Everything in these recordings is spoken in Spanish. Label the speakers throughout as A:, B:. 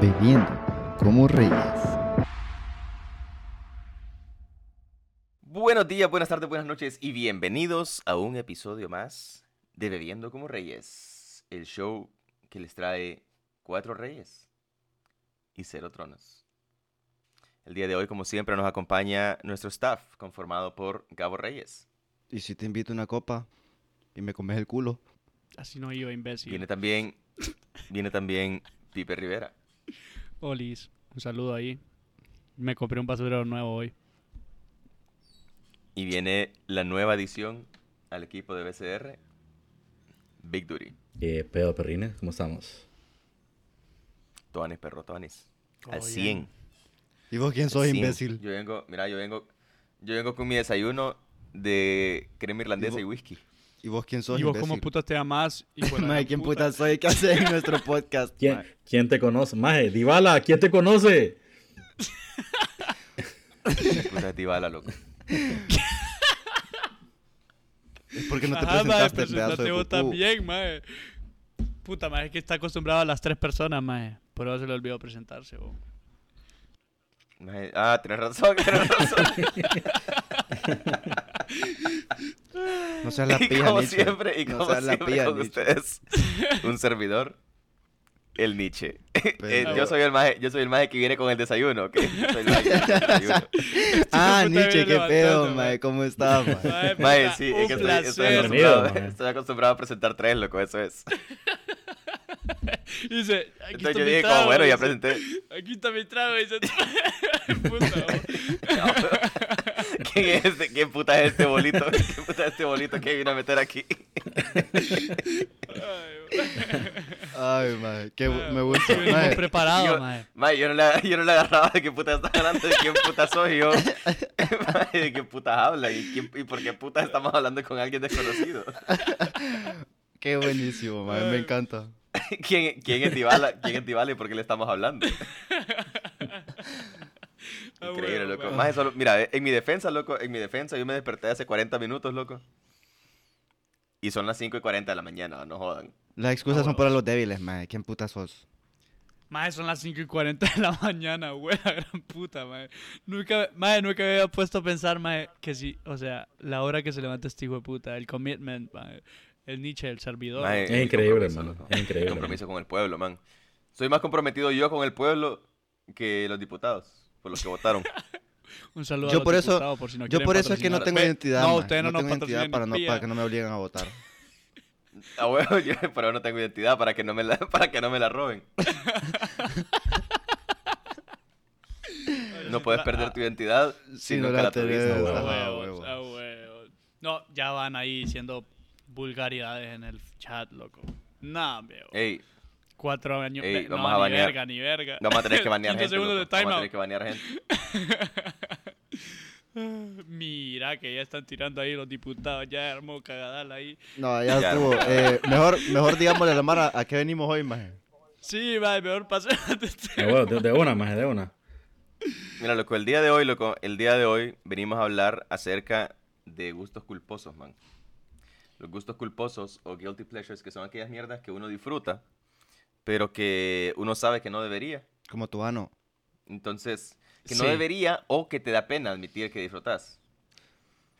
A: Bebiendo como Reyes.
B: Buenos días, buenas tardes, buenas noches y bienvenidos a un episodio más de Bebiendo como Reyes, el show que les trae cuatro reyes y cero tronos. El día de hoy, como siempre, nos acompaña nuestro staff conformado por Gabo Reyes.
A: ¿Y si te invito una copa y me comes el culo?
C: Así no iba, imbécil.
B: Viene también, viene también Pipe Rivera.
C: Olis, un saludo ahí. Me compré un basurero nuevo hoy.
B: Y viene la nueva adición al equipo de BCR, Big Duty.
D: Eh, pedo perrines, ¿cómo estamos?
B: Toanis, perro, Toanis. al
C: Oh,
B: 100.
C: yeah.
A: ¿Y vos quién sos,
B: Sí,
A: imbécil?
B: Yo vengo, mira, yo vengo, yo vengo con mi desayuno de crema irlandesa y,
A: Y vos-
B: whisky.
A: ¿Y vos quién sos,
C: y vos
A: imbécil?
C: como putas te amas. hijo de la
A: Mae,
C: gran
A: ¿quién
C: puta?
A: puta soy? ¿Qué haces en nuestro podcast?
D: ¿Quién,
A: mae?
D: quién te conoce? Maje, Dibala, ¿quién te conoce?
B: Puta tibala, loco.
A: Es porque no te
C: Ajá, mae,
A: presentaste, pedazo
C: presentate
A: de
C: vos
A: pupú.
C: también, mae. Puta, mae, es que está acostumbrado a las tres personas, mae. Por eso se le olvidó presentarse, vos.
B: Maje, Ah, tenés razón, tenés razón.
A: No seas la
B: y
A: pija,
B: como
A: Nietzsche.
B: siempre, y
A: No
B: como
A: seas la
B: siempre
A: pija,
B: con
A: Nietzsche.
B: ustedes, un servidor, el Nietzsche. Eh,
A: Pero-
B: yo soy el maje, yo soy el maje que viene con el desayuno, ¿ok? Soy el maje que viene con el desayuno.
A: Ah,
C: puta
A: Nietzsche,
C: viene
A: qué pedo, mae.
C: levantando, mae.
A: ¿Cómo estás, mae?
C: Mae,
B: Maje,
C: puta,
B: sí,
C: un
B: es que estoy, estoy
C: placer.
D: dormido.
B: acostumbrado,
D: maje.
B: estoy acostumbrado a presentar tres, loco, eso es.
C: Dice, aquí está
B: Entonces yo
C: mi
B: dije,
C: trago.
B: como bueno, ya
C: dice,
B: presenté.
C: Aquí está mi trago, dice. Puta, vos.
B: ¿Quién es este? ¿Quién puta es este bolito? ¿Quién puta es este bolito que vino a meter aquí?
C: Ay,
A: Ay, mae, qué bu-
C: mae,
A: me gusta,
C: venimos
A: mae.
C: preparados,
B: yo,
C: mae.
B: mae, yo no, le, yo no le agarraba de qué puta estás hablando, de quién puta soy yo. Mae, de qué puta habla y, quién- y por qué puta estamos hablando con alguien desconocido.
A: Qué buenísimo, mae, me
C: Ay.
A: encanta.
B: ¿Quién, quién es Dybala? ¿Quién es Dybala y por qué le estamos hablando?
C: Ah,
B: Increíble,
C: bueno,
B: loco.
C: mae.
B: Mae, solo- mira, en mi defensa, loco, en mi defensa, yo me desperté hace 40 minutos, loco. Y son las 5 y 40 de la mañana, no jodan.
A: Las excusas
C: Ah,
A: son
C: bueno.
A: para los débiles, mae. ¿Quién puta sos?
C: Mae, son las 5 y 40 de la mañana, güey, la gran puta, mae. Nunca, mae, nunca me había puesto a pensar, mae, que si, o sea, la hora que se levanta este hijo de puta, el commitment, mae, el Nietzsche, el servidor.
B: Mae,
D: Es
B: el
D: increíble,
B: compromiso,
D: hermano,
B: loco.
D: es increíble,
B: El compromiso con el pueblo, man. Soy más comprometido yo con el pueblo que los diputados, por los que votaron.
C: Un saludo
A: Yo
C: a los
A: por eso-
C: diputados, por si no
A: Yo
C: quieren
A: por eso es que no
C: patrocinar.
A: tengo
C: Ve,
A: identidad,
C: No,
A: mae.
C: ustedes no,
A: tengo
C: nos
A: identidad
C: patrocinan,
A: para no, para
C: pía.
A: que no me obliguen a votar.
B: A Ah, huevo, yo, pero no tengo identidad para que no me la, para que no me la roben. No puedes perder tu identidad si
A: no
B: nunca
A: la
B: la tuviste.
A: tenés.
B: a
C: A
B: huevo.
C: huevos,
A: huevos.
C: a huevos. No, ya van ahí siendo vulgaridades en el chat, loco. Nah, viejo.
B: Ey,
C: Cuatro años.
B: Eh, Ey,
C: no,
B: vamos a
C: ni
B: banear.
C: verga, ni verga.
B: no vamos a tener que banear
C: 15
B: gente.
C: segundos
B: loco.
C: de
B: Vamos a tener
C: timeout.
B: que banear gente.
C: Mira que ya están tirando ahí los diputados, ya armó cagadal ahí.
A: No, ya
B: Ya,
A: estuvo. Eh, mejor, mejor digámosle a la Mara a qué venimos hoy, mae.
C: Sí, va, mejor pasar.
D: Ah, bueno, de, de una, maje, de una.
B: Mira, loco, el día de hoy, loco, el día de hoy venimos a hablar acerca de gustos culposos, man. Los gustos culposos o guilty pleasures, que son aquellas mierdas que uno disfruta, pero que uno sabe que no debería.
A: Como tu ano.
B: Entonces, que no
C: Sí.
B: debería o que te da pena admitir que disfrutas.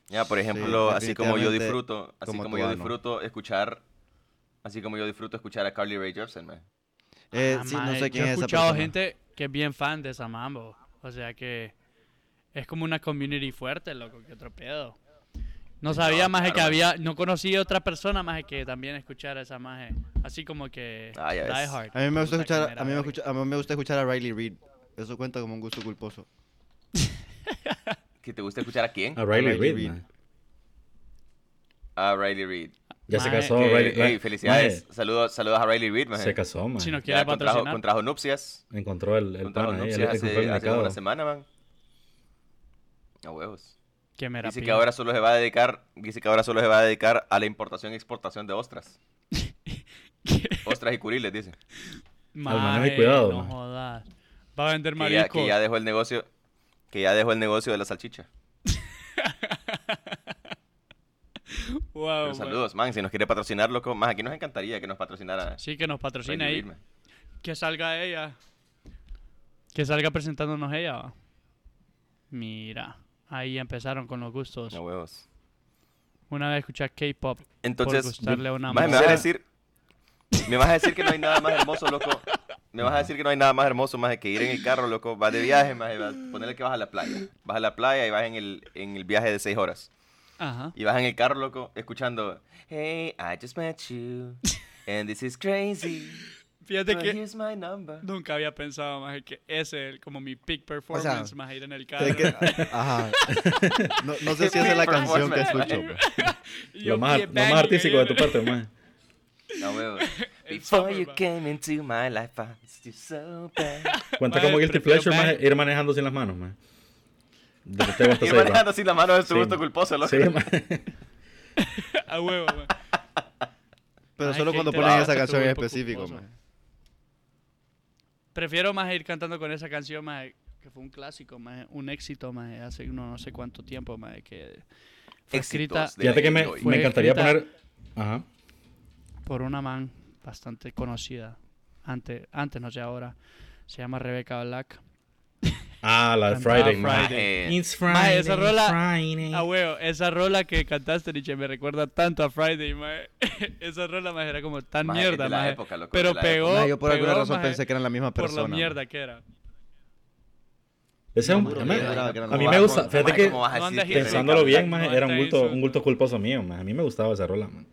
B: Ya, por
A: Sí,
B: ejemplo, así como yo
A: definitivamente,
B: disfruto, así
A: como
B: como,
A: tú,
B: yo
A: Ano.
B: disfruto escuchar, así como yo disfruto escuchar a Carly Rae Jepsen, man.
A: Eh, sí, no sé quién
C: Ah, Yo he
A: es esa
C: escuchado
A: persona.
C: gente que es bien fan de esa mambo. O sea que es como una community fuerte, loco, que otro pedo. No sabía más que
B: claro.
C: había, no conocía otra persona más que también escuchara esa maje. Así como que
B: Ah, ya ves.
C: hard.
A: A mí me gusta
C: Puta, que
A: escuchar,
C: mera
A: a mí me,
C: verga.
A: escucha- a mí me gusta escuchar a Riley Reid. Eso cuenta como un gusto culposo.
B: ¿Que te gusta escuchar a quién?
D: A Riley
A: Riley Reid.
D: Reid, maje.
B: A Riley Reed.
D: Ya se
C: Maje,
D: casó,
B: Que-
D: Oh,
B: ey,
D: Riley Reid.
B: felicidades.
D: Maje,
B: Saludos, saludos a Riley Reed, man.
D: Se casó, maje.
C: Si nos quiere
B: Ya contrajo,
C: patrocinar.
B: contrajo nupcias.
D: Encontró el, el
B: contrajo
D: pan ahí, el,
B: nupcias
D: encontró el
B: hace, hace como
D: mercado.
B: una semana, man. A huevos.
C: Que mera
B: Dice que
C: pija.
B: ahora solo se va a dedicar, dice que ahora solo se va a dedicar a la importación y exportación de ostras. ostras y curiles, dice.
D: manejo y
C: Maje,
D: cuidado,
C: No
D: maje.
C: jodas. Va a vender
B: que ya,
C: marisco.
B: que ya dejó el negocio que ya dejó el negocio de la salchicha
C: Oh, Wow,
B: Pero
C: maje.
B: saludos man si nos quiere patrocinar loco más aquí nos encantaría que nos patrocinara
C: Sí, que nos patrocina
B: Randy
C: ahí.
B: Birman.
C: Que salga ella. Que salga presentándonos ella. va. Mira, ahí empezaron con los gustos.
B: No huevos.
C: Una vez escuché K-pop por
B: Entonces,
C: gustarle a una
B: Maje, me
C: mujer.
B: vas a decir. Me vas a decir que no hay nada más hermoso, loco. Me vas a decir que no hay nada más hermoso más que ir en el carro, loco. Vas de viaje, más ponerle que vas a la playa. Vas a la playa y vas en el, en el viaje de seis horas.
C: Ajá.
B: Y vas en el carro, loco, escuchando. Hey, I just met you. And this is crazy.
C: Fíjate
B: But
C: que
B: here's my number.
C: nunca había pensado más que ese es como mi peak performance más ir en el carro.
A: Sé que- ajá. No, no sé si esa es la canción que escucho. pues.
C: y yo
D: Lo más,
C: pie
D: lo
C: banging
D: más
C: ahí
D: artístico de
C: en
D: tu
C: el-
D: parte, maje.
B: No, huevos.
C: El
B: Before
C: summer,
B: you
C: va.
B: came into my life, I missed you so bad.
D: Cuenta
C: Maje,
D: como guilty
C: prefiero
D: pleasure, maje,
C: bang.
D: ir manejando sin las manos, maje. De que te gusta
B: Ir
D: hacer, va.
B: manejando sin la mano es tu
D: Sí.
B: gusto culposo, loco.
D: Sí, maje.
C: A huevo, man.
A: Pero
C: Ay,
A: solo
C: qué
A: cuando ponen esa
C: interesante
A: canción
C: tu
A: en
C: grupo
A: específico,
C: culposo.
A: man.
C: Prefiero más ir cantando con esa canción más que fue un clásico, más un éxito más hace uno no sé cuánto tiempo más que fue escrita
B: Éxitos de
D: Fíjate que me,
B: ayer y hoy.
D: me
C: Fue
D: encantaría
C: escrita-
D: poner. Ajá.
C: por una man bastante conocida antes antes no sé ahora se llama Rebecca Black.
D: Ah, la de
C: Cantaba
D: Friday. maje.
C: Friday.
B: Maje.
D: It's
C: Maje, esa rola-
D: Friday.
C: Ah, huevo, esa rola que cantaste, Nietzsche, me recuerda tanto a Friday, mae. Esa rola, más era como tan
B: Maje,
C: mierda,
B: de la
C: mae.
B: época, loco,
C: Pero
B: de la época.
C: pegó.
A: Nah, yo por alguna
C: pegó,
A: razón
C: maje,
A: pensé que eran la misma persona.
C: Por la
A: man.
C: mierda que era.
D: Ese es un-
A: Duro,
D: maje,
A: duro, duro, duro.
D: A mí
A: Como
D: me
A: va,
D: gusta.
A: como-
D: Fíjate
B: Maje,
D: que
B: ¿cómo vas a
C: No
B: decir
C: andas
B: que
C: ir-
D: pensándolo
B: Rebecca
D: bien,
B: Black?
D: maje,
C: No,
D: era un
C: está
D: gusto,
C: eso.
D: un gusto culposo mío, maje. A mí me gustaba esa rola, maje.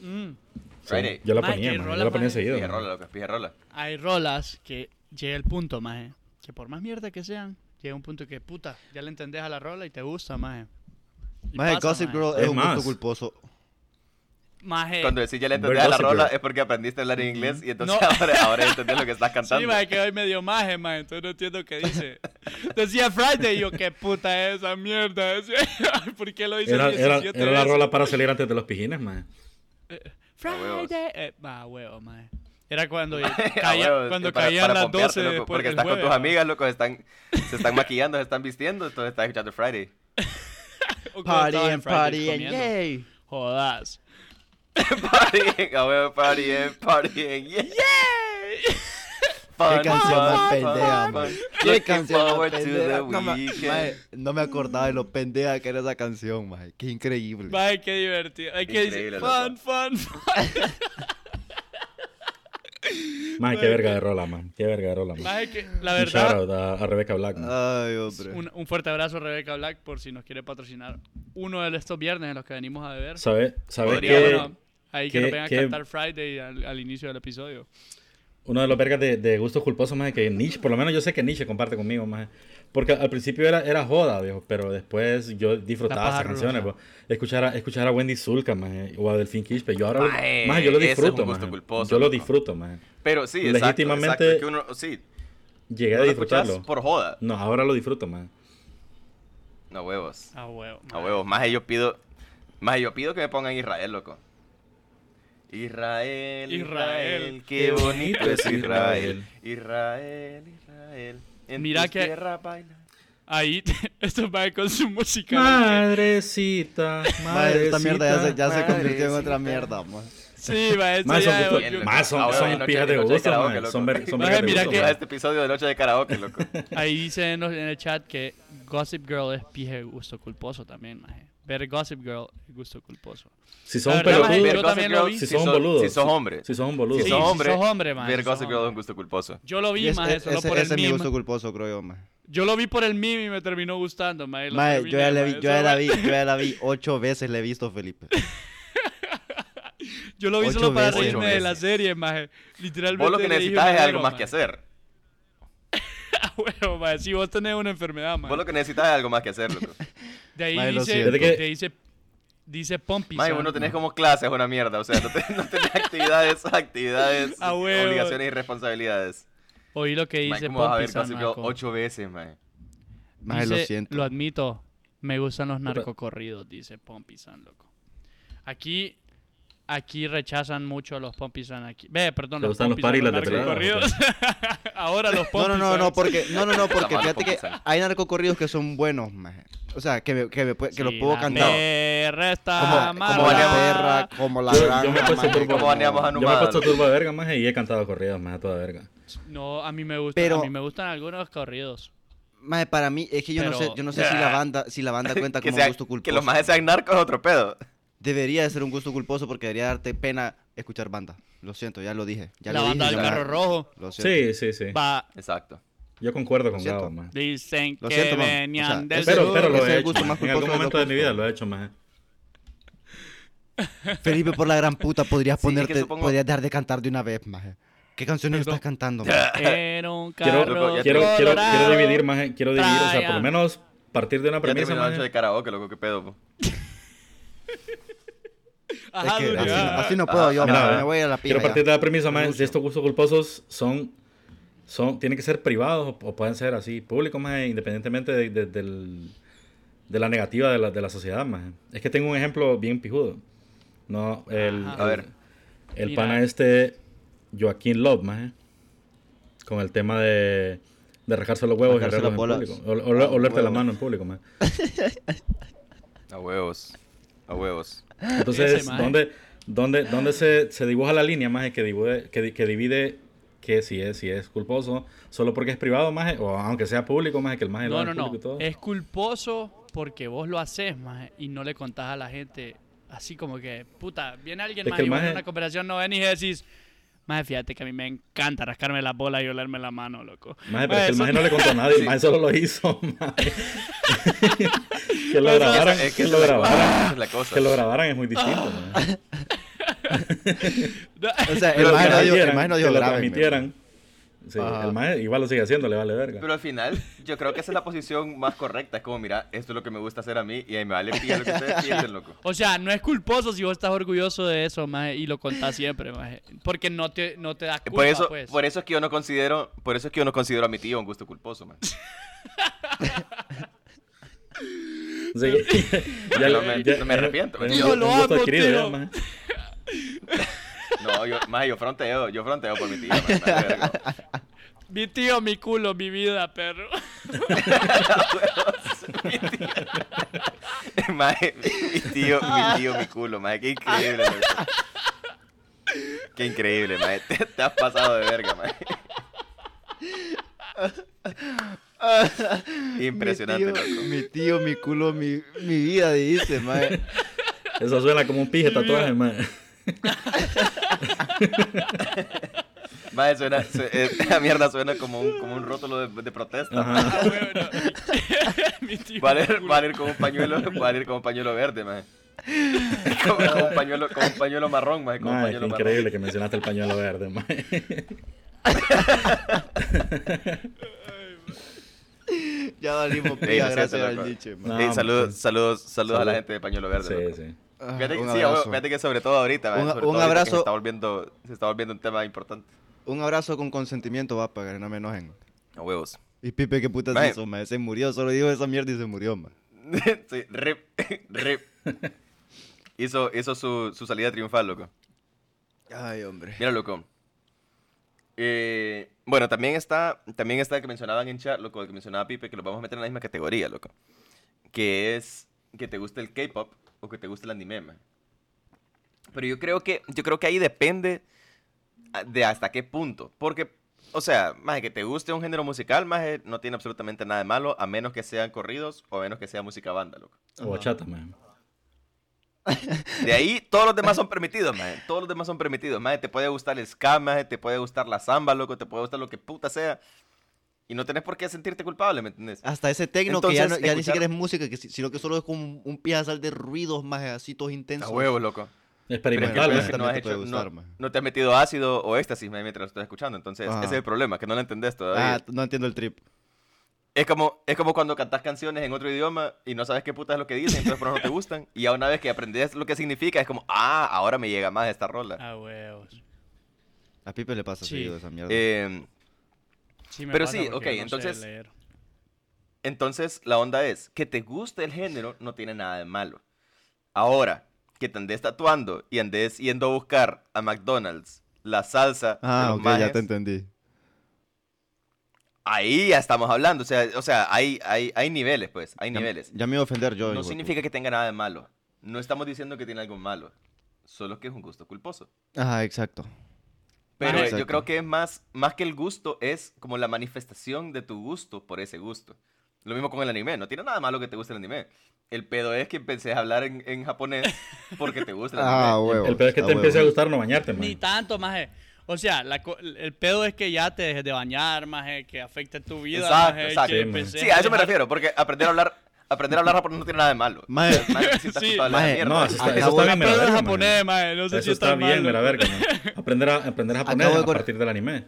C: Mm.
D: Sí,
B: Friday.
D: Yo la
C: Maje,
D: ponía,
C: qué
D: maje,
C: rola,
D: Yo la ponía
C: maje.
D: enseguida.
B: Pija
D: maje.
B: rola, loco, pija rola.
C: Hay rolas que llega el punto, maje. Que por más mierda que sean, llega un punto que puta, ya le entendés a la rola y te gusta, maje. Y
A: Maje,
C: pasa,
A: Gossip
C: maje.
A: Girl es,
D: Es
A: un
D: más.
A: gusto culposo.
C: Maje.
B: Cuando decís ya le
D: Bert
B: entendés a la
D: Gossip
B: rola
D: Girl.
B: es porque aprendiste a
D: Mm.
B: hablar en inglés y entonces
C: No.
B: ahora, ahora entendés lo que estás cantando.
C: Sí, maje, que hoy medio maje, maje. Entonces no entiendo qué dice. Decía Friday y yo, qué puta es esa mierda. Decía, ¿Por qué lo dice
D: Era, era,
C: 17
D: era la
C: veces?
D: rola para salir antes de los pijines, maje.
B: A huevos.
C: Friday. Eh, ah, huevo, maje. Era cuando,
B: Ah,
C: caía,
B: huevos,
C: cuando
B: eh, para-
C: caían
B: para
C: las
B: pompearte,
C: 12
B: loco,
C: después
B: Porque
C: del
B: estás con tus
C: jueves,
B: amigas, loco, están, se están maquillando, se están vistiendo, entonces estás escuchando Friday.
C: o cuando
A: Party
C: estaban
A: and
C: Fridays
A: party and
C: comiendo.
A: yay.
C: Jodas.
B: Party, a huevo, party, eh, party, eh, yeah. Fun,
A: Qué canción más
B: fun,
A: pendeja,
B: fun,
A: man.
B: fun.
A: Qué
B: Looking
A: canción más
B: forward to the
A: pendeja. No, ma-
B: weekend.
A: maje, no me acordaba de lo pendeja que era esa canción, maje. Qué increíble.
C: Vaya, qué divertido. Hay que decir,
B: Increíble, loco.
C: fun, fun, fun.
D: Maje, qué verga de rola, man. Qué verga de rola, man.
C: Vaya, que la
D: Un
C: verdad, Ah.
D: shout a, a Rebecca Black, maje.
A: Ay, hombre.
C: un, un fuerte abrazo a Rebeca Black por si nos quiere patrocinar uno de estos viernes en los que venimos a beber.
D: ¿Sabes? ¿Sabes
B: Podría,
D: que
C: Bueno, ahí que
D: qué-
C: nos vengan a
D: qué-
C: cantar Friday al, al inicio del episodio.
D: uno de los vergas de, de gustos culposos más que Nietzsche, por lo menos yo sé que Nietzsche comparte conmigo más. Porque al principio era, era joda, viejo, pero después yo
C: La
D: disfrutaba
C: paja
D: esas canciones,
C: rusa.
D: po. escuchar a, escuchar a Wendy Zulka, más, o a Delfín Quispe, yo ahora
B: Mae,
D: lo, más, yo lo
B: ese es un
D: disfruto,
B: gusto
D: maje.
B: culposo,
D: yo lo
B: loco.
D: disfruto, más.
B: Pero sí, exacto,
D: Legítimamente-
B: exacto, que uno- sí,
D: Llegué
B: no
D: a
B: lo escuchás
D: disfrutarlo.
B: por joda.
D: No, ahora lo disfruto, más.
B: No, huevos.
C: A huevo.
B: A huevos, más yo pido, más yo pido que me pongan Israel, loco. Israel,
C: Israel,
B: Israel, qué bonito es Israel. Israel, Israel. En
C: Mira
B: tus
C: que-
B: tierras baila.
C: Ahí, esto va con su música.
D: Madrecita,
A: Maje, esta mierda ya se,
D: madrecita.
A: ya se convirtió en
B: madrecita.
A: otra mierda, maje.
C: Sí, va, esto
D: Más son,
C: ya
D: gustos-
B: volvió.
C: evolucionó.
D: más
B: Ah,
D: son,
B: bueno,
D: son
B: de noche-
D: pijas
B: de
D: de
B: noche de
D: gusto,
B: karaoke,
D: maje.
B: loco.
D: Son, ver- son
C: Maje,
D: vergas de
C: mira
D: gusto,
C: que-
D: maje.
B: Este episodio de Noche de Karaoke, loco.
C: Ahí dice en, los- en el chat que Gossip Girl es pije de gusto culposo también, maje. Ver Gossip Girl es gusto culposo.
D: Si
C: La
D: son
C: verdad, maje,
D: pelotudos,
C: yo también lo vi.
D: Si son boludos.
B: Si sos hombre.
D: si
B: Si
D: son boludos.
C: Sí,
B: sos
C: si
B: hombre.
C: sos hombre, maje,
B: Ver
C: si sos
B: Gossip Girl es
C: hombre.
B: un gusto culposo.
C: Yo lo vi,
A: Y es-
C: maje,
A: es-
C: solo
A: ese
C: por
A: ese
C: el
A: es mi
C: meme.
A: gusto culposo, creo yo, maje.
C: Yo lo vi por el meme y me terminó gustando, maje. lo
A: Maje, yo ya
C: terminé,
A: la vi,
C: maje,
A: yo ya
C: solo-
A: la vi, yo ya la vi. Ocho veces la he visto, Felipe.
C: Yo lo vi
A: Ocho
C: solo para
A: veces.
C: reírme
B: Ocho
C: de la
B: veces.
C: serie, maje. Literalmente.
B: Vos lo que
C: le dije
B: necesitas
C: una
B: es algo
C: verga,
B: más que
C: maje.
B: hacer.
C: Ah, huevo, maje. Si vos tenés una enfermedad, maje.
B: Vos lo que necesitas es algo más que hacer, loco.
C: De ahí
A: Maje, lo
C: dice,
A: siento.
C: de- dice, dice Pompi.
B: Mae, vos no tenés como clases, una mierda. O sea, no, te- no tenés actividades, actividades,
C: A Ah, huevo.
B: obligaciones y responsabilidades.
C: Oí lo que
B: Mae,
C: dice
B: ¿cómo vas a
C: Pompi.
B: ver
C: San
B: Gossip Girl
C: Marco?
B: ocho veces, mae?
A: Maje, lo
C: Dice,
A: siento.
C: Lo admito, me gustan los narcocorridos, dice Pompisan, loco. Aquí, aquí rechazan mucho a los Pompisan aquí. Ve, perdón,
D: ¿Te
C: los
D: gustan los
C: Pompisan,
D: party las de
C: narcocorridos. Ahora los
A: No,
C: Pompisan.
A: no, no, no, porque, no, no, no, porque
B: mal,
A: fíjate que
B: Pompisan.
A: hay narcocorridos que son buenos, maje. O sea, que, me- que, me pue- que los
C: Sí,
A: puedo
C: la
A: cantar.
C: perra está
A: Como,
B: Ah,
A: como
C: amarrada.
A: la perra, como la
D: Yo- yo
A: granja,
D: me he puesto
A: maje,
D: turbo-
A: como-
B: ¿Cómo baneamos a
D: Yo me he
B: Numada,
D: puesto
B: loco?
D: turbo de verga, maje, y he cantado corridos, maje, a toda verga.
C: No, a mí me gusta,
A: Pero-
C: a mí me gustan algunos corridos.
A: Mae, para mí, es que yo no sé,
C: Pero-
A: yo no sé si la banda, si la banda cuenta
B: Que,
A: como
B: sea-
A: un gusto culposo.
B: que los más sean narcos es otro pedo.
A: Debería de ser un gusto culposo porque debería darte pena escuchar banda. Lo siento, ya lo dije. Ya
C: la
A: lo
C: banda
A: dije,
C: del
A: ya.
C: carro rojo.
A: Lo siento.
D: Sí, sí, sí.
C: Va,
B: Exacto.
D: Yo concuerdo con
A: Lo siento.
D: Gabo, maje.
C: dicen
A: Lo
C: que
A: siento, mam. O
C: venían
A: sea,
C: del
A: ese-
D: Pero, pero lo
A: ese es
D: he
A: el
D: hecho.
A: gusto más
D: maje. En algún
A: culposo de
D: momento de mi
A: Locusto.
D: vida lo he hecho, maje.
A: Felipe, por la gran puta, podrías
B: Sí, es que
A: ponerte,
B: supongo-
A: podrías dejar de cantar de una vez, maje. ¿Qué canciones
C: Perdón.
A: estás cantando, maje?
C: Era un
D: Quiero,
C: carro
B: ya
D: quiero, quiero,
C: colorado.
D: quiero dividir, maje. Quiero dividir, o sea, por
C: Traian.
D: lo menos partir de una
B: Ya terminó
D: premisa,
B: la noche de
D: maje.
B: karaoke, loco, qué pedo. po.
A: Es
C: Ajá,
A: que
C: duro,
A: así,
C: ajá.
A: así no puedo yo,
D: Ah, Mira,
A: maje,
D: mira.
A: me voy a la pija
D: Quiero
A: ya.
D: partir de la premisa, maje.
A: Renuncio.
D: Si estos gustos culposos son, son, tienen que ser privados o, o pueden ser así, públicos, maje, independientemente de, de- del- de la negativa de la, de la sociedad, maje. Es que tengo un ejemplo bien pijudo. No, el,
C: Ajá.
B: A ver.
D: El
C: Mira.
D: pana este, Joaquín Love, maje, con el tema de, de rajarse los huevos y
A: Rajarse
D: olerlos
A: las
D: en
A: bolas.
D: público. O, o-
A: Ah,
D: olerte la
A: huevos.
D: mano en público, maje.
B: A huevos. A huevos.
D: Entonces,
C: Ese, maje.
D: ¿dónde, dónde, dónde se, se dibuja la línea, maje, que, divide, que, di- que divide que si es, si es culposo, solo porque es privado, maje, o aunque sea público, maje, que el maje lo
C: No, no,
D: haga en público y todo?
C: no. Es culposo porque vos lo haces, maje, y no le contás a la gente. Así como que, puta, viene alguien,
D: Es
C: más
D: que
C: y
D: el
C: vos en
D: maje-
C: una conversación no ven y decís, maje, fíjate que a mí me encanta rascarme la bola y olerme la mano, loco.
D: Maje, pero es que el
C: eso-
D: maje no le contó a nadie, el
B: Sí.
D: maje solo lo hizo, maje. que lo
C: Eso-
D: grabaran,
B: Es Eh, que
D: que
B: esa es la cosa,
D: lo grabaran,
B: esa es la cosa.
D: que lo grabaran es muy distinto, maje.
A: O sea, el
D: Pero
A: maje
D: que
A: no
D: lo
A: dio, el
D: hicieran,
A: maje no
D: que
A: dio
D: lo
A: grave.
D: transmitieran. Sí,
A: Ajá.
D: el maje igual lo sigue haciendo, le vale verga.
B: Pero al final, yo creo que esa es la posición más correcta. Es como, mira, esto es lo que me gusta hacer a mí y ahí me vale pija lo que ustedes piensen, loco.
C: O sea, no es culposo si vos estás orgulloso de eso, maje, y lo contás siempre, maje. Porque no te, no te das culpa,
B: Por eso,
C: pues.
B: por eso es que yo no considero, por eso es que yo no considero a mi tío un gusto culposo, man.
D: Sí,
B: Ya no me- no me arrepiento,
D: es un
B: tío.
D: gu-
C: Lo
D: un gusto
C: amo,
D: adquirido ya,
C: tío.
D: maje.
B: No, yo, más yo fronteo, yo fronteo por mi tío. man, me vale verga.
C: Mi tío, mi culo, mi vida, perro.
B: Mae, mi tío, mi tío, mi culo, mae, qué increíble. loco. Qué increíble, mae. Te, te has pasado de verga, mae. Impresionante,
A: mi tío,
B: loco.
A: mi tío, mi culo, mi, mi vida, dice, maje.
D: Eso suena como un
B: Mm.
D: pije tatuaje, maje.
B: Mae, suena, su- eh, esa mierda suena como un, como un rótulo de, de protesta.
D: Ajá.
C: Ah, bueno. mi tío,
B: Va a
C: mi
B: leer,
C: culo.
B: va a leer con un pañuelo, va a leer con un pañuelo verde, mae. Con, con un pañuelo, con un pañuelo marrón, mae, con un
D: Maje,
B: pañuelo
D: qué
B: marrón.
D: increíble que mencionaste el pañuelo verde, maje.
A: Ya valimos
B: Sí, lo
A: pija,
B: siento,
A: gracias al
B: loco.
A: diche, maje.
D: No,
B: Ey, saludos,
D: pues,
B: saludos, saludos a la
D: salud.
B: gente de pañuelo verde. loco.
D: Sí, sí.
A: Ah,
B: Fíjate que,
A: un
B: sí, a huevo,
A: abrazo.
B: fíjate que sobre todo ahorita, ¿verdad?
A: Un-
B: Sobre
A: un
B: todo ahorita que
A: abrazo.
B: Se está, volviendo, se está volviendo un tema importante.
A: Un abrazo con consentimiento va para que no me enojen.
B: A huevos.
A: Y Pipe, qué putas
B: Mae.
A: hizo, maje. Se murió, solo dijo esa mierda y se murió, maje.
B: sí, rip, rip. Hizo, hizo su, su salida triunfal, loco.
A: Ay, hombre.
B: Mira, loco. Eh, bueno, también está, también está el que mencionaban en chat, loco, el que mencionaba Pipe, que lo vamos a meter en la misma categoría, loco. Que es que te guste el K-pop o que te guste el anime, man. Pero yo creo que, yo creo que ahí depende a- de hasta qué punto. Porque, o sea, más que te guste un género musical, más no tiene absolutamente nada de malo, a menos que sean corridos o a menos que sea música banda, loco.
D: O bachata, maje.
B: De ahí todos los demás son permitidos, maje. Todos los demás son permitidos, maje. Te puede gustar el ska, maje. Te puede gustar la samba, loco. Te puede gustar lo que puta sea. Y no tenés por qué sentirte culpable, ¿me entendés?
A: Hasta ese tecno que ya, no-
B: Entonces,
A: ya ni siquiera es
B: escuchar-
A: música, que si- sino que solo es como un, un pijazal de ruidos, maje, así todos
B: A
A: intensos.
B: huevo, loco. Pero es que,
D: Experimental,
B: el pedo
A: Bueno,
B: es
D: maje.
B: que no, has
A: también te puede
B: hecho-
A: gustar,
B: no-
A: maje.
B: no te has metido ácido o éxtasis maje, mientras lo estás escuchando. Entonces,
A: Ajá.
B: ese es el problema, que no lo entendés todavía.
A: Ah, no entiendo el trip.
B: Es como, es como cuando cantás canciones en otro idioma y no sabes qué puta es lo que dicen, entonces por eso no te gustan. Y ya una vez que aprendes lo que significa, es como, ah, ahora me llega más esta rola.
C: Ah, huevos.
A: A Pipe le pasa
C: Sí.
A: seguido esa mierda.
B: Eh,
C: Sí me
B: Pero
C: pasa
B: sí,
C: porque
B: ok,
C: no sé
B: entonces-
C: leer.
B: Entonces, la onda es que te guste el género no tiene nada de malo. Ahora, que te andes tatuando y andes yendo a buscar a McDonald's la salsa de
A: ah,
B: los
A: ok, ya
B: majes,
A: te entendí.
B: ahí ya estamos hablando. O sea, o sea hay, hay, hay niveles, pues, hay
A: Ya,
B: niveles.
A: ya me iba a ofender yo. hijo
B: no
A: de
B: significa que tenga nada de malo. No estamos diciendo que tiene algo malo. Solo que es un gusto culposo.
A: puta. Ajá, exacto.
B: Pero
A: Ajá.
B: yo
A: Exacto.
B: creo que es más, más que el gusto, es como la manifestación de tu gusto por ese gusto. Lo mismo con el anime, no tiene nada malo que te guste el anime. El pedo es que empecé a hablar en, en japonés porque te gusta el
A: Ah,
B: anime.
A: huevo.
D: El peor es que
A: ah,
D: te
A: huevo.
D: empiece a gustar no bañarte,
C: Ni
D: man.
C: tanto, maje. O sea, la co- el pedo es que ya te dejes de bañar, maje, que afecte tu vida,
B: Exacto,
C: maje,
B: exacto.
C: que
D: Sí, maje.
C: empeces
B: Sí, a eso me
C: dejar-
B: refiero, porque aprender a hablar, aprender a hablar japonés no tiene nada de malo.
A: Maje.
B: O sea, maje, sí estás
C: Sí.
B: culpable de la
A: Maje,
B: mierda. Ah,
D: No, eso está, eso
A: Acabo
D: está
A: de
D: bien, mira,
C: Pero en
D: verga, man.
C: japonés, maje, no sé si
D: Eso está
C: tan
D: bien,
C: malo.
D: mira, verga. man. Aprender a aprender japonés
A: Acabo de
D: a
A: cor-
D: partir del anime.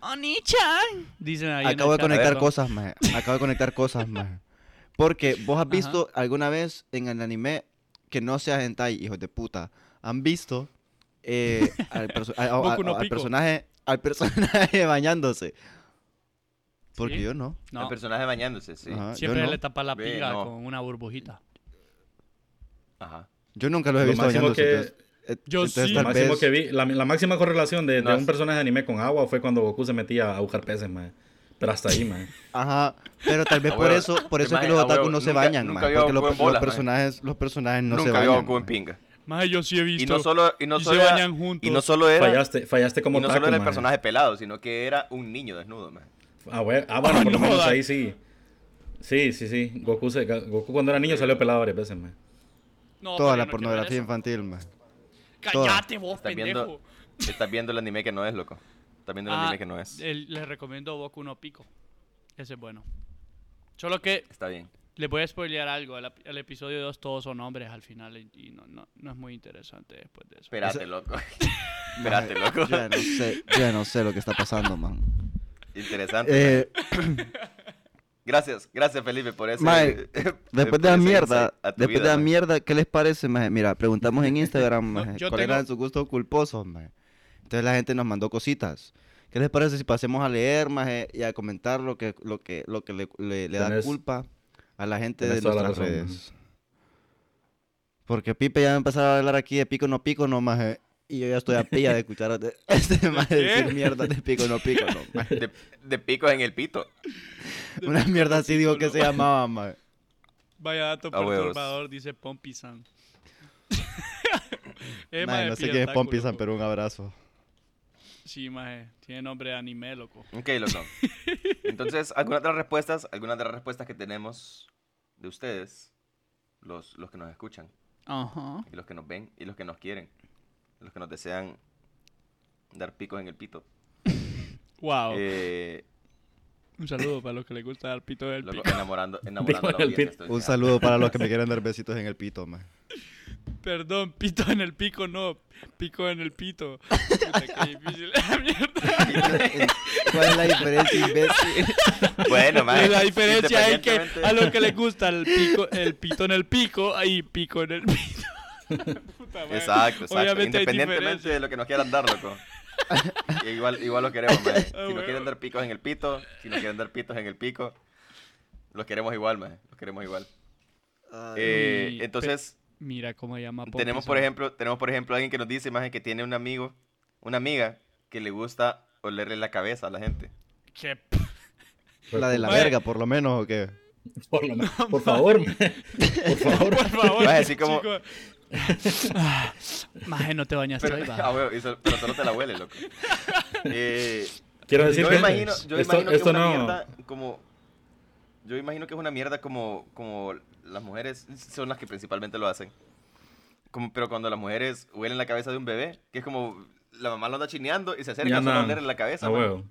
C: Oni-chan. Dicen ahí en
A: Acabo de
C: el chat.
B: A ver,
A: conectar
B: no.
A: cosas, maje. Acabo de conectar cosas, maje. Porque vos has visto alguna vez en el anime que no sea hentai, hijos de puta. Han visto eh, al, perso- a- a- a-
C: Boku no
A: al
C: Pico.
A: personaje al personaje bañándose. Porque
C: Sí.
A: yo no.
B: El
C: No,
B: personaje bañándose, sí.
A: Ajá, yo,
C: siempre
A: no.
C: le tapa la
B: Ve,
C: piga
B: no.
C: con una burbujita.
B: Ajá.
A: Yo nunca lo he
D: Lo
A: visto
D: máximo
A: bañándose.
D: que-
A: entonces- eh,
C: Yo
A: entonces
C: sí.
D: Lo
A: tal
D: máximo
A: vez-
D: que vi, la, la máxima correlación de, de
B: No,
D: un
B: es-
D: personaje de anime con agua fue cuando Goku se metía a buscar peces, man. Pero hasta ahí, man.
A: Ajá, pero tal vez
B: A
A: por
B: huevo.
A: eso, por eso es que
B: Maje,
A: los
B: a
A: otakus
B: huevo.
A: no se
B: Nunca-
A: bañan,
B: nunca
A: maje,
B: vio
A: porque los,
B: Goku en
A: los
B: bolas, maje.
A: personajes, los personajes no se
B: Nunca
A: bañan.
B: vio a Goku en
A: maje.
B: pinga.
C: Maje, yo sí he visto.
B: Y no solo, y no
C: Y se
B: solo era,
C: bañan juntos.
B: y no solo era,
D: Fallaste, fallaste como
B: y no
D: taco,
B: solo era el
D: man.
B: personaje pelado, sino que era un niño desnudo, man.
D: Ah, bueno, ah, bueno,
C: Ah,
D: por lo
C: no,
D: menos
C: da-
D: ahí sí. Sí, sí, sí. Goku, se, Goku cuando era niño salió pelado varias veces, man.
C: No,
A: Toda la
C: pero no quiero ver
A: pornografía
C: eso.
A: infantil, maje. toda.
C: Cállate vos,
B: Estás
C: pendejo.
B: viendo, estás viendo el anime que no es, loco. Estás viendo el
C: Ah,
B: anime que no es.
C: el- les recomiendo Boku no Pico. Ese es bueno. Solo que
B: Está bien.
C: les voy a spoilear algo. Al, ep- al episodio 2 todos son hombres al final y- y no, no, no es muy interesante después de eso.
B: Espérate,
A: Ese-
B: loco. Espérate,
A: Yo
B: loco.
A: ya no sé, yo ya no sé lo que está pasando, man.
B: Interesante.
A: Eh,
B: Gracias, gracias Felipe por eso.
A: Mae, después de la mierda, después de la
B: mierda.
A: mierda, ¿qué les parece, maje? Mira, preguntamos en Instagram, maje,
C: yo
A: cuáles
C: tengo-
A: eran sus gustos culposos, maje. Entonces la gente nos mandó cositas. ¿Qué les parece si pasemos a leer, maje, y a comentar lo que, lo que, lo que le, le- le da
D: Tenés-
A: culpa a la gente de
D: tenés toda la
A: nuestras
D: razón,
A: redes? Porque Pipe ya va a empezar a hablar aquí de pico no pico, no, maje. Y yo ya estoy a pilla de escuchar a este maje
C: qué?
A: decir mierda de pico no pico, no, maje.
B: De, de picos en el pito.
A: Una mierda así digo que
C: no.
A: se llamaba, maje.
C: Vaya dato
B: A huevos.
C: perturbador, dice Pompi San.
A: Maje,
C: Eh, maje,
A: no sé
C: pilla
A: quién es
C: taco,
A: Pompi San,
C: loco.
A: pero un abrazo.
C: Sí, maje, tiene nombre de anime, loco.
B: Ok, loco. Entonces, algunas de las respuestas, algunas de las respuestas que tenemos de ustedes, los, los que nos escuchan,
C: Ajá.
B: y los que nos ven, y los que nos quieren, los que nos desean dar picos en el pito.
C: Wow.
B: Eh,
C: Un saludo para los que les gusta dar pito del
B: loco,
C: pico.
B: enamorando, enamorando
D: en
B: a la
D: el
B: audiencia,
D: pito.
B: estoy
A: Un
B: ya.
A: saludo para los que me quieran dar besitos en el pito, man.
C: Perdón, pito en el pico, no. Pico en el pito. Puta, qué difícil. Mierda.
A: ¿Cuál es la diferencia, imbécil?
B: Bueno, mae,
C: la diferencia es que
B: independientemente-
C: a los que les gusta el pico, el pito en el pico, ahí pico en el pito. Puta madre.
B: Exacto, exacto.
C: Obviamente hay
B: Independientemente
C: diferencia.
B: de lo que nos quieran dar, loco. igual, igual lo queremos, mae. Si nos
C: huevo.
B: quieren dar picos en el pito, si nos quieren dar pitos en el pico, los queremos igual, mae. Los queremos igual. Eh,
C: Uy,
B: entonces,
C: Mira cómo llama Poppy
B: tenemos por,
C: San.
B: ejemplo, tenemos por ejemplo alguien que nos dice, mae, que tiene un amigo, una amiga, que le gusta olerle la cabeza a la gente.
C: Qué
A: La de la
C: Mae.
A: verga, por lo menos, ¿o qué?
D: Por, lo menos- por favor, man. Por favor.
C: Por favor.
B: Maje, así como-
C: chico. Ah, Maje, no te bañaste
B: Pero,
C: hoy, va.
B: ah, huevo, y sol- pero solo te la huele, loco. Eh,
D: Quiero decir
B: yo
D: que
B: imagino, yo
D: esto,
B: imagino que
D: esto
B: es una
D: no...
B: mierda como yo imagino que es una mierda como como las mujeres son las que principalmente lo hacen como, pero cuando las mujeres huelen la cabeza de un bebé que es como la mamá lo anda chineando y se acerca
D: Ya
B: solo a
D: andan
B: olerle la cabeza
D: a
B: man.
D: Ah, huevo.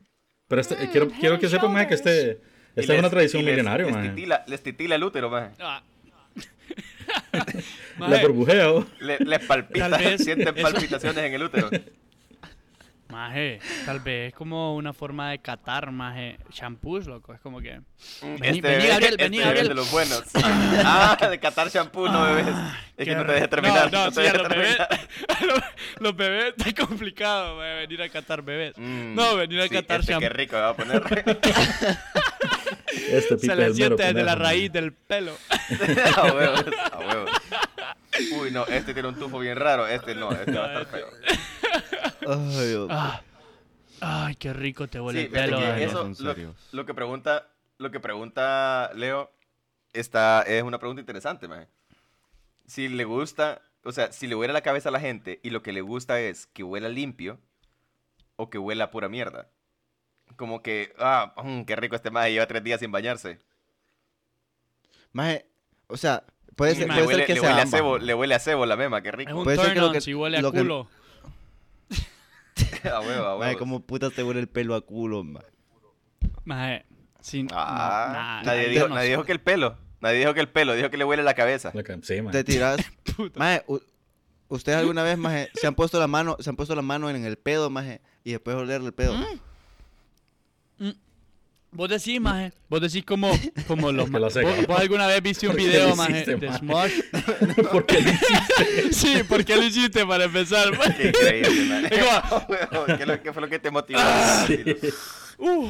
D: Pero este-
C: Mm,
D: eh, quiero, quiero que sepan, man, que este,
B: Y
D: esta es una
B: les-
D: tradición
B: y les-
D: milenaria,
B: les,
D: man.
B: titila, les titila el útero man.
C: Ah.
D: La
C: Maje,
D: burbujea, oh.
B: Le- les palpita
C: Tal vez
B: sienten
C: eso-
B: palpitaciones en el útero
C: maje, tal vez es como una forma de catar, maje. Shampoos, loco. Es como que. Vení,
B: este
C: vení,
B: bebé-
C: Gabriel,
B: este
C: vení,
B: bebé es
C: Gabriel.
B: de los buenos ah de catar shampoo no bebés es que
C: Ah, Qué
B: no te
C: re-
B: dejes terminar
C: No, no,
B: te
C: sí, a
B: dejes
C: los bebés.
B: terminar.
C: los, los bebés está complicado, mae, venir a catar bebés.
B: Mm,
C: no, venir a
B: sí,
C: catar
B: este, qué
C: shampoo.
B: rico me va a poner
D: Este
C: Se
D: pipe
C: le
D: es el mero
C: siente desde la
D: pendejo, man.
C: raíz del pelo.
B: a huevos, a huevos. Uy, no, este tiene un tufo bien raro. Este no, este va a estar feo.
A: Ay, Dios.
C: Ah. Ay, qué rico te huele
B: Sí,
C: el
B: fíjate
C: pelo.
B: que
A: Ay,
C: mae.
A: no,
B: eso,
A: son
B: lo,
A: serios.
B: lo que pregunta, lo que pregunta Leo, está, es una pregunta interesante, man. Si le gusta, o sea, si le huele la cabeza a la gente y lo que le gusta es que huela limpio, o que huela a pura mierda. Como que, ah, mm, qué rico este maje, lleva tres días sin bañarse.
A: Maje, o sea, puede
C: Sí,
A: ser,
C: maje,
A: puede
B: le, huele,
A: ser que
B: le
A: sea
B: huele a
A: ambas,
B: cebo,
A: maje.
B: le huele a cebo la mema, qué
C: Es
B: rico.
C: un
A: Puede ser que
C: turn
A: lo
C: on
A: que-
C: si huele a
A: lo que-
C: culo.
B: a huevo, a huevo.
A: Maje, como puta te huele el pelo a culo, maje.
C: Maje, sin...
B: Ah,
C: nah,
B: nadie,
C: nah,
B: dijo,
C: yo no
B: nadie
C: sé.
B: dijo que el pelo. Nadie dijo que el pelo, dijo que le huele la cabeza.
D: La ca- Sí, man.
A: Te tiras.
C: Puta.
A: Maje, u- ¿ustedes alguna vez, maje, se han puesto la mano, se han puesto la mano en el pedo, maje, y después olerle el pedo?
C: Vos decís, maje. Vos decís como, como los...
D: Es que lo
C: ¿Vos,
D: sé, cabrón.
C: vos alguna vez viste un
D: ¿Por qué
C: video,
D: lo
C: maje,
D: hiciste,
C: de
D: maje?
C: Smosh?
D: ¿Por qué le hiciste?
C: Sí, ¿por qué lo hiciste para empezar? maje?
B: Qué increíble, man.
C: Es
A: ah.
C: como,
B: Huevo, ¿Qué, es lo- qué fue lo que te motivó? Ah,
C: uh,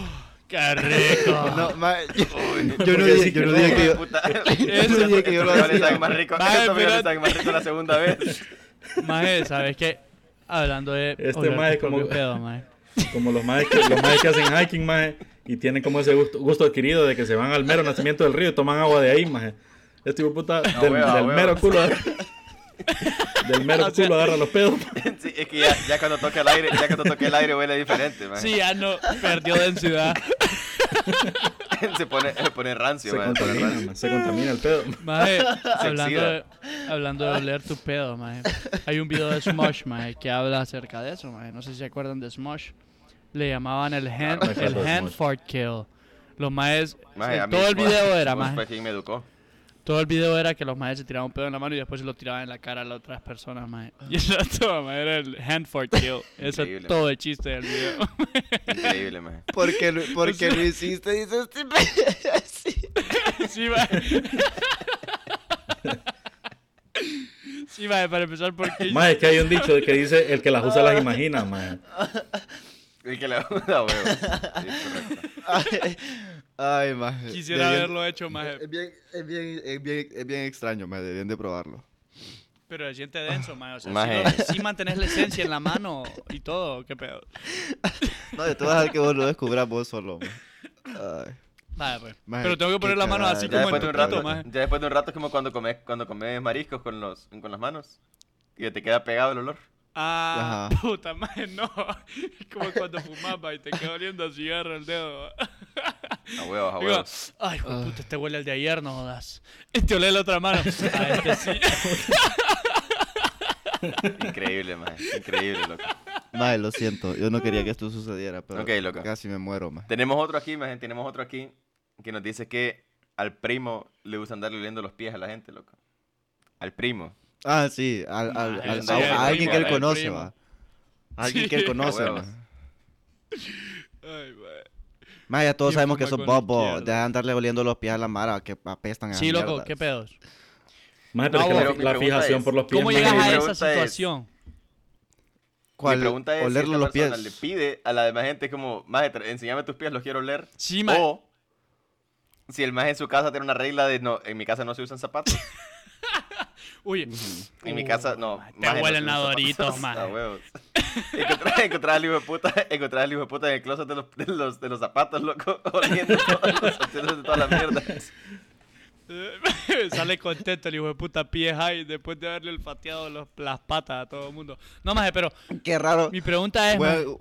C: qué rico.
A: No, maje, yo, yo
D: no,
A: no
D: porque
A: dije,
D: sí
A: yo
D: que
A: no
D: no.
A: dije que yo-
B: Puta.
A: yo no dije que yo lo
B: Estos frijoles
A: hacía.
B: saben más rico,
C: Vale,
B: estos frijoles
C: pero-
B: saben más rico la segunda vez.
C: Maje, ¿sabes qué? Hablando de...
D: Este
C: oler tu
D: maje como-
C: propio pedo, maje.
D: Como los maes que, los maes que hacen hiking, maje, y tienen como ese gusto, gusto adquirido de que se van al mero nacimiento del río y toman agua de ahí, maje. Este hijo de puta
B: No,
D: del,
B: Ah, hueva,
D: del
B: hueva.
D: mero culo. Del mero
C: O sea-
D: culo agarra los pedos.
B: Sí, es que ya, ya cuando toca el aire, ya cuando toca el aire huele diferente, man.
C: Sí, ya no, perdió densidad.
B: Se pone, se pone rancio,
D: Se
B: man, se pone
D: contamina,
B: rancio.
D: maje, se contamina el pedo.
C: Maje, hablando de, hablando de oler tu pedo, maje. Hay un video de Smosh, maje, que habla acerca de eso, maje. No sé si se acuerdan de Smosh. Le llamaban el hand,
B: Ah,
D: me acuerdo
C: el
D: de
C: hand
D: Smosh.
C: fart kill. Los maes,
B: Maje, a mí
C: todo el
B: Smosh-
C: video era,
B: Smosh
C: maje.
B: Fue quien me educó.
C: Todo el video era que los maes se tiraban un pedo en la mano y después se lo tiraban en la cara a las otras personas, maje. Y eso era todo, maje, era el hand fart kill. Eso es
B: Increíble.
C: todo el chiste del video.
B: Increíble, man.
A: ¿Por qué, lo- por qué lo hiciste? Dice este pe- así.
C: Sí, maje. Sí, maje, para empezar, porque...
D: Maje, es que hay un dicho que dice: el que las usa las imagina, maje.
B: El que la da huevo. Sí, es correcto.
A: Ay, Ay,
B: Eh,
A: maje.
C: Quisiera
A: Debían-
C: haberlo hecho, maje.
A: Es bien, es bien, es bien, es bien extraño, maje, debían de probarlo.
C: Pero se siente denso, maje. O sea,
B: Maje.
C: Si, lo- si mantenés la esencia en la mano y todo, qué pedo.
A: No, yo te voy a dejar que vos lo descubras vos solo, maje. Ay.
C: Vale, pues.
A: Maje,
C: Pero tengo que poner
A: qué
C: la mano así
B: Ya
A: caray.
C: como
B: después de
C: en tu
B: un
C: rato,
B: rato,
C: maje.
B: ya después de un rato es como cuando comes, cuando comes mariscos con los, con las manos. Y te queda pegado el olor.
C: Ah,
A: Ajá.
C: puta, maje, no. Es como cuando fumaba y te queda oliendo a cigarro el dedo.
B: A huevos, a
C: Digo,
B: huevos.
C: ay, hijo de puta, este huele al de ayer, no jodas. Este olé la otra mano. Ah, este sí.
B: Increíble, man. Increíble, loco.
A: Maje, lo siento, yo no quería que esto sucediera, pero
B: Ok, loco.
A: casi me muero, maje.
B: Tenemos otro aquí, man. Tenemos otro aquí que nos dice que al primo le gusta andarle oliendo los pies a la gente, loco. Al primo.
A: Ah, sí, al- al-
C: Maje,
A: al-
B: sí,
A: a,
B: el
A: a alguien
B: primo,
A: que él
B: el
A: conoce,
C: primo.
A: va. A Alguien que
C: Sí.
A: él conoce,
B: A
A: maje.
B: huevos.
C: Ay, maje.
A: Maje, ya todos
C: Y
A: sabemos que
C: fuma
A: esos
C: con
A: bobos
C: izquierda.
A: de andarle oliendo los pies a la mara que
B: Ah,
A: apestan a
C: Sí,
A: esas
C: loco,
A: mierdas.
C: qué pedos.
D: Maje,
C: No,
D: pero es que la-
C: pero
B: mi
D: la,
B: pregunta
D: fijación
B: es,
D: por los pies.
C: ¿Cómo
D: maje,
C: llegas a
B: mi
C: esa
B: pregunta es-
C: situación?
A: ¿Cuál?
B: Mi pregunta es si
A: olerle
B: esta
A: los pies.
B: persona le pide a la demás gente como, maje, tra- enséñame tus pies, los quiero oler.
C: Sí, maje.
B: O si el maje en su casa tiene una regla de, no, en mi casa no se usan zapatos.
C: Oye.
B: En mi casa, no.
C: Te
B: maje, no
C: huelen
B: se
C: a
B: usan
C: Doritos,
B: zapatos.
C: maje.
B: A huevos. Encontrar, encontrar al hijo de puta, encontrar al hijo de puta en el closet de los, de los, de los zapatos, loco, oliendo todos los zapatos de todas las mierdas.
C: Eh, Sale contento el hijo de puta pie high después de haberle olfateado los, las patas a todo el mundo. No, maje, pero
A: Qué raro.
C: mi pregunta es... maje-
A: Güey,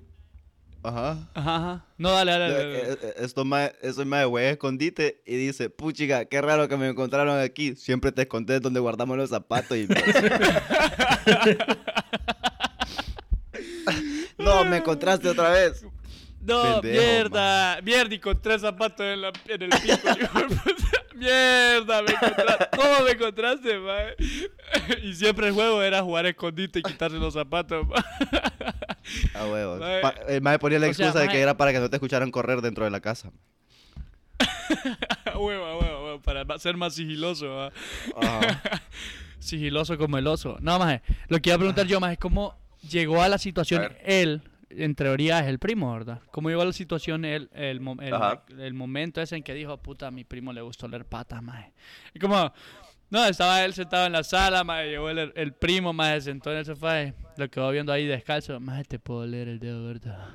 A: Ajá.
C: Ajá, ajá. No, dale, dale, dale. dale.
A: Eh, eh, Esto más, eso es más de güey escondite y dice, puchiga, qué raro que me encontraron aquí. Siempre te escondés donde guardamos los zapatos y No, me encontraste otra vez.
C: No,
A: Pendejo,
C: mierda, mierda, y con tres zapatos en, la- en el pico, hijo de puta. Mierda, me encontraste. ¿Cómo me encontraste, mae? Y siempre el juego era jugar a escondite y quitarse los zapatos, mae.
A: A huevos.
C: Mae.
A: Pa- el mae ponía la
C: O sea,
A: excusa de
C: mae-
A: que era para que no te escucharan correr dentro de la casa.
C: Hueva, hueva, hueva, para ma- ser más sigiloso, mae.
A: Ajá.
C: Sigiloso como el oso. No, mae, lo que iba a preguntar yo, mae, es cómo llegó a la situación
B: A ver.
C: él, en teoría es el primo, ¿verdad? ¿Cómo llegó a la situación él, el, mo- el,
B: Ajá.
C: el momento ese en que dijo, puta, a mi primo le gusta oler patas, mae? Y como, no, estaba él sentado en la sala, mae, llegó el, el primo, mae, se sentó en el sofá y lo quedó viendo ahí descalzo. Mae, te puedo oler el dedo, ¿verdad?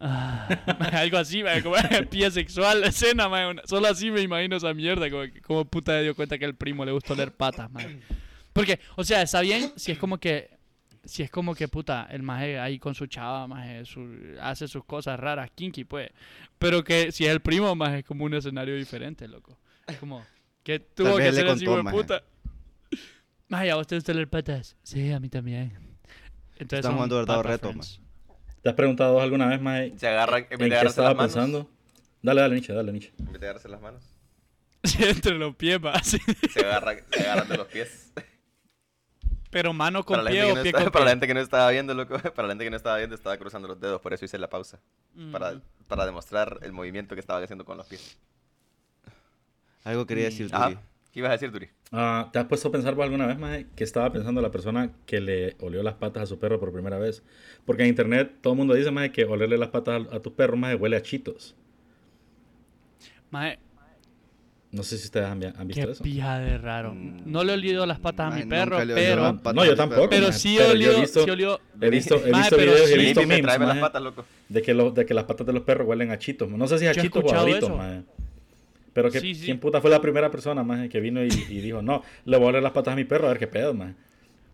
C: Ah, mae, algo así, mae, como pie sexual, la escena, mae, una- solo así me imagino esa mierda, como, que- como puta se dio cuenta que al primo le gusta oler patas, mae. Porque, o sea, está bien si es como que si es como que puta, el maje ahí con su chava, maje, su- hace sus cosas raras, kinky, pues. Pero que si es el primo, maje, es como un escenario diferente, loco. Es como, que tuvo
A: vez
C: que
A: él le
C: ser
A: contó,
C: así, hijo de
A: maje.
C: puta? Maje, a usted usted le patas. Sí, a mí también. Entonces
A: Están
C: son
A: jugando verdad o
C: papa
A: reto,
C: friends.
D: ¿Te has preguntado alguna vez, más en
B: Se agarran, en vez
D: qué
B: de agarrarse
D: estaba
B: las manos.
D: pensando? Dale, dale, Nietzsche, dale, Nietzsche.
B: En vez de agarrarse las manos.
C: Sí, entre los pies, va, así.
B: Se agarran, se agarran de los pies.
C: Pero mano con
B: Para la, gente
C: pie
B: que
C: o
B: no
C: pie
B: estaba,
C: con
B: para la
C: pie.
B: gente que no estaba viendo, loco. Para la gente que no estaba viendo, estaba cruzando los dedos. Por eso hice la pausa. Para,
C: Ujú.
B: para demostrar el movimiento que estaba haciendo con los pies.
A: Algo
C: Mm.
A: quería decir, Turi.
B: Ajá. ¿Qué ibas a decir, Duri?
D: Ah, ¿Te has puesto a pensar vos alguna vez, más qué estaba pensando la persona que le olió las patas a su perro por primera vez? Porque en internet todo el mundo dice, más que olerle las patas a, a tus perros, más huele a chitos.
C: Maje,
D: No sé si ustedes han, vi- han visto
C: qué
D: eso.
C: pija de raro.
B: Mm,
C: No le he olido las patas a
A: maje,
C: mi
A: nunca
C: perro,
A: le he olido
C: pero...
A: las patas
D: No,
A: a
D: yo
A: mi perro.
D: tampoco.
C: Pero
D: maje,
C: sí
D: pero yo he
C: olió,
D: visto-
C: sí olió.
D: He visto, he
C: Maje,
D: visto
C: pero
D: videos y he
C: sí,
D: visto
B: Felipe,
D: memes,
B: tráeme las
D: maje,
B: patas, loco.
D: de, que lo- de que las patas de los perros huelen a chitos. No sé si es
C: Yo
D: a
C: he
D: chitos o a
C: escuchado
D: doritos,
C: eso.
D: maje. Pero que,
C: Sí, sí.
D: ¿quién puta fue la primera persona, maje, que vino y, y dijo, no, le voy a oler las patas a mi perro a ver qué pedo, maje?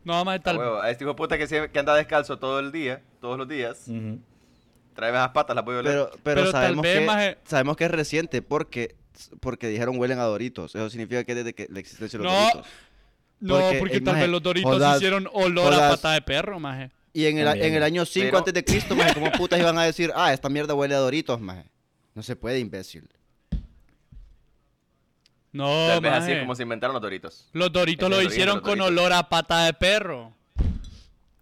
C: No, maje,
B: A
C: tal...
B: huevo, a este hijo de puta que, siempre- que anda descalzo todo el día, todos los días.
D: Ujú.
B: Tráeme las patas, las voy a oler.
A: Pero, pero,
C: Pero tal
A: sabemos,
C: vez, e-
A: que,
C: maje-
A: sabemos que es reciente porque, porque dijeron huelen a Doritos. Eso significa que desde que la existencia de los
C: No.
A: Doritos.
C: No,
A: Porque,
C: porque,
A: eh,
C: tal
A: maje,
C: vez los Doritos
A: jodas-
C: hicieron olor a
A: jodas-
C: pata de perro, maje.
A: Y en el, a-
D: También.
A: en el año 5
B: Pero-
A: antes de Cristo, maje, ¿cómo putas iban a decir, ah, esta mierda huele a Doritos, maje? No se puede, imbécil.
C: No,
B: Tal vez así
C: maje.
B: es como se inventaron los doritos.
C: Los Doritos
B: Ese
C: lo
B: es el origen de
C: hicieron
B: los
C: con
B: Doritos.
C: olor a pata de perro.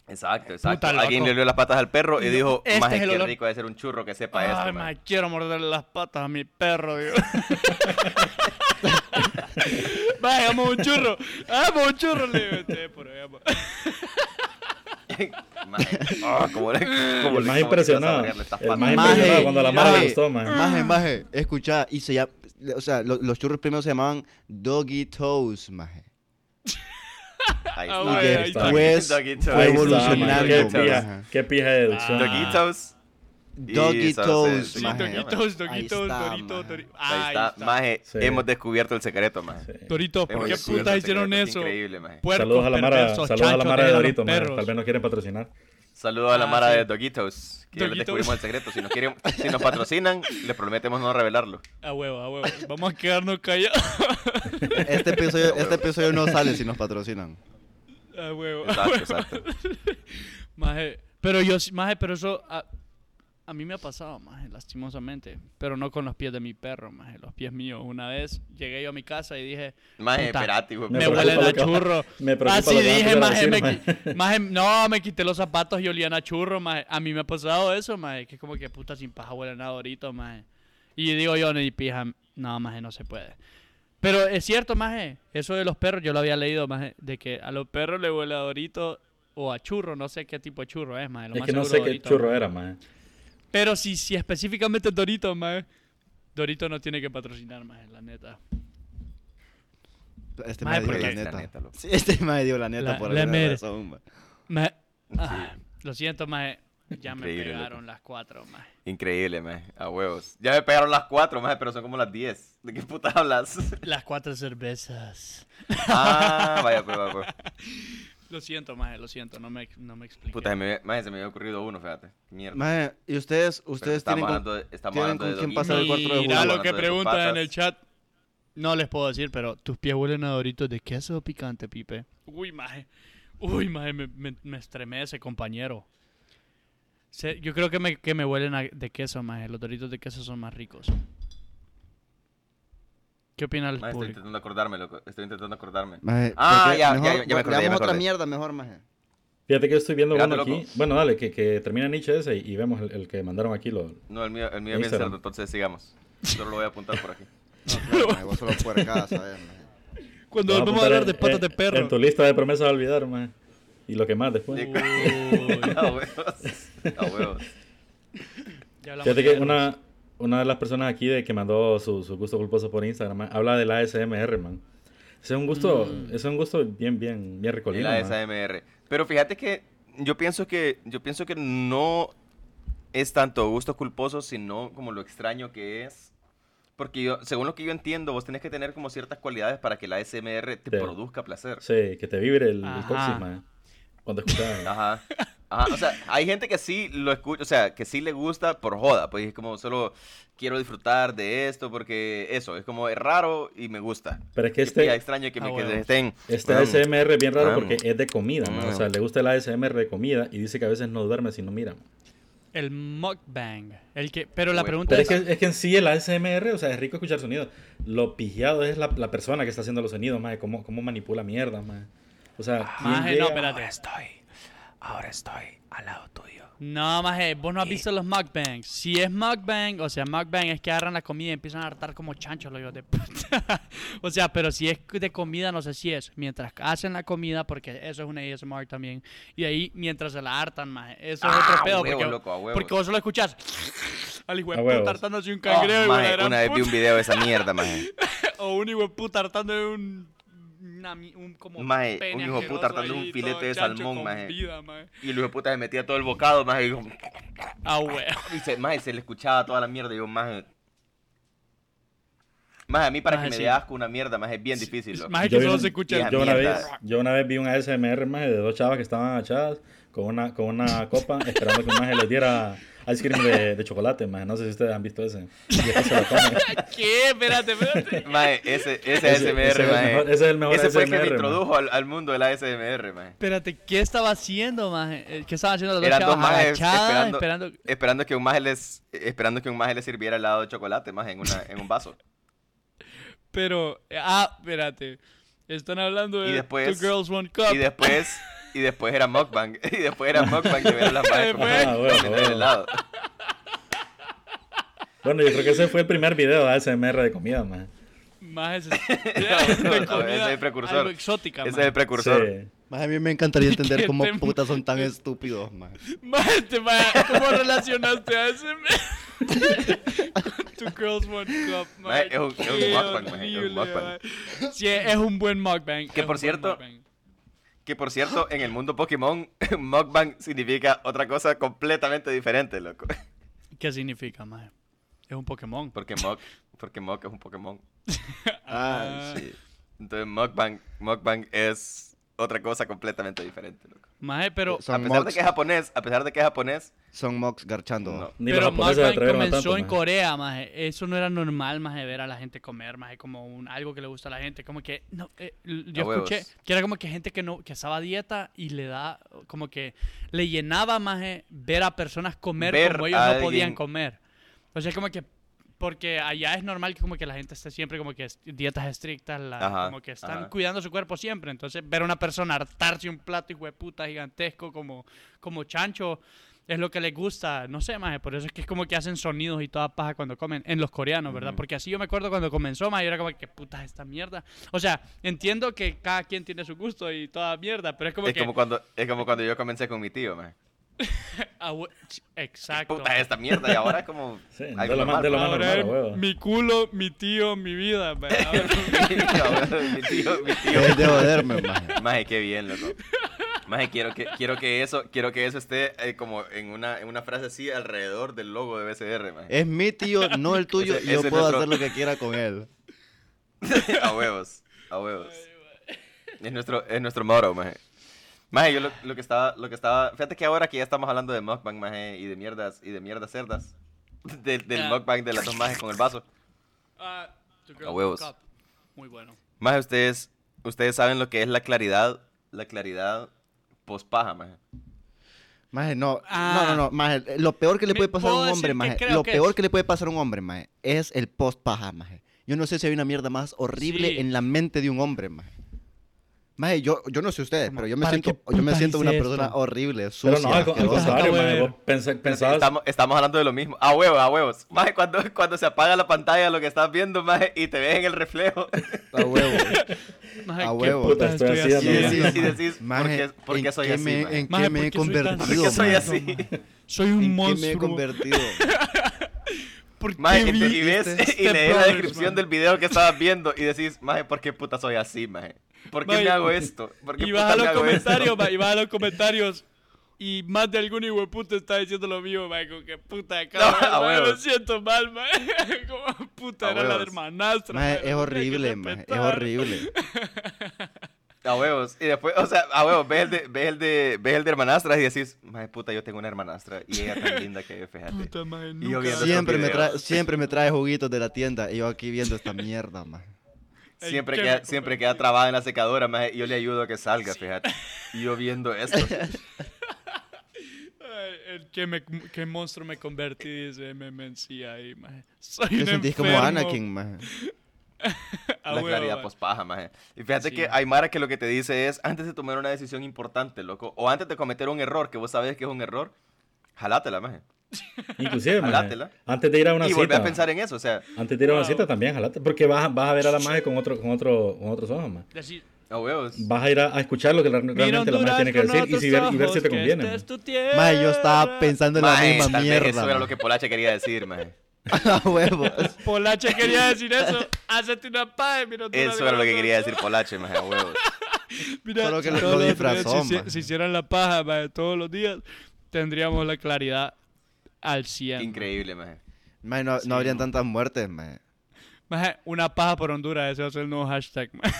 B: Exacto, exacto.
C: loco.
B: Alguien le olió las patas al perro y
C: No,
B: dijo,
C: este
B: más
C: es el
B: que
C: olor".
B: rico de ser un churro que sepa
C: Ay,
B: esto.
C: maje,
B: man".
C: quiero morderle las patas a mi perro, digo. Vaya, vamos a un churro. Vamos a un churro, le digo. "Este, por allá, ma".
B: Maje, ah, como le- como
D: El
B: le-
D: más
B: como
D: impresionado.
B: le ibas a abrirle estas
D: El
B: patas.
D: más impresionado cuando la mara
A: maje,
D: le gustó, maje.
A: Maje, maje, escuchá, y se llama, o sea, lo- los churros primero se llamaban Doggy Toes, maje.
B: Ahí
C: Ah,
B: está.
C: bueno,
A: Y
C: ahí está.
A: después
B: Doggy Toes.
A: fue
D: Ahí está,
A: evolucionando,
D: maje. Qué
A: maje.
D: pija, qué pija de deducción.
B: Doggy Toes. Y
A: Doggy
B: eso,
A: Toes,
B: sí,
C: Sí,
B: sí,
A: maje.
C: Doritos,
A: Ahí
C: Doritos,
A: está,
C: Doritos,
A: maje.
C: Doritos.
B: Ahí está, maje,
D: Sí.
B: hemos descubierto el secreto, maje.
D: Sí.
C: Doritos,
B: Hemos
C: ¿por qué
B: descubierto
C: putas
B: el
C: hicieron
B: secreto, es
C: eso?
B: Increíble, maje.
C: Puercos,
D: Saludos a la mara,
C: perversos,
D: saludos a la
C: chanchos,
D: mara de
C: dejen a los
D: Doritos, maje.
C: perros.
D: Tal vez nos quieren patrocinar.
B: Saludos a la
C: Ah,
B: mara
C: sí.
B: de Doguitos, que les
C: Doguitos.
B: descubrimos el secreto. Si nos, quieren, si nos patrocinan, les prometemos no revelarlo.
C: A huevo, a huevo. Vamos a quedarnos callados.
A: Este episodio, este episodio no sale si nos patrocinan.
C: A huevo. a
B: Exacto,
C: huevo.
B: exacto.
C: Maje, pero yo, sí- maje, pero eso a, a mí me ha pasado, maje, lastimosamente. Pero no con los pies de mi perro, maje, los pies míos. Una vez llegué yo a mi casa y dije,
B: Maje,
C: Puta,
B: esperate, hijo de
C: me,
D: Me
B: puta.
D: preocupa
C: huelen
D: lo
C: a
D: que va-
C: churro.
D: me preocupa
C: Así
D: lo que va a
C: dije,
D: empezar a
C: maje,
D: decir,
C: me,
D: maje.
C: qui- maje, no, me quité los zapatos y olían a churro, maje. A mí me ha pasado eso, maje, que es como que puta sin paja huelen a doritos, maje. Y digo yo, ni pija, no, maje, no se puede. Pero es cierto, maje, eso de los perros, yo lo había leído, maje, de que a los perros le huele a dorito o a churro, no sé qué tipo de churro es, maje. lo
D: Es
C: más
D: que no
C: seguro
D: sé qué
C: dorito,
D: churro
C: maje.
D: era, maje.
C: Pero si, si específicamente es Dorito, maje, Dorito no tiene que patrocinar, maje, la neta.
A: Este maje
C: Maje,
A: dio
C: porque-
A: la
B: Sí, la
A: neta.
B: neta, loco.
A: Sí, este maje dio la neta
C: La-
A: por
C: la
A: alguna
C: mera.
A: razón, maje.
C: Maje, ah, lo siento, maje, ya me
B: Increíble, loco.
C: pegaron las cuatro, maje.
B: Increíble, maje. A huevos. Ya me pegaron las cuatro, maje, pero son como las diez. ¿De qué puta hablas?
C: Las cuatro cervezas.
B: ah, vaya, pues, vaya, pues.
C: Lo siento, maje, lo siento, no me, no me expliqué.
B: Puta, se me, maje, se me había ocurrido uno, fíjate. Mierda.
A: Maje, y ustedes,
B: Pero
A: ustedes
B: estamos
A: tienen... con-
B: hablando de, estamos
A: tienen
B: hablando
A: con
B: de
A: quién
B: Doguitos.
A: pasar el cuatro de
C: Mira
A: julio,
C: lo que
B: hablando de tus
C: preguntan en
B: patas.
C: el chat. No les puedo decir, pero tus pies huelen a doritos de queso o picante, Pipe. Uy, maje. Uy, maje, me, me, me estremece, compañero. Se- yo creo que me, que me huelen a- de queso, maje. Los doritos de queso son más ricos. ¿Qué opina el
B: Maje, estoy
C: público?
B: intentando acordarme, loco. Estoy intentando acordarme.
A: Maje,
B: Ah,
A: ¿por qué?
B: ya, ya,
A: Mejor
B: ya me acordé, ya me
A: leamos otra
B: acordé.
A: mierda mejor, maje.
D: Fíjate que yo estoy viendo
B: Espérate,
D: uno aquí.
B: loco.
D: Bueno, dale, que, que termina Nietzsche ese y, y vemos el, el que mandaron aquí. Lo...
B: No, el mío, el mío es bien
D: Instagram.
B: cerdo, entonces sigamos. Solo lo voy a apuntar por aquí.
A: No, claro, maje, vos solo puercadas, ¿sabes, maje?
C: Cuando volvemos
D: Lo vas a
C: a
D: apuntar
C: hablar de
D: en-
C: patas de
D: en-
C: perro.
D: En tu lista de promesas a olvidar, maje. Y lo que más después.
B: Uy.
C: Uy,
B: A huevos. A huevos.
C: ya hablamos
D: Fíjate
C: de
D: que
C: perros.
D: una, una de las personas aquí de que mandó su, su gusto culposo por Instagram man, habla del ASMR, man. Ese es un gusto,
C: Mm.
D: ese es un gusto bien, bien, bien
B: Y
D: recolino.
B: la
D: man.
B: SMR. Pero fíjate que yo pienso que yo pienso que no es tanto gusto culposo, sino como lo extraño que es. Porque yo, según lo que yo entiendo, vos tenés que tener como ciertas cualidades para que la SMR te
D: Sí.
B: produzca placer.
D: Sí, que te vibre el, el
C: Ajá.
D: coxis, man. cuando escuchaban.
B: Ajá. Ajá, o sea, hay gente que sí lo escucha, o sea, que sí le gusta por joda, pues es como solo quiero disfrutar de esto porque eso, es como es raro y me gusta.
D: Pero es que
B: Qué pija
D: este,
B: extraño que
C: Ah,
B: me que
C: bueno.
B: estén. oh,
D: este
B: Bueno,
D: ASMR es bien raro
B: Vamos.
D: porque es de comida, man. O sea, le gusta el ASMR de comida y dice que a veces no duerme si no mira. man.
C: El mukbang. El que, pero la
B: Bueno,
C: pregunta
D: Pero
C: es,
D: es que, es que en sí el ASMR, o sea, es rico escuchar sonidos. Lo pijado es la, la persona que está haciendo los sonidos, más cómo, cómo manipula mierda, más. O sea, ¿quién
C: Maje, Ah, no,
D: llega-
C: espérate.
E: estoy, ahora estoy al lado tuyo.
C: No, maje, vos no has visto los mukbangs. Si es mukbang, o sea, mukbang es que agarran la comida y empiezan a hartar como chanchos los hijos de puta. o sea, pero si es de comida, no sé si es. Mientras hacen la comida, porque eso es una ASMR también. Y ahí, mientras se la hartan, maje. Eso es
B: Ah, a
C: otro pedo.
B: huevos,
C: porque,
B: loco, a huevos.
C: porque vos solo escuchás al hijo de
D: A
C: puta
D: huevos.
C: hartándose un
B: Oh,
C: cangrejo y
B: maje,
C: la gran
B: una vez vi un
C: puta.
B: video de esa mierda, maje.
C: O un hijo de puta hartando de un... una mi- un como
B: Maje,
C: pene
B: un hijo de puta
C: asqueroso
B: hartando
C: ahí,
B: un filete
C: todo
B: de
C: chancho
B: salmón,
C: con
B: maje.
C: vida, maje.
B: Y el hijo de puta se metía todo el bocado, maje, y, como-
C: Ah, huevo.
B: y se, maje, se le escuchaba toda la mierda y yo, maje. Maje, a mí para
C: Maje,
B: que me
C: sí.
B: dé asco una mierda, maje, es bien difícil, loco.
C: Maje, que
D: Yo vi
C: solo
D: un-
C: se escucha
B: Vieja
D: Yo una, vez,
B: mierda.
D: yo una vez vi un ASMR más de dos chavas que estaban agachadas con una, con una copa esperando que un maje les diera ice cream de, de chocolate, más. No sé si ustedes han visto ese. Y después se lo comen.
C: ¿Qué? Espérate, espérate.
B: Maje, e, ese, ese,
D: Ese- ese
B: ASMR,
D: es el
B: maje.
D: mejor- ese es el mejor
B: eh. Ese fue el que me
D: ASMR, maje.
B: introdujo al, al mundo del ASMR, maje.
C: Espérate, ¿qué estaba haciendo, maje? Eh, ¿Qué estaban haciendo las dos
B: Eran
C: chavas
B: dos majes
C: agachadas,
B: esperando-
C: esperando...
B: Esperando que un maje les, esperando que un maje les sirviera helado de chocolate, maje, en, una, en un vaso.
C: Pero... eh, Ah, espérate. Están hablando de
B: Y después-
C: Two Girls, One Cup.
B: Y después, y después era mukbang. Y después era mukbang de ver a las majes
C: Después-
B: comiendo
D: Ah, bueno,
B: comiendo el
D: bueno.
B: helado.
D: Bueno, yo creo que ese fue el primer video de ASMR de comida, más.
C: Maje, se...
B: no,
C: de
B: no,
C: comida,
B: ese es el precursor.
C: Algo exótica,
B: Ese es
C: maje.
B: el precursor.
A: Más a mí me encantaría entender
C: Que
A: cómo
C: te-
A: putas son tan estúpidos, man.
C: Maje, te- maje, ¿cómo relacionaste a ese... con Two Girls, One Cup, maje?
B: Maje, es un- es un
C: Qué
B: mukbang, maje, es un
C: horrible,
B: mukbang.
C: maje. Sí, es un buen
B: Que,
C: mukbang. es
B: por
C: un buen
B: cierto,
C: mukbang.
B: Que por cierto, en el mundo Pokémon, mukbang significa otra cosa completamente diferente, loco.
C: ¿Qué significa, maje? Es un Pokémon.
B: Porque muk, porque muk es un Pokémon.
A: Ah, sí.
B: Entonces mukbang, mukbang es otra cosa completamente diferente, loco.
C: Maje, pero...
B: A
A: Son
B: pesar de
A: mugs.
B: que es japonés, a pesar de que es japonés,
A: Son mocks garchando.
B: no.
D: Ni
C: pero
D: los japoneses se
C: mukbang
D: atrevieron a
C: comenzó
D: tanto,
C: en
D: maje.
C: Corea, maje. Eso no era normal, maje, ver a la gente comer, maje, como un, algo que le gusta a la gente. Como que, no, eh, l- yo
B: A huevos.
C: escuché que era como que gente que no, que estaba a dieta y le da, como que le llenaba, maje, ver a personas comer
B: Ver
C: como ellos
B: a
C: no podían
B: alguien-
C: comer. O sea, como que, porque allá es normal que como que la gente esté siempre como que es- dietas estrictas, la-
B: Ajá,
C: como que están
B: ajá.
C: cuidando su cuerpo siempre. Entonces, ver a una persona hartarse un plato y puta gigantesco como, como chancho es lo que les gusta, no sé, maje, por eso es que es como que hacen sonidos y toda paja cuando comen, en los coreanos, ¿verdad? Porque así yo me acuerdo cuando comenzó, maje, yo era como, ¿qué puta es esta mierda? O sea, entiendo que cada quien tiene su gusto y toda mierda, pero es como
B: es
C: que...
B: como cuando es como cuando yo comencé con mi tío, man.
C: ah, we- ch- Exacto.
B: Puta esta mierda y ahora es como
D: Sí,
B: algo
D: de lo
B: normal,
D: más- de lo
B: ¿no?
D: más
C: Ahora
D: normal,
C: es
D: a huevo.
C: mi culo, mi tío, mi vida, maje. Ahora-
B: mi tío, mi tío.
A: Dejen de joderme, man.
B: Maje, qué bien, loco. Maje, quiero que, quiero que eso, quiero que eso esté eh, como en una, en una frase así alrededor del logo de BCR, maje.
A: Es mi tío, no el tuyo.
B: Ese-
A: y yo
B: ese es
A: puedo
B: nuestro-
A: hacer lo que quiera con él.
B: a huevos, a huevos. Es nuestro, es nuestro motto, maje. Maje, yo lo, lo que estaba, lo que estaba, fíjate que ahora que ya estamos hablando de mukbang, maje, y de mierdas, y de mierdas cerdas, del, del
C: Ah.
B: mukbang de las dos majes con el vaso.
C: Ah, tu girl
B: A huevos.
C: cup. Muy bueno.
B: Maje, ustedes, ustedes saben lo que es la claridad, la claridad pospaja, maje.
A: Maje, no,
C: Ah.
A: no, no, no, maje, lo peor que le
C: Me-
A: puede pasar a
C: puedo
A: un
C: decir
A: hombre,
C: que
A: maje,
C: creo
A: lo
C: que
A: peor
C: es.
A: que le puede pasar a un hombre, maje, es el post paja, maje. Yo no sé si hay una mierda más horrible
C: Sí.
A: en la mente de un hombre, maje. Maje, yo, yo no sé ustedes,
C: Como,
A: pero yo me
C: ¿para
A: siento,
C: qué
A: yo me
C: putas
A: siento
C: hice
A: una persona
C: esto?
A: horrible,
D: Pero
A: sucia,
D: no, al, al
A: asquerosa.
D: contrario,
C: Acabo de
D: maje,
C: ver.
D: vos pens- pensabas...
B: Estamos, estamos hablando de lo mismo. A huevos, a huevos. Más cuando, cuando se apaga la pantalla lo que estás viendo, más y te ves en el reflejo.
A: A huevo.
C: Maje,
A: A
C: ¿qué
A: huevo.
C: putas
D: Estoy
C: estoy
D: haciendo-
B: Y
C: haciendo?
B: decís, y decís,
A: Maje,
B: ¿por qué, por
A: ¿en
B: qué soy
A: qué
B: así?
A: me-
B: maje?
A: en
C: Maje,
A: qué me he
C: ¿por qué soy tan
A: convertido?
B: ¿Por qué soy
A: maje?
B: así?
C: Soy un
A: ¿En qué me he
C: monstruo.
A: convertido?
C: ¿Por qué
B: Maje, y,
C: vi
B: y ves
C: este
B: y lees la
C: brother,
B: descripción
C: man?
B: del video que estabas viendo y decís, maje, ¿por qué puta soy así, maje? ¿Por qué
C: Maje,
B: me hago esto? ¿Por qué
C: Y
B: puta
C: vas a
B: me
C: los
B: hago esto?"
C: comentarios, ma, y vas a los comentarios. Y más de algún hijueputa está diciendo lo mío, ma, como que puta de
B: No,
C: cara,
B: a
C: ma,
B: huevos.
C: lo siento mal, ma. Como puta,
B: A
C: era la
B: huevos.
C: hermanastra.
A: Maje,
C: ma,
A: es
C: lo tenía que
A: horrible, maje, es
C: respetar.
A: horrible.
B: A huevos. Y después, o sea, a huevos, ves el de, ves el de, ves el de hermanastras y decís, madre puta, yo tengo una hermanastra. Y ella tan linda que es, fíjate.
C: Puta madre,
B: Y yo
C: nunca.
B: viendo
A: Siempre me,
B: estos videos.
A: trae, siempre me trae juguitos de la tienda y yo aquí viendo esta mierda, más.
C: Ey,
B: Siempre
C: qué
B: queda,
C: rico,
B: siempre
C: pero-
B: queda trabada en la secadora, maje, y yo le ayudo a que salga, fíjate. Y yo viendo esto.
C: Ay, el que me, qué monstruo me convertí, dice MM en sí ahí, maje. Soy
A: Te
C: un
A: sentís como
C: enfermo.
A: Anakin, más.
C: A
B: la
C: Ah, huevo,
B: claridad
C: maje.
B: pospaja, maje. Y fíjate
C: Sí,
B: que
C: maje.
B: hay Mara que lo que te dice es, antes de tomar una decisión importante, loco, o antes de cometer un error que vos sabés que es un error, jalátela, maje.
D: Inclusive, maje,
B: Jalátela.
D: antes de ir a una
B: y volvé
D: cita.
B: a pensar en eso, o sea,
D: Antes de ir a una
C: Wow.
D: cita también, jalate. Porque vas, vas a ver a la maje con, otro, con, otro, con otros ojos, maje.
C: Decir,
B: a huevos.
D: Vas a ir a, a escuchar lo que la-
C: mira
D: realmente la maje
C: Honduras
D: tiene que
C: con
D: decir y,
C: otros
D: si ver, y ver si
C: ojos, que este
D: te conviene.
C: esta
D: maje.
C: es tu tierra.
A: Mae, yo estaba pensando en la
B: Maje,
A: misma
B: tal vez
A: mierda.
B: Eso era
A: ma.
B: lo que Polache quería decir, maje.
A: A huevos.
C: Polache quería decir eso. Hazte una paja, mira Honduras
B: Eso era lo
C: con
B: que quería
C: otros
B: decir Polache, maje, a huevos.
C: Mira,
A: Solo que lo-
C: todos
A: lo
C: los
A: disfrazó,
C: días, si, hici-
A: man.
C: si hicieran la paja man, todos los días, tendríamos la claridad al 100.
B: Increíble, maje.
A: Mae, no, no habrían tantas muertes, mae.
C: Maje, una paja por Honduras, ese va a ser el nuevo hashtag. man.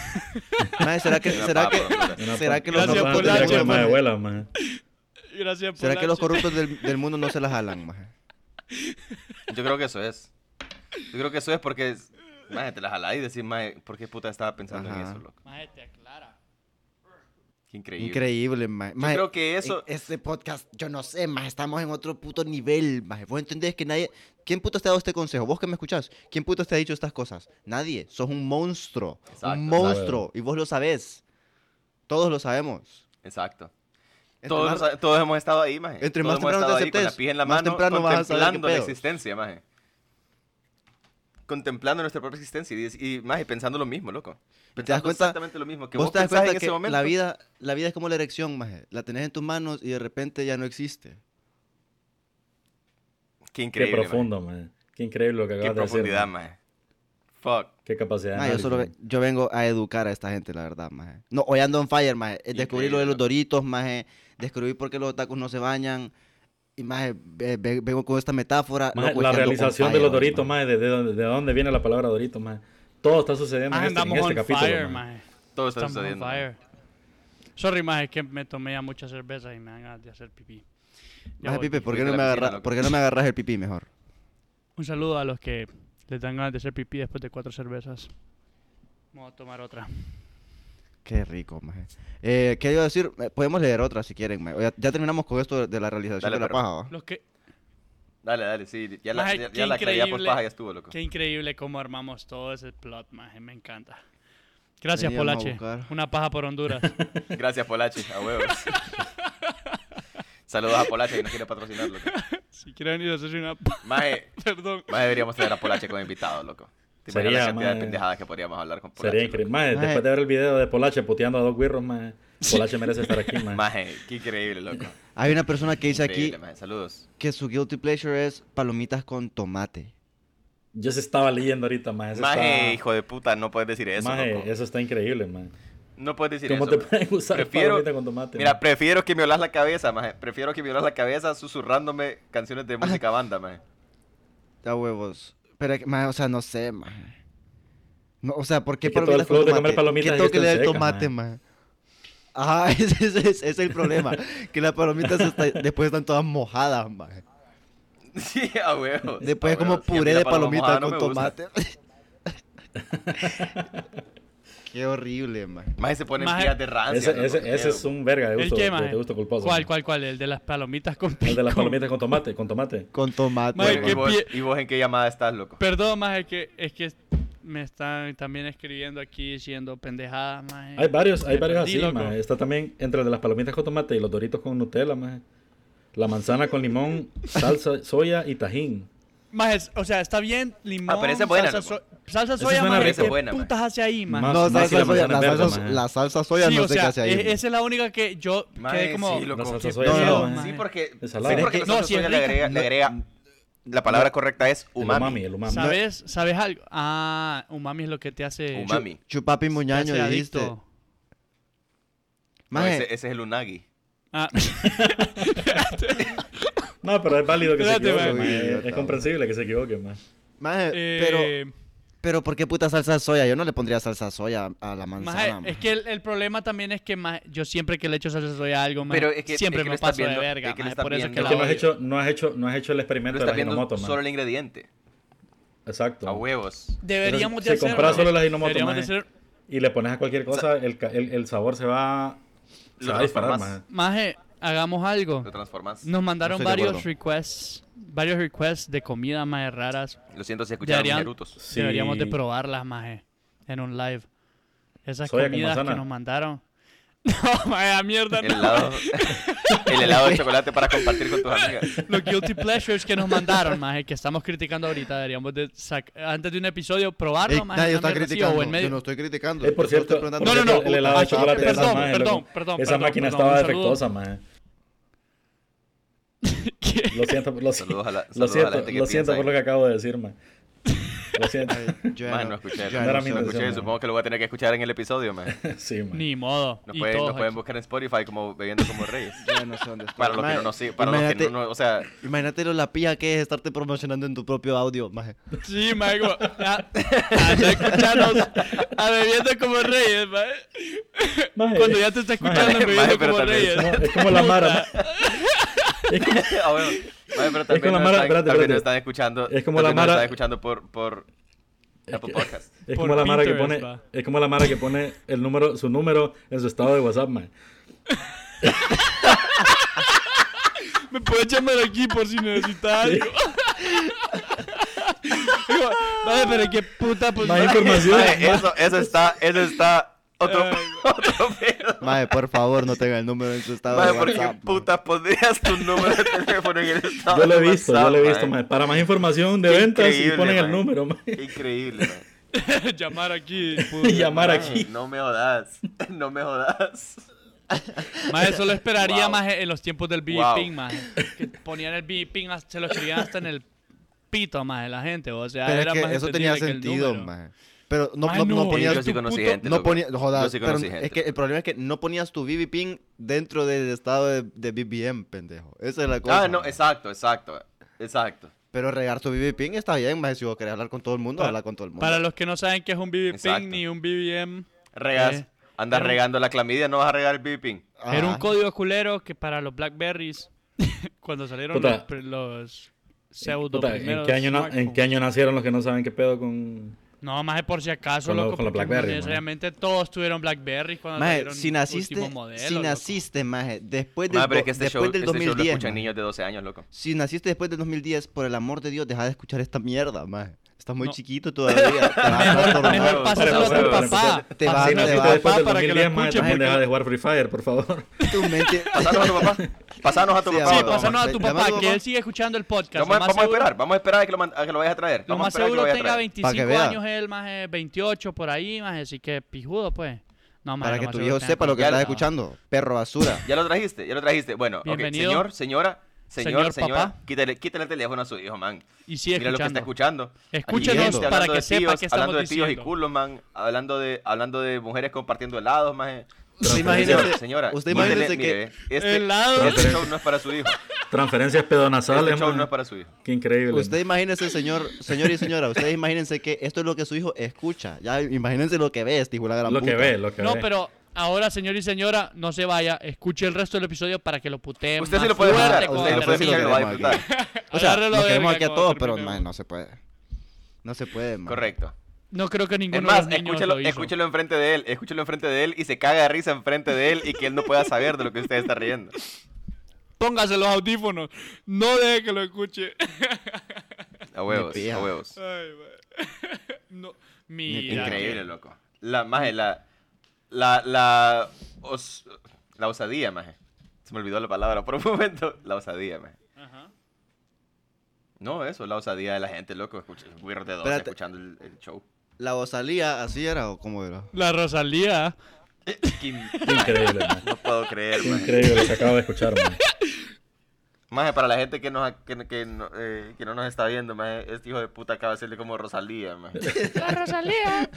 A: Mae, ¿será que,
B: Una
A: será
B: papa,
A: que,
B: Honduras.
D: Una
A: será
D: pa-
A: que
C: Gracias,
A: los
D: una paja
A: corruptos
D: tendría
A: del
D: que ser
A: mundo,
D: más
A: mae?
D: abuela, maje.
C: Gracias por
A: ¿Será que los corruptos del, del mundo no se la jalan, mae?
B: Yo creo que eso es. Yo creo que eso es porque, es- maje, te la jalás y decís, maje, ¿por qué puta estaba pensando en
A: Ajá.
B: eso, loco?
C: Maje, te aclara.
B: Qué increíble.
A: Increíble, mae.
B: Yo creo que eso...
A: Este podcast, yo no sé, mae, estamos en otro puto nivel, mae. Vos entendés que nadie... ¿Quién puto te ha dado este consejo? Vos que me escuchás, ¿quién puto te ha dicho estas cosas? Nadie. Sos un monstruo.
B: Exacto,
A: un
B: exacto.
A: monstruo. Y vos lo sabés. Todos lo sabemos. Este
B: Exacto.
A: Entre
B: Todos,
A: más-
B: nos- todos hemos estado ahí, maje.
A: Entre más
B: Todos hemos
A: temprano
B: estado
A: te
B: ahí con la
A: aceptes,
B: pija en la
A: más
B: mano,
A: temprano vas a saber qué
B: contemplando la
A: pedo.
B: existencia, maje. Contemplando nuestra propia existencia y, dices- y maje, pensando lo mismo, loco.
A: das
B: Pensando
A: cuenta-
B: exactamente lo mismo que
A: vos te das
B: pensás
A: cuenta
B: en
A: que
B: ese momento.
A: la vida, la vida es como la erección, maje. La tenés en tus manos y de repente ya no existe.
B: Qué
D: Qué
B: increíble, maje.
D: profundo, maje. Qué increíble lo que
B: Qué
D: acabas de decir.
B: profundidad,
D: maje.
B: maje. Fuck.
D: Qué capacidad. de
A: Maje, yo,
D: análisis,
A: solo-
D: maje.
A: yo vengo a educar a esta gente, la verdad, maje. No, hoy ando on fire, maje. Eh, Descubrí lo de los
B: Increíble, loco.
A: doritos, maje. Descubrí por qué los tacos no se bañan. Y, maje, ve- ve- vengo con esta metáfora.
D: Maje,
A: loco, es
D: la
A: que ando on
D: realización de
A: fire
D: los
A: hoy,
D: Doritos, maje, de, de dónde- de dónde viene la palabra Doritos, maje. Todo está sucediendo en
C: Maje,
D: este, en
C: Ah, andamos
D: este
C: on
D: capítulo.
C: fire,
D: maje.
C: maje.
B: Todo está
C: Estamos on
B: sucediendo. maje.
C: fire. Sorry, maje, es que me tomé ya muchas cervezas y me dan ganas de hacer pipí. Ya
A: Maje,
C: voy.
A: Pipe, ¿por qué,
B: Fuiste
A: no
B: a
A: me
B: la piscina,
A: agarra-
B: loco.
A: ¿por qué no me agarras el pipí mejor? pues.
C: Un saludo a los que les dan ganas de hacer pipí después de cuatro cervezas. Vamos a tomar otra.
A: Qué rico, maje. Eh, ¿Qué iba a decir? Eh, Podemos leer otra si quieren, maje. Ya, ya terminamos con esto de la realización
B: Dale,
A: de la
B: perro.
A: paja, ¿va?
C: Los que,
B: Dale, dale, sí. Ya la,
C: Maje,
B: ya,
C: qué
B: ya la claridad por
C: increíble.
B: paja ya estuvo, loco.
C: Qué increíble cómo armamos todo ese plot, maje. Me encanta. Gracias,
A: Veníamos a
C: Polache.
A: buscar.
C: Una paja por Honduras.
B: Gracias, Polache. A huevos. Saludos a Polache que nos quiere patrocinar, loco.
C: si quieren ir a hacerse una paja,
B: Maje,
C: perdón.
B: Más deberíamos tener a Polache como invitado, loco. ¿Te imaginas
D: Sería,
B: la cantidad de
D: mae.
B: pendejadas que podríamos hablar con Polache?
D: Sería increíble. Maje,
A: Maje.
D: después de ver el video de Polache puteando a dos guirros, maje, Polache merece estar aquí, maje.
B: Maje, qué increíble, loco.
A: Hay una persona que dice aquí
B: Increíble, maje. Saludos.
A: que su guilty pleasure es palomitas con tomate.
D: Yo se estaba leyendo ahorita, maje. Eso
B: Maje,
D: está...
B: hijo de puta, no puedes decir eso,
D: maje,
B: loco.
D: eso está increíble, maje.
B: No puedes decir
D: ¿Cómo
B: eso.
D: te
B: maje.
D: pueden usar
B: Prefiero-
D: palomita con tomate?
B: Mira,
D: maje?
B: prefiero que me olas la cabeza, maje. Prefiero que me olas la cabeza susurrándome canciones de música banda, maje.
A: Ya huevos. Pero, que, ma, o sea, no sé, ma. No, o sea, ¿por qué
D: Es que todo
A: palomitas
D: el flow
A: con
D: de
A: tomate?
D: comer palomitas
A: ¿Qué
D: es
A: tengo
D: que
A: que le da el
D: están secas,
A: tomate, ma? Ajá, ese es, ese es el problema. que las palomitas está- después están todas mojadas, ma.
B: Sí, a huevos.
A: Después
B: a
A: es como
B: huevos. Sí, a mí
A: puré
B: la
A: de
B: paloma mojada
A: palomitas con
B: no me gusta.
A: tomate. Qué horrible, ma.
B: Maje, se ponen
C: Maje,
B: pillas de rancia.
D: ese,
B: loco,
D: ese,
B: qué
D: ese
B: miedo.
D: es un verga de
C: ¿El
D: gusto,
C: qué,
D: de-
C: maje?
D: de gusto culposo.
C: ¿Cuál,
D: maje.
C: cuál, cuál? El de las palomitas con
D: El de las
C: pico.
D: palomitas con tomate, con tomate.
A: Con tomate,
B: Bueno,
C: Mae,
A: ma.
C: qué
B: ¿y, vos,
C: pie-
B: ¿Y vos en qué llamada estás, loco?
C: Perdón, maje, que, es que me están también escribiendo aquí diciendo pendejadas, maje.
D: Hay varios, hay
C: Me
D: varios
C: perdí,
D: así,
C: loco.
D: maje. Está también entre el de las palomitas con tomate y los doritos con Nutella, maje. La manzana con limón, salsa, soya y tajín.
C: Maje, o sea, está bien limón,
B: Ah, pero esa es buena,
C: salsa,
B: loco.
C: so- salsa
D: Esa
C: soya,
D: suena
C: maje.
D: rica.
C: ¿Qué
B: Buena, maje.
C: putas hace ahí, maje?
D: Más-
A: No,
D: más
A: salsa
D: que la
A: soya,
D: manzana
A: la,
D: verde,
A: salsa,
D: ma.
A: la salsa soya
C: sí,
A: no
C: o
A: sé
C: sea,
A: qué hace ahí.
C: e-
A: ma.
C: esa es la única que yo
B: Maje,
C: quedé como...
B: sí, loco.
D: La salsa
B: qué
D: soya,
B: miedo.
A: no,
B: Sí,
C: maje.
B: porque,
D: Es
B: sí,
D: salada.
B: porque la
C: No,
B: salsa
C: sí es
B: soya le
C: rica.
B: agrega, le agrega- La palabra correcta es
D: El
B: umami.
D: umami, el umami.
C: ¿Sabes, ¿Sabes algo? Ah, umami es lo que te hace...
B: Umami. mami.
A: Chupapi
C: te hace
A: muñaño,
C: adicto.
A: dijiste.
B: No,
A: Maje,
B: ese, ese es el unagi.
C: Ah,
D: No, pero es válido que
C: Espérate,
D: se equivoque,
C: maje.
D: maje.
A: Idiota,
D: Es comprensible que se equivoque, maje.
A: maje, pero...
C: eh,
A: Pero ¿por qué puta salsa soya? Yo no le pondría salsa soya a la
C: Maje,
A: manzana.
C: es que el, el problema también es que maje, yo siempre que le echo salsa de soya a algo, maje,
B: Pero es que-
C: siempre
B: es que
C: me
B: lo estás
C: paso
B: viendo,
C: de verga.
B: es que lo
C: maje,
B: estás
C: por eso es que
B: viendo.
C: la
D: que no has,
C: odio.
D: hecho, no, has hecho, no has hecho el
B: Pero
D: experimento de
B: estás
D: la
B: viendo
D: Hinomoto, man.
B: solo el ingrediente.
D: Exacto.
B: A huevos.
C: Deberíamos
D: si
C: de hacer.
D: compras
C: maje,
D: solo las Hinomoto,
C: Deberíamos de
D: maje.
C: hacer.
D: Y le pones a cualquier cosa, el, ca- el, el sabor se va, se
B: Lo
D: va a disparar,
B: transformás.
D: man.
C: Maje, hagamos algo.
B: Lo transformas.
C: Nos mandaron
A: estoy de
C: varios
A: acuerdo.
C: requests. Varios requests de comida más raras.
B: Lo siento si escucharon
C: Deberían-
B: Narutos.
D: Sí.
C: Deberíamos de probarlas, maje. En un live. Esas
D: Soya con
C: comidas que
D: manzana.
C: nos mandaron. No, maje, a mierda.
B: El
C: No.
B: helado, el helado de chocolate para compartir con tus amigas.
C: Los guilty pleasures que nos mandaron, maje, que estamos criticando ahorita. Deberíamos de sac- antes de un episodio probarlo,
A: Ey,
C: maje.
A: Eh, nadie
C: una
A: está
C: mierda así,
A: criticando.
C: o en medio-
A: Yo no estoy criticando.
D: Eh, por
A: yo solo
D: cierto,
A: estoy
D: por
A: preguntando
C: No, no,
A: qué
C: no, Ah,
A: puta
D: el helado de
A: estaba
D: chocolate
C: perdón,
A: pensando.
D: esa maje,
C: perdón,
D: loco.
C: perdón,
D: Esa
C: perdón,
D: máquina
C: perdón, un
D: estaba
C: saludo.
D: defectuosa, man.
C: ¿Qué?
D: Lo siento, lo, si-
B: Saludos a la- saludos a la
D: lo siento,
B: gente que
D: lo
B: piensa
D: siento por
B: ahí.
D: lo que acabo de decir, man. Lo siento.
A: Ay, yo ya
B: Man,
A: no-
B: no escuché.
A: yo
B: No
A: ya
D: era
A: no
D: mi
A: sé.
B: lo escuché,
D: intención,
B: supongo que lo voy a tener que escuchar en el episodio, man.
D: sí, man.
C: Ni modo.
B: Nos
C: y
B: pueden,
C: todos
B: nos pueden
C: aquí.
B: buscar en Spotify como Bebiendo como Reyes.
A: Yo ya no sé dónde estoy.
B: Para los que no
A: Mae,
B: nos sig- para los que
A: imagínate-
B: no, no- o sea,
A: Imagínate lo la pía que es estarte promocionando en tu propio audio, maje.
C: Sí, mae, como, ah, ya, ya, ya escuchanos a bebiendo como reyes, mae.
D: Maje,
C: Cuando ya te está escuchando
B: Maje,
C: bebiendo
B: maje, pero
C: como
B: también-
C: reyes.
D: no, es como la mara, man.
B: ah, bueno, Mae, pero
D: como
B: también nos
D: la Mara-
B: están, también
D: espérate,
B: nos
D: espérate.
B: están escuchando.
D: Es como la
B: también nos
D: Mara-
B: están escuchando por, por Apple Podcast.
D: Es
C: Por
D: como, la mara que
C: Pinterest,
D: pone,
C: va.
D: es como la mara que pone el número, su número en su estado de WhatsApp, man.
C: Me puedes llamar aquí por si necesitas algo. Digo, Mae, pero qué puta pues.
D: Más información.
B: Mae, eso, eso está, eso está otro,
C: Ay,
B: otro pedo.
A: Maje, por favor, no tenga el número en su estado
B: Mae,
A: de
B: ¿por qué
A: WhatsApp,
B: puta pondrías tu número de teléfono en el estado
D: Yo lo he
B: de
D: visto, yo
B: WhatsApp,
D: lo he visto,
B: mae?
D: man. Para más información de
B: Qué
D: ventas y
B: increíble,
D: ponen el
B: man.
D: número, man.
B: Increíble, mae.
C: llamar aquí. puta.
D: Y llamar
B: Mae,
D: aquí.
B: No me jodas, no me jodas.
C: Mae, eso lo esperaría
B: Wow.
C: más en los tiempos del BB
B: Wow.
C: Ping, maje. Que ponían el BB Ping, hasta- se lo escribían hasta en el pito, maje, la gente. O sea,
A: Pero
C: era
A: es que
C: más
A: eso tenía
C: entendible que el
A: sentido,
C: número.
A: maje. Pero no,
C: Mae,
A: no,
C: no.
A: no ponías
B: Yo sí
A: tu
B: conocí
A: puto-
B: gente,
A: No
B: loco.
A: ponías, jodas,
B: Yo sí
A: pero
B: conocí gente.
A: Es que el problema es que no ponías tu VPN dentro del estado de, de BBM, pendejo. Esa es la cosa.
B: Ah, no,
A: maje.
B: exacto, exacto, exacto.
A: Pero regar tu VPN está bien, maje. Si vos querés hablar con todo el mundo,
C: Pa-
A: habla con todo el mundo.
C: Para los que no saben qué es un BB
B: Exacto.
C: Ping ni un BBM,
B: Regas,
C: Eh,
B: andas
C: era un-
B: regando la clamidia, no vas a regar el beeping.
A: Ajá.
C: Era un código culero que para los Blackberries, cuando salieron los,
D: Puta.
C: pr- los pseudo
D: Puta, ¿en,
C: primeros
D: qué año na- ¿En
C: smartphones.
D: qué año nacieron los que no saben qué pedo con...?
C: No, más por si acaso,
D: Con lo-
C: loco,
D: con los
C: porque
D: Blackberry,
C: no necesariamente todos tuvieron Blackberry cuando
A: Maje,
C: salieron
A: si naciste,
C: último modelo,
A: si
C: loco.
A: naciste, maje, después del,
B: Mae, pero es
A: do-
B: que este
A: después
B: show,
A: del
B: este show lo
A: 2010,
B: escuchan
A: maje.
B: niños de 12 años, loco.
A: si naciste después del 2010, por el amor de Dios, deja de escuchar esta mierda, maje. Estás muy
C: No.
A: chiquito todavía. Te vas a
C: Mejor,
A: trastornar.
C: mejor
B: Para
C: pásaselo a
D: empezar,
C: tu
D: para
C: papá.
A: te
D: empezar,
A: va-
D: Si
A: te
C: Pásaselo
A: va-
C: a
D: naciste
C: tu
D: después
C: papá
D: del
C: para que lo
D: 2010, man,
C: escuche.
D: también deja
C: porque-
D: de jugar Free Fire, por favor.
A: Tu mente...
B: Pásanos a tu papá. Pásanos a tu
A: Sí,
B: papá.
A: amor.
C: Sí,
B: loco.
C: pásanos a
A: Llama
C: tu
A: a tu
C: papá, que
A: mamá.
C: él sigue escuchando el podcast.
B: Vamos,
C: lo más
B: vamos a
C: seguro-
B: esperar, vamos a esperar a que lo, man- a que lo vayas a traer.
C: Lo
B: Vamos a
C: más
B: esperar a que lo
C: seguro
B: vayas a
C: tenga
B: traer.
C: 25
A: vea.
C: años él, más eh, 28 por ahí, más así que pijudo, pues. No, maje,
A: Para
C: lo
A: que
C: más
A: tu
C: seguro
A: hijo
C: tenga
A: sepa lo que
B: Ya
A: estás
B: lo-
A: escuchando. Perro basura.
B: Ya lo trajiste, ya lo trajiste. Bueno, ok,
C: Bienvenido.
B: señor, señora, señor,
C: Señor,
B: señora,
C: papá.
B: quítale, quítale el teléfono a su hijo, man.
C: Y sigue
B: Mira lo que está
C: escuchando.
B: escuchando. Aquí
C: Escúchenos
B: gente
C: para
B: hablando
C: que
B: de
C: sepa
B: tíos,
C: qué estamos
B: hablando de tíos y
C: diciendo.
B: culos, man. Hablando de, hablando de mujeres compartiendo helados, man.
A: Usted
B: Señora,
A: imagínese-
B: señora,
A: usted
B: quítele-
A: imagínese que-
B: mire, este,
C: Helado.
B: este show no es para su hijo.
D: Transferencias pedonasales,
B: Este show
D: man.
B: no es para su hijo.
D: Qué increíble.
A: Usted imagínense, señor, señor y señora, ustedes imagínense que esto es lo que su hijo escucha. Ya imagínense lo que ve este hijo de la gran
D: Lo que
A: puta.
D: ve, lo que
C: No,
D: ve.
C: pero ahora, señor y señora, no se vaya. Escuche el resto del episodio para que lo puteen.
B: Usted
C: más
B: sí lo puede
C: fuerte
B: escuchar,
A: con
B: usted
A: la
B: lo puede
A: referencia
B: escuchar y lo
A: que
B: va
A: tenemos
B: a
A: aquí.
B: disfrutar.
A: O sea,
C: Agárrelo
A: lo
C: de
A: queremos
C: verga
A: aquí a
C: cuando
A: todos, pero
C: terminemos.
A: man, no se puede. No se puede, man.
B: Correcto.
C: No creo que ninguno
B: Es más,
C: de los niños
B: escúchelo,
C: lo hizo.
B: escúchelo enfrente de él, escúchelo enfrente de él y se caga de risa enfrente de él y que él no pueda saber de lo que usted está riendo.
C: Póngase los audífonos. No deje que lo escuche.
B: A huevos,
A: Ni pija.
B: a huevos.
C: Ay, güey. No. Mira.
B: Increíble, loco. La, maje, la, la, la, os- la osadía, maje. Se me olvidó la palabra por un momento. La osadía, maje.
C: Ajá.
B: No, eso, la osadía de la gente, loco. Escucha, muy de dos
A: Espérate.
B: escuchando el, el show.
A: La osalía, así era o cómo era.
C: La Rosalía.
B: Qué in-
D: Qué increíble, man.
B: No puedo creer,
D: Qué
B: maje.
D: increíble lo que acabo de escuchar, man.
B: Maje, para la gente que, nos, ha- que, que no, eh, que no nos está viendo, maje, este hijo de puta acaba de hacerle como Rosalía, maje.
C: La Rosalía.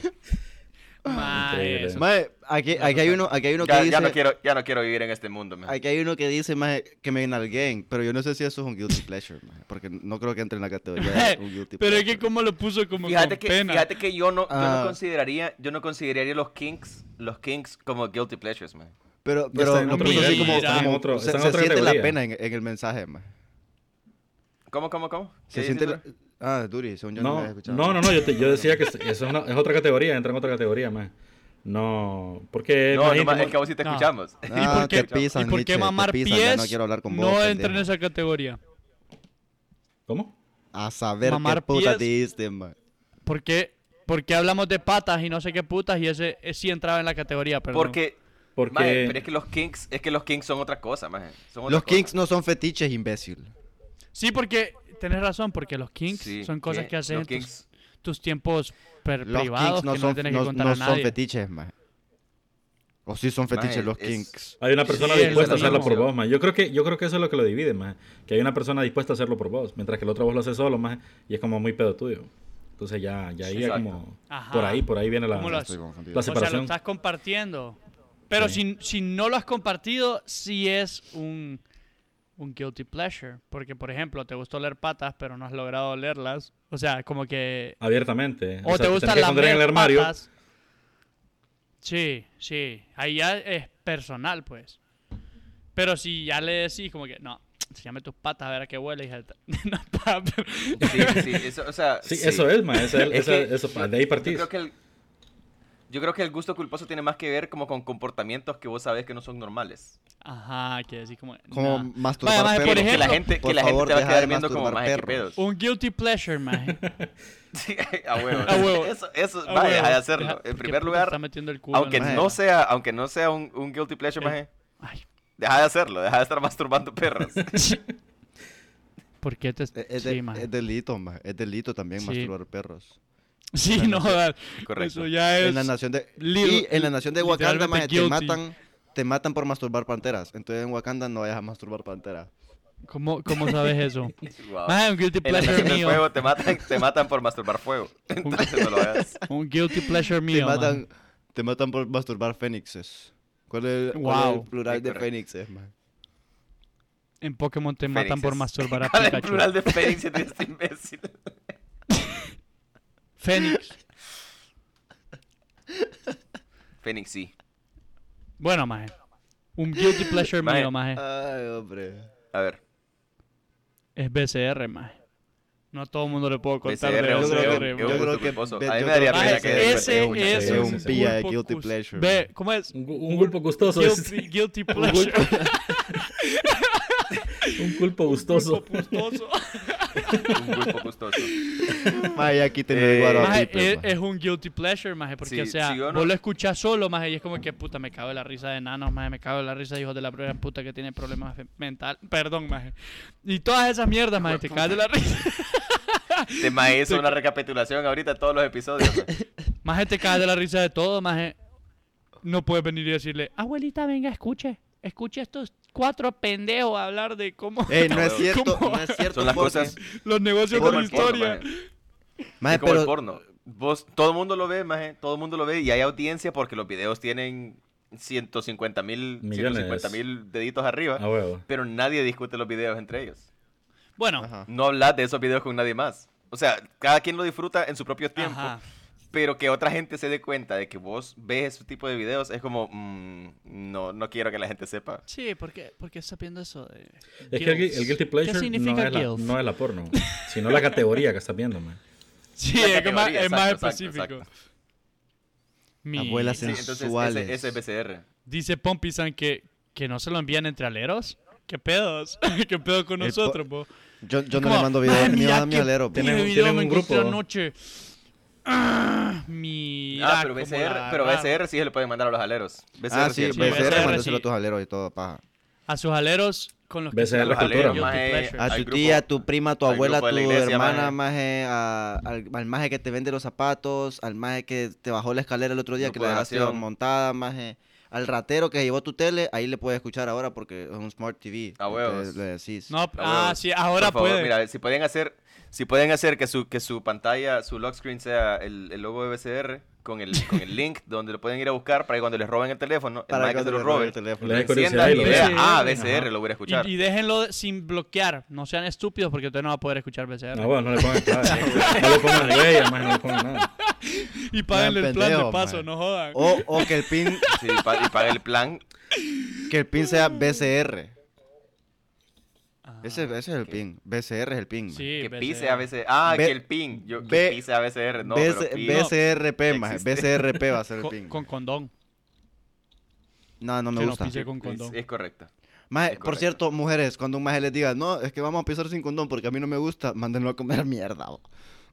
C: Mae,
D: Increíble.
C: eso.
A: Mae, aquí, aquí hay uno, aquí hay uno que
B: Ya,
A: dice...
B: ya no quiero, ya no quiero vivir en este mundo, man.
A: Aquí hay uno que dice mae, que me enalguen, pero yo no sé si eso es un guilty pleasure, mae, porque no creo que entre en la categoría de un guilty
C: Pero es
A: pleasure.
C: que como lo puso como
B: Fíjate
C: con
B: que,
C: pena.
B: fíjate que yo no, yo
A: Ah.
B: no consideraría, yo no consideraría los kinks, los kinks como guilty pleasures, man.
A: Pero,
D: Ya está
A: pero
D: en
A: lo
D: otro
A: puso así
C: nivel,
A: como,
C: ya.
A: como-
D: En otro-
A: se,
D: está en
A: se
D: otra
A: siente la
D: categoría.
A: pena en, en el mensaje, mae.
B: ¿Cómo, cómo, cómo?
A: Se
B: ¿Qué
A: siente
B: dices,
A: la- Ah, Duri, según yo no, lo
D: No,
A: había escuchado.
D: no, no, no, yo, te- yo decía que es- eso es, una- es otra categoría, entra en otra categoría más. No, porque...
B: man? No, no,
D: imagínate,
B: man, es que a vos sí te
C: Eh, No.
B: escuchamos.
A: Ah,
C: por qué-
A: te pisan,
C: ¿Y por
A: Nietzsche,
C: qué
A: te
C: mamar
A: pisan, ya
C: pies
A: no quiero hablar con
C: no
A: vos,
C: entra en
A: pendejo.
C: esa categoría?
D: ¿Cómo?
A: A saber qué
C: Mamar
A: puta
C: pies.
A: diste, mae.
C: ¿Por qué, por qué hablamos de patas y no sé qué putas y ese, eh, sí entraba en la categoría? Perdón.
B: Porque,
D: Porque...
B: mae, pero es que los kinks, es que los kinks son otra cosa, man.
A: Los kinks no son fetiches, imbécil.
C: Sí, porque tenés razón, porque los kinks
B: Sí,
C: son cosas
B: ¿qué?
C: que haces
B: Los
C: en tus,
B: kinks.
C: tus tiempos per-
A: Los
C: privados
A: kinks no
C: que no
A: son,
C: tienes que
A: no,
C: contar
A: no
C: a
A: son
C: nadie.
A: fetiches, mae. O sí son fetiches
B: Mae,
A: los
B: es-
A: kinks.
D: Hay una persona
C: Sí, es
D: dispuesta a
C: lo
D: hacerlo
B: mismo.
D: por vos, más. Yo creo que yo creo que eso es lo que lo divide, más. Que hay una persona dispuesta a hacerlo por vos, mientras que el otro vos lo hace solo, más, y es como muy pedo tuyo. Entonces ya ya ahí es
B: Exacto.
D: como
C: Ajá.
D: por ahí, por ahí viene la
C: ¿Cómo lo
D: la
C: haces?
A: Estoy confundido.
D: La
C: O sea, lo
D: separación.
C: estás compartiendo. Pero
D: Sí.
C: si, si no lo has compartido, sí es un, un guilty pleasure. Porque, por ejemplo, te gusta oler patas, pero no has logrado olerlas. O sea, como que...
D: abiertamente.
C: O, te
D: tenés
C: gusta
D: que
C: la
D: esconder en el armario.
C: patas. Sí, sí. Ahí ya es personal, pues. Pero si ya le decís como que, no, enséñame tus patas a ver a qué huele, hija de ta-". No, pa, pero-
B: Sí, sí, eso, o sea,
D: Sí,
B: sí.
D: eso es, más. Esa,
B: Es
D: esa-
B: que
D: eso,
B: yo-
D: de ahí
B: Yo
D: partís.
B: creo, que el, yo creo que el gusto culposo tiene más que ver como con comportamientos que vos sabés que no son normales.
C: Ajá, que decís como...
A: Como
C: "Nah".
A: masturbar
C: Vaya, mae, por
A: perros.
B: Que la
C: ejemplo,
B: gente,
A: por
B: que la gente
A: favor,
B: te va a
A: deja
B: quedar
A: de
B: viendo como
A: masturbar
B: más que
A: perros".
B: pedos.
C: Un guilty pleasure, man.
B: Sí, a huevo.
C: A huevo.
B: Eso, eso,
C: Ah,
B: mae,
C: huevo.
B: deja de hacerlo.
C: Deja-
B: en
C: ¿por qué
B: primer
C: puta
B: lugar,
C: está metiendo el culo en
B: aunque
C: la
A: Mae.
B: no sea, aunque no sea un, un guilty pleasure,
C: Eh.
B: mae,
C: Ay,
B: deja de hacerlo, deja de estar masturbando perros.
C: ¿por qué te.?
A: Es, es
C: sí,
A: de-
C: mae.
A: es delito, mae. Es delito también
C: Sí.
A: masturbar perros.
C: Sí, no, jodas.
B: Correcto.
C: Eso ya es.
A: en la nación de
C: li-
A: y en la nación de Wakanda
C: literalmente
A: mae, te
C: guilty.
A: matan te matan por masturbar panteras entonces en Wakanda no vayas a masturbar panteras
C: ¿Cómo, cómo sabes eso?
B: Wow.
C: Mae, un guilty
B: En la
C: pleasure
B: nación del
C: mío.
B: fuego te matan, te matan por masturbar fuego. Entonces no lo hagas.
C: Un guilty pleasure
A: te
C: mío.
A: matan
C: man.
A: te matan por masturbar fénixes ¿Cuál es, cuál
C: Wow.
A: es el plural
B: Sí,
A: de
B: correcto.
A: fénixes mae?
C: En Pokémon te matan por
B: Fénixes.
C: masturbar a
B: ¿Cuál es el
C: Pikachu.
B: plural de Fénix de este imbécil?
C: Fénix.
B: Fénix sí.
C: Bueno, maje. Un guilty pleasure
B: Mae.
C: mío, maje.
A: ay hombre
B: A ver.
C: Es BCR, maje. No a todo el mundo le puedo contar
B: BCR,
C: de
A: yo creo que- yo
C: BCR, maje.
A: creo
B: gusto
A: que-
B: culposo.
A: ve-
B: A mí
A: yo
B: me daría
A: creo que
B: pena
C: Maje,
B: que
C: ese
B: después-
C: es,
D: es
C: un,
D: un
A: pilla de
C: pulpo
A: guilty
C: cus-
A: pleasure.
C: Ve, ¿cómo es?
D: Un, gu- un culpo gustoso.
C: Guilty, guilty
D: Un
C: pleasure.
D: culpo, un culpo gustoso.
C: Pulpo gustoso.
B: un pulpo gustoso.
A: Mae, aquí te
B: Eh,
A: lo digo a
C: Maje,
A: los
D: pues,
A: tipes,
C: es,
A: mae.
C: es un guilty pleasure, maje, porque,
B: Sí,
C: o sea,
B: sí, yo no-
C: vos lo escuchás solo, maje, y es como que, puta, me cago en la risa de nanos, maje, me cago en la risa de hijos de la primera puta que tiene problemas fe- mental, perdón, maje. Y todas esas mierdas, maje, te cagas de la risa.
B: Te mae Este hizo una recapitulación ahorita de todos los episodios. mae.
C: Maje, te cagas de la risa de todo, maje. No puedes venir y decirle, abuelita, venga, escuche, escuche a estos cuatro pendejos hablar de cómo
B: Eh,
A: Ey, no es cierto
C: ¿Cómo?
A: no es cierto
B: Son las
A: porque-
B: cosas.
C: los negocios
B: es
C: con
B: como
C: la
B: el porno,
C: historia.
B: mae.
A: Mae,
B: es como el
A: pero-
B: porno. Vos, todo el mundo lo ve, maje, todo el mundo lo ve y hay audiencia porque los videos tienen 150 mil
D: Millones.
B: deditos
C: Ah,
B: arriba,
D: A huevo.
B: pero nadie discute los videos entre ellos.
C: Bueno,
A: Ajá.
B: No hablas de esos videos con nadie más. O sea, cada quien lo disfruta en su propio tiempo,
C: ajá.
B: pero que otra gente se dé cuenta de que vos ves ese tipo de videos es como, mm, no, no quiero que la gente sepa.
C: Sí, porque porque está viendo eso de
D: Es que el, gui-
C: guilts?
D: el guilty
C: ¿Qué
D: pleasure no
C: significa
D: es, la,
C: guilt?
D: no es la porno, sino la categoría que estás viendo, man.
C: Sí,
B: La
C: es, que más,
B: categoría,
C: es más
B: exacto, exacto,
C: específico.
B: exacto.
C: Mi-
A: Abuelas
B: Sí, entonces
A: Sensuales.
B: ese, ese es BCR.
C: Dice Pompisan que, que no se lo envían entre aleros. ¿Qué pedos? ¿Qué pedo con
A: El
C: nosotros, po?
A: yo, yo no
C: Como,
A: le mando videos
C: "Mae,
A: ni
C: mira
A: a mi
C: qué
A: alero
D: Tienen-
C: pibe
D: tienen
C: me
D: un
C: encontré
D: grupo.
C: Anoche. Ah, mira
B: Ah, pero
C: cómo
B: BCR,
C: la
B: pero
C: agarra.
B: BCR sí se le pueden mandar a los aleros. BCR
A: ah sí
B: se
C: sí,
B: le puede
A: BCR
C: BCR,
A: mándaselo a
C: sí.
A: tus aleros y todo paja
C: A sus aleros con los que
D: BCR
C: se
D: la
C: agarra
D: cultura,
C: guilty
B: mae.
C: pleasure.
A: A
B: al
A: tu
B: grupo-
A: tía, a tu prima, a tu
B: al
A: abuela, a
B: grupo
A: tu
B: de la iglesia,
A: hermana,
B: maje.
A: maje, a- al, al maje que te vende los zapatos, al maje que te bajó la escalera el otro día que
B: Grupo
A: la
B: de
A: dejaste
B: oración.
A: montada, maje, al ratero que llevó tu tele, ahí le puedes escuchar ahora porque es un smart TV.
B: A huevos.
A: entonces Le decís.
C: No,
B: A
C: ah,
B: huevos.
C: sí, ahora
B: Por favor,
C: puede.
B: Mira, si pueden hacer, si pueden hacer que su, que su pantalla, su lock screen sea el, el logo de BCR, con el, con el link donde lo pueden ir a buscar para que cuando les roben el teléfono, el
A: Para
B: mae que
A: que
B: se lo
A: le robe
B: robe,
A: el teléfono.
D: Le dé
B: encienda
D: curiosidad y
B: y
D: lo
B: vea,
C: vea.
B: ah,
C: Sí,
B: BCR, lo voy a escuchar.
C: Y, y déjenlo sin bloquear, no sean estúpidos porque usted no va a poder escuchar BCR.
D: No, bueno, no le pongan clave. No le pongan huella, maje, no le pongan nada.
C: y páguenle el plan
A: pendejo,
C: de paso,
A: mae.
C: no jodan.
A: O, o que el pin
B: Sí, pa- y paga el plan.
A: que el pin sea BCR.
C: Ah,
A: Ese, ese es el pin. BCR es el pin. man.
C: sí,
B: Que
C: BCR.
B: pise a BCR. Ah,
A: Ve-
B: que el ping. Yo,
A: ve-
B: que pise a BCR. No,
A: BC-
B: pero pin.
A: BCRP,
B: no
A: maje.
B: existe.
A: BCRP va a ser el
C: Co-
A: pin.
C: con condón.
A: No, no me
C: que nos
A: gusta.
C: pise con
B: Es,
C: condón.
B: es correcto.
A: Maje,
B: es
A: por
B: correcto.
A: cierto, mujeres, cuando un maje les diga, no, es que vamos a pisar sin condón porque a mí no me gusta, mándenlo a comer mierda. bo.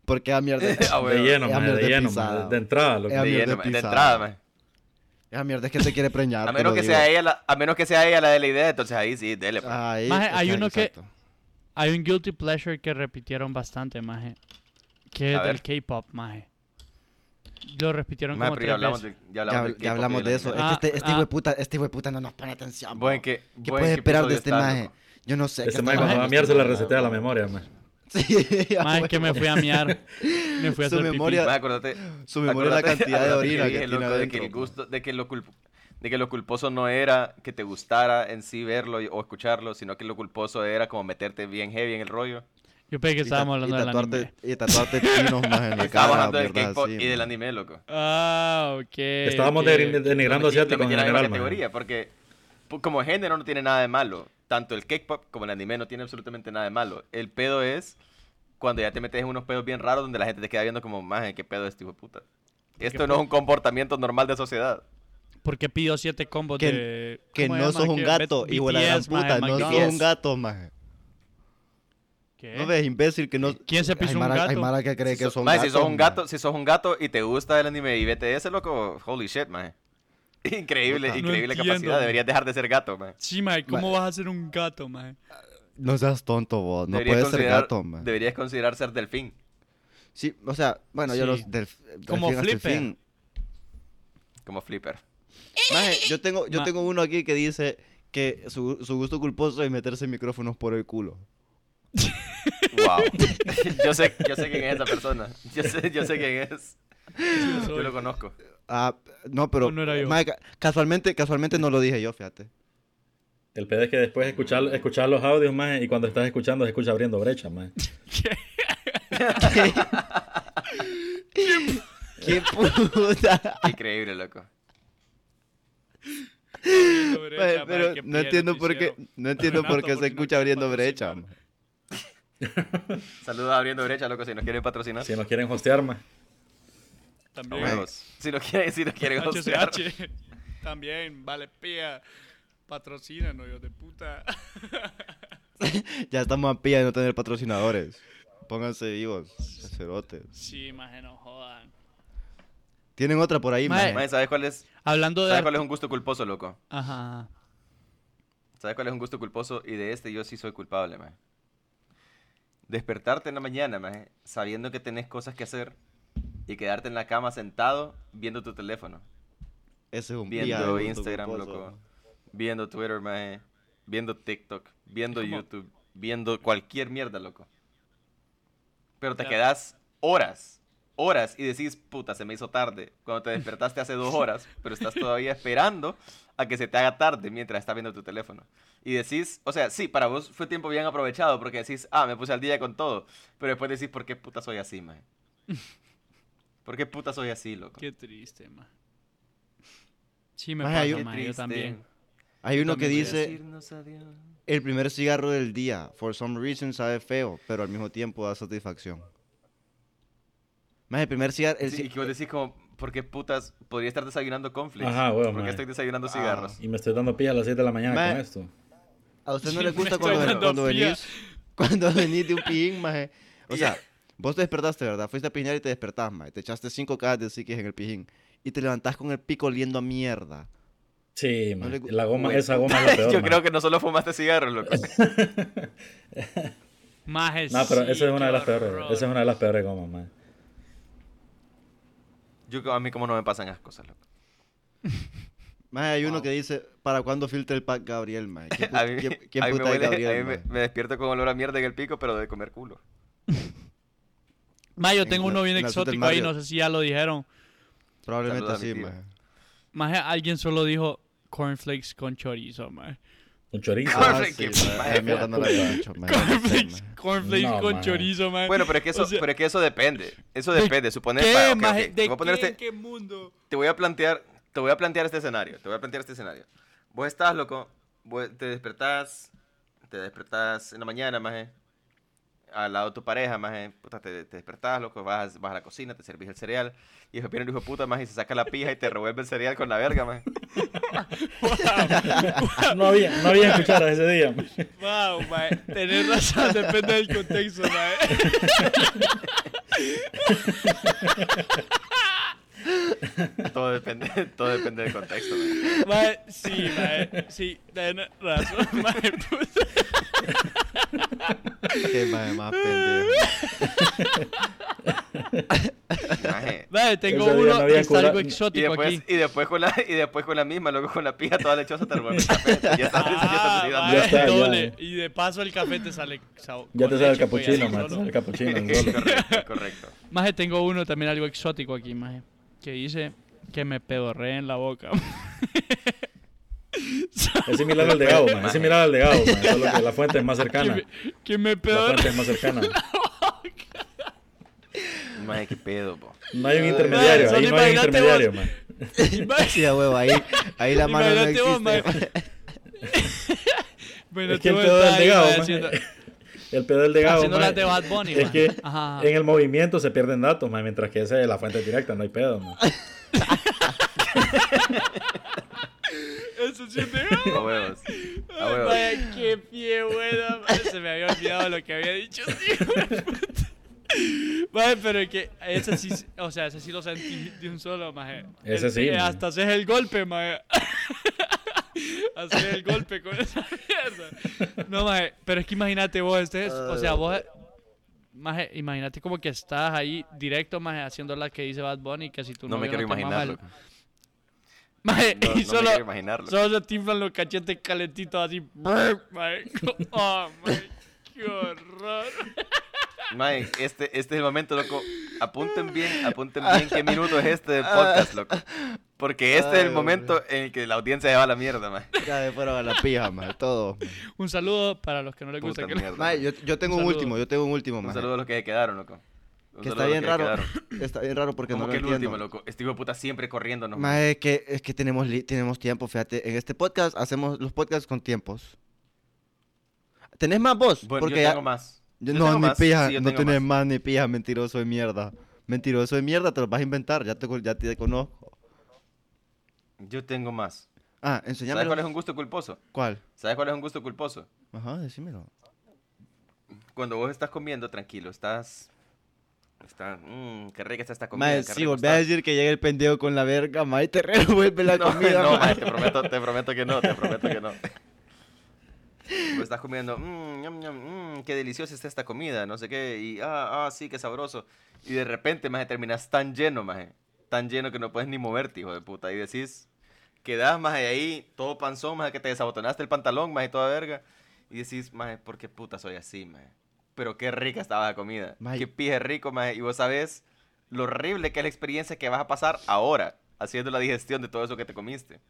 A: Porque a mierda.
B: Ah,
D: De
B: bueno.
D: lleno,
A: ya
D: maje,
A: me
D: de
A: de
D: lleno,
A: pisada,
D: maje, de- de
A: güey.
D: entrada. Lo que-
A: Ya
B: De
A: mierda
B: lleno, de
A: pisada.
B: entrada, mae.
A: Esa mierda es que te quiere preñar.
B: A
A: Ah, te
B: menos
A: lo
B: que
A: digo. Ah,
B: sea ella la, a menos que sea ella la de la idea, entonces ahí sí, dele. pues.
A: Ahí,
C: Maje,
A: es
C: hay uno que-
A: exacto.
C: Hay un guilty pleasure que repitieron bastante, maje. Que
B: A
C: es del K-pop, maje. Lo repitieron
B: Mae,
C: como
B: pero ya
C: tres
B: hablamos,
C: veces.
B: de, ya
A: Ya,
B: hablamos, del
A: ya
B: K-pop
A: hablamos
B: y la
A: de eso.
B: mierda.
C: Ah,
A: es que este, este
C: ah.
A: hijo de puta, este hijo de puta no nos pone atención.
B: Bueno,
A: bo.
B: que,
A: ¿Qué
B: bueno,
A: puedes
B: ¿qué
A: esperar de
B: episodio
A: este
B: estás,
A: maje?
B: loco?
A: Yo no sé.
D: Este
A: qué
D: maje
A: está
D: cuando va a
A: mal.
D: miar se la resetea la memoria, maje.
A: Sí, a
C: Maje, que me
A: huevo.
C: fui a miar. Me fui a
A: Su
C: hacer
A: memoria-
B: Mae, acordate,
A: Su memoria es la
B: acordate-
A: cantidad de
B: acordate
A: orina que
B: dije,
A: tiene
B: loco, de que el
A: adentro,
B: gusto, de que lo culp- de que lo culposo no era que te gustara en sí verlo y- o escucharlo, sino que lo culposo era como meterte bien heavy en el rollo.
C: pipí. Yo pensé que
A: Y ta-
C: estábamos hablando
A: y
C: del
A: tatuarte,
C: anime.
A: Y tatuarte chinos más en la
B: Estaba
A: cara.
B: hablando del
A: mierda
B: K-pop
A: así,
B: y del
A: man.
B: anime, loco.
C: Ah, ok.
D: Estábamos
C: ok,
D: de-
C: ok.
D: denigrando
B: Lo metí- lo
D: asiáticos
B: metieron
D: en
B: la
D: general, maje.
B: categoría, porque pu- como género no tiene nada de malo. Tanto el K-pop como el anime no tiene absolutamente nada de malo. El pedo es cuando ya te metes en unos pedos bien raros donde la gente te queda viendo como, más qué pedo es este hijo de puta. Esto no es un comportamiento normal de sociedad.
C: ¿Por qué pidió siete combos
A: Que-
C: de...
A: Que
C: ¿cómo
A: no
C: se llama
A: sos un
C: aquello?
A: gato,
C: B-
A: hijo de la gran
C: BTS, maje,
A: puta. No sos
C: McDonald's.
A: un gato, maje.
C: ¿Qué?
A: No ves, imbécil, que no.
C: ¿Quién se pisó
A: Hay
C: un
A: mara-
C: gato?
A: Hay mara que cree
B: Si
A: que
B: so-
A: son
B: maje,
A: gatos.
B: si sos un
A: maje.
B: gato, si sos un gato y te gusta el anime y BTS, loco, holy shit, maje. Increíble,
A: Puta.
C: No
B: increíble
C: entiendo,
B: capacidad.
C: maje.
B: Deberías dejar de ser gato, maje.
C: Sí, maje, ¿cómo vas a ser un gato, maje?
A: No seas tonto, vos. No
B: Deberías
A: puedes ser
B: considerar-
A: gato, maje.
B: Deberías considerar ser delfín.
A: Sí, o sea, bueno, yo
C: Sí.
A: los. delf-
C: Como
A: delfín hasta el
C: Flipper.
A: fin.
B: Como flipper.
A: Maje, yo tengo, yo
C: Ma-
A: tengo uno aquí que dice que su, su gusto culposo es meterse micrófonos por el culo.
B: Wow. yo, sé, yo sé quién es esa persona. Yo sé, yo sé quién es. Yo lo conozco.
A: Ah, no, pero.
C: O no era yo.
A: maje, ca- casualmente, casualmente no lo dije yo, fíjate.
D: El pedo es que después escuchar, escuchar los audios, maje, y cuando estás escuchando se escucha abriendo brechas, maje.
A: ¡Qué puta!
B: Increíble, loco.
A: Maje, pero no entiendo por qué, no entiendo por qué se escucha abriendo brecha. maje.
B: Saludos a abriendo brecha, loco, si nos quieren patrocinar.
D: Si nos quieren hostear, maje.
B: A
C: También.
B: huevos. Si nos quieren, si nos quieren hostear.
C: HCH. También, vale, pía. Patrocínanos, yo de puta.
A: Ya estamos a pilla de no tener patrocinadores. Pónganse vivos, cerotes.
C: Sí, maje, no jodan.
A: Tienen otra por ahí,
C: Mae.
A: mae?
B: Mae, ¿sabes cuál es?
C: Hablando de...
B: ¿Sabes cuál es
C: arte-
B: un gusto culposo, loco?
C: Ajá. ajá.
B: ¿Sabes cuál es un gusto culposo? Y de este yo sí soy culpable, maje. Despertarte en la mañana, maje, sabiendo que tenés cosas que hacer y quedarte en la cama sentado viendo tu teléfono,
A: Ese es un pilla de
B: viendo
A: gusto
B: Instagram,
A: culposo.
B: loco, viendo Twitter, maje, viendo TikTok, viendo
C: Es como-
B: YouTube, viendo cualquier mierda, loco. Pero te
C: Ya.
B: quedás horas, horas y decís, puta, se me hizo tarde. Cuando te despertaste hace dos horas, pero estás todavía esperando a que se te haga tarde mientras estás viendo tu teléfono. Y decís, o sea, sí, para vos fue tiempo bien aprovechado porque decís, ah, me puse al día con todo. Pero después decís, ¿por qué puta soy así, man? ¿Por qué puta soy así, loco?
C: Qué triste, maje. Sí, me
A: Maje, hay
C: pasa,
A: un-
C: maje, yo también.
A: Hay uno que
C: también voy a
A: dice el primer cigarro del día. For some reason sabe feo, pero al mismo tiempo da satisfacción. Más el primer cigarro. el
B: Sí,
A: ci-
B: y que vos decís como, ¿por qué putas podría estar desayunando conflicts?
D: Ajá, huevo,
B: ¿Por
D: mae.
B: qué estoy desayunando cigarros?
D: Y me estoy dando pilla a las 7 de la mañana
A: Maje.
D: con esto.
A: A usted no
C: Sí,
A: le
C: me
A: gusta
C: estoy
A: cuando,
C: dando
A: cuando
C: pía.
A: venís. Cuando venís de un pin, maje. O sea, vos te despertaste, ¿verdad? Fuiste a piñar y te despertás, maje. Te echaste cinco cajas de psiquis en el pijín. Y te levantás con el pico oliendo a mierda.
D: Sí,
A: No
D: maje.
A: le gu-
D: La goma,
B: Güey,
D: esa goma
B: puta,
D: es lo peor,
B: Yo
D: maje.
B: creo que no solo fumaste cigarros, loco.
C: Maje,
D: No, pero
C: sí,
D: esa es una
C: qué
D: de las peores.
C: horror.
D: Esa es una de las peores gomas, maje.
B: Yo, a mí como no me pasan esas cosas, loco.
A: Maje, hay uno que dice: ¿Para cuándo filtra el pack Gabriel, maje? ¿Qué
B: A
A: puta,
B: mí,
A: quién- quién
B: a mí me,
A: puta es
B: huele- a
A: Gabriel,
B: mí me-
A: maje?
B: me despierto con olor a mierda en el pico, pero de comer culo.
C: Mayo,
A: En
C: tengo
A: la-
C: uno bien
A: en la Super
C: exótico ahí,
A: Mario.
C: no sé si ya lo dijeron.
A: Probablemente
B: Saluda a mi
A: sí,
B: tía.
A: maje.
C: Maje, alguien solo dijo cornflakes con chorizo, maje.
D: Un chorizo.
A: Ah,
B: Cornflakes,
A: sí,
B: que-
A: maje, esa mierda no la había dicho, maje,
C: Cornflakes,
A: sí, maje.
C: cornflakes
D: No,
C: con
D: maje.
C: chorizo, maje.
B: Bueno, pues, pero es que eso,
C: O sea,
B: pero es que eso depende. Eso
C: ¿de
B: depende. Suponer.
C: ¿Qué,
B: va, ok,
C: maje?
B: ok.
C: ¿De
B: Te voy a poner
C: qué,
B: este-
C: en qué mundo?
B: te voy a plantear, te voy a plantear este escenario, te voy a plantear este escenario. Vos estás loco, vos te despertás, te despertás en la mañana, maje, al lado de tu pareja, maje, puta, te, te despertás, loco, vas, vas a la cocina, te servís el cereal, y después viene el hijo de puta, maje, y se saca la pija y te revuelve el cereal con la verga, maje.
D: No había, no había cucharas ese día.
C: Wow, mae. Tenés razón, depende del contexto, mae.
B: Todo depende, todo depende del contexto, maje.
C: Mae, sí, mae. Sí, tenés razón, mae. puta.
A: Qué maje más pendejo.
B: Maje,
C: Mae, tengo
D: Ese día
C: uno
D: no
C: que
D: había
C: está algo
D: cura-
B: Y
C: exótico
B: después,
C: aquí.
B: y, después con la, y después con la misma, loco, con la pija toda lechosa te revuelve el café. Ya estás, ya
C: Ah,
B: estás
C: mae,
D: Ya está, ya.
C: doble. Y de paso el café te sale sao-
D: Ya
C: con
D: te sale el
C: leche, pues,
D: capuchino,
C: así
D: man. Te
C: solo.
D: sale el capuchino. en
B: tirando.
D: solo.
B: Correcto, correcto.
C: Maje, tengo uno también algo exótico aquí, maje. Que dice que me pedorré en la boca.
D: Es similar al de Gabo, man. Es similar al de Gabo, man. Solo que la fuente es más
C: que,
D: cercana.
C: me, que me
D: La
C: pedorré.
D: fuente es más cercana.
B: Maje, qué pedo, po.
D: No hay un intermediario.
C: Solo
D: Ahí no hay un
C: imagínate
D: intermediario,
C: vos.
D: man.
A: Sí, a huevo, ahí, ahí la mano no
C: Imagínate vos,
A: existe. maje.
C: Bueno,
D: Es que el
C: tú
D: pedo
C: estás
D: del de
C: ahí,
D: Gabo,
C: mae,
D: man.
C: haciendo-
D: El pedo del de Gabo,
C: Haciendo
D: man.
C: las de Bad Bunny,
D: Es
C: man.
D: que
C: Ajá.
D: en el movimiento se pierden datos, man. Mientras que esa es la fuente directa, no hay pedo, man.
C: Eso sí es de
B: A
C: Gabo.
B: huevos. A
C: Ay,
B: huevos.
C: Vaya, qué pie buena. madre, Se me había olvidado lo que había dicho, tío. Vale, pero que ese sí, o sea, ese sí lo sentí de un solo, maje.
D: Ese
C: El
D: sí,
C: pie,
D: maje.
C: Hasta haces el golpe, maje. Hacer el golpe con esa mierda. No, maje, pero es que imagínate vos, este es- o sea, vos, maje, imagínate como que estás ahí directo, maje, haciendo la que dice Bad Bunny, que si tú
B: No me quiero imaginarlo.
C: Maje,
B: No, no
C: y
B: me
C: solo,
B: quiero imaginarlo.
C: solo se inflan los cachetes calentitos así. brr, maje. Oh, maje, qué horror.
B: Mae, este, este es el momento, loco. Apunten bien, apunten bien qué minuto es este del podcast, loco. Porque este es
A: Ay,
B: el
A: hombre.
B: momento en el que la audiencia se va a la mierda, mae.
A: Ya de fuera a la pija, maje, todo. maje.
C: Un saludo para los que no les gusta.
B: Puta
C: Que
B: mierda.
A: Maje, yo,
B: mae.
A: yo tengo
C: Un
A: un,
C: saludo.
A: último, yo tengo un último,
B: Un
A: maje.
B: saludo a los que quedaron, loco. Un
A: Que está
B: saludo a los
A: bien
B: que
A: raro.
B: quedaron.
A: Está bien raro porque
B: Como
A: no
B: que
A: lo
B: el
A: entiendo.
B: último, loco. Este hijo de puta siempre corriéndonos. mae.
A: Mae, que, es que tenemos, li- tenemos tiempo, fíjate. En este podcast hacemos los podcasts con tiempos. ¿Tenés más vos?
B: Bueno,
A: Porque
B: yo
A: ya-
B: tengo más.
A: yo-
B: Yo
A: no,
B: tengo
A: ni
B: más.
A: pija,
B: Sí, yo
A: no
B: tengo
A: tenés
B: más.
A: más. ni pija, mentiroso de mierda. Mentiroso de mierda, te lo vas a inventar, ya te, ya te conozco.
B: Yo tengo más.
A: Ah,
B: ¿Sabes
A: enséñame.
B: cuál es un gusto culposo?
A: ¿Cuál?
B: ¿Sabes cuál es un gusto culposo?
A: Ajá, decímelo.
B: Cuando vos estás comiendo tranquilo, estás. Estás. Mmm, qué rica está esta comida.
A: Mae,
B: qué
A: si
B: rico
A: volvés a
B: está.
A: decir que llega el pendejo con la verga, mae, te revuelve la
B: no,
A: comida.
B: No,
A: mae.
B: mae, te prometo, te prometo que no, te prometo que no. Lo estás comiendo, mmm, ñam, ñam, mm, qué deliciosa está esta comida, no sé qué, y ah, ah, sí, qué sabroso. Y de repente, maje, terminas tan lleno, maje, tan lleno que no puedes ni moverte, hijo de puta. Y decís, quedás, maje, ahí, todo panzón, maje, que te desabotonaste el pantalón, maje, toda verga. Y decís, maje, ¿por qué puta soy así, maje? Pero qué rica estaba la comida,
A: Maje.
B: qué pije rico, maje, y vos sabés lo horrible que es la experiencia que vas a pasar ahora haciendo la digestión de todo eso que te comiste.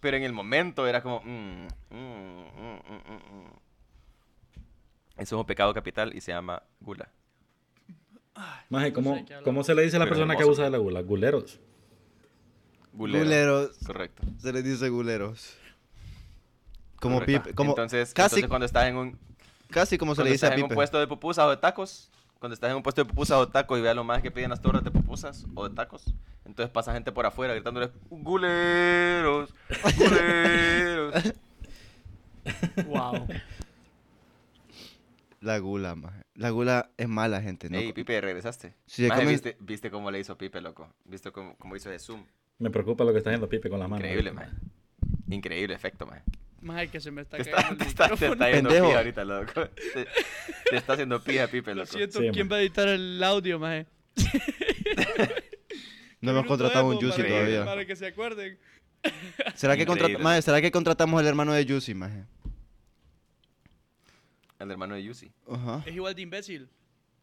B: Pero en el momento era como... mm, mm, mm, mm, mm, mm. Eso es un pecado capital y se llama gula.
D: Maje,
C: No sé
D: ¿cómo,
C: de qué hablamos.
D: ¿cómo se le dice a la
B: Pero
D: persona que
B: hermoso.
D: abusa de la gula? Guleros.
B: Gulero.
A: Guleros.
B: Correcto.
A: Se les dice guleros. Como
B: correcto.
A: pip, como
B: entonces,
A: casi,
B: entonces cuando estás en un,
A: casi como se
B: cuando
A: le dice a
B: estás en un
A: pipe.
B: puesto de pupusas o de tacos, cuando estás en un puesto de pupusas o tacos y veas lo más que piden las torres de pupusas o de tacos, entonces pasa gente por afuera gritándoles guleros, guleros.
C: Wow.
A: La gula, maje. La gula es mala, gente. No,
B: Ey, Pipe, regresaste.
A: Sí, ya
B: Maje,
A: comen-
B: ¿viste, viste cómo le hizo Pipe, loco. Viste cómo, cómo hizo de Zoom.
D: Me preocupa lo que está haciendo Pipe con las manos.
B: Increíble, man. Increíble efecto, man.
C: Maje, que se me está
B: Te está,
C: cayendo
B: te
C: el
B: está, te
C: micrófono.
B: está yendo
A: Pendejo.
B: pija ahorita, loco. Te, te está haciendo pija, Pipe,
C: Lo
B: loco.
C: siento,
D: Sí,
C: ¿quién
D: maje.
C: va a editar el audio, maje?
A: no hemos
C: Minuto
A: contratado un
C: emo
A: Juicy
C: para que-
A: todavía.
C: Para que se acuerden.
A: ¿Será, que contrata-
B: Increíble.
A: maje, ¿Será que contratamos al hermano de Juicy, maje?
B: El hermano de Yusi.
A: Ajá.
C: Es igual de imbécil.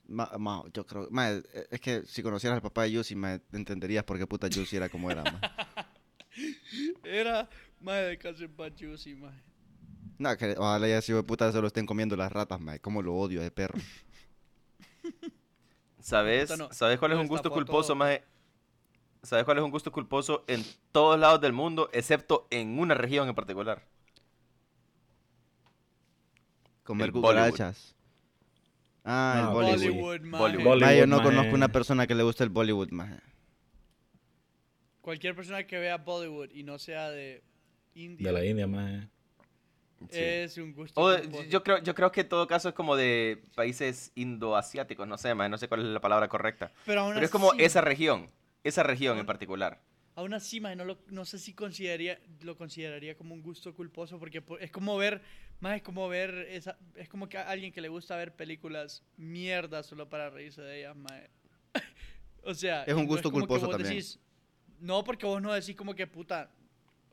A: Ma- ma, yo creo, ma, es- es que si conocieras al papá de Yusi, ma, entenderías por qué puta Yusi era como era, ma.
C: Era, madre, de casi pachusi, madre.
A: No, que ojalá ya sido de puta se lo estén comiendo las ratas, ma. Cómo lo odio de perro.
B: ¿Sabes,
C: Puta, no-
B: ¿sabes cuál es
C: no
B: un gusto
C: destapó
B: culposo,
C: todo.
B: maje? ¿Sabes cuál es un gusto culposo en todos lados del mundo, excepto en una región en particular?
A: Comer
B: El Bollywood.
A: cucarachas. Ah, el
D: Ah,
A: Bollywood.
C: Bollywood,
B: Bollywood.
C: madre.
D: Bollywood.
A: Ma, yo no
D: ma,
A: conozco
D: eh.
A: una persona que le guste el Bollywood, ma.
C: Cualquier persona que vea Bollywood y no sea de India
D: De la India, más.
B: Sí.
C: es un gusto.
B: O,
C: culposo.
B: yo, creo, yo creo que en todo caso es como de países indoasiáticos, no sé, maje, no sé cuál es la palabra correcta.
C: pero aún
B: Pero es como
C: así,
B: esa región, esa región en
C: Aún-
B: particular.
C: Aún así, mae, no, lo- no sé si consideraría, lo consideraría como un gusto culposo, porque po- es como ver, más es como ver, esa, es como que a alguien que le gusta ver películas mierda solo para reírse de ellas, mae. o sea...
A: Es un
C: no
A: gusto
C: como que
A: culposo
C: vos
A: también.
C: decís- no, porque vos no decís como que puta...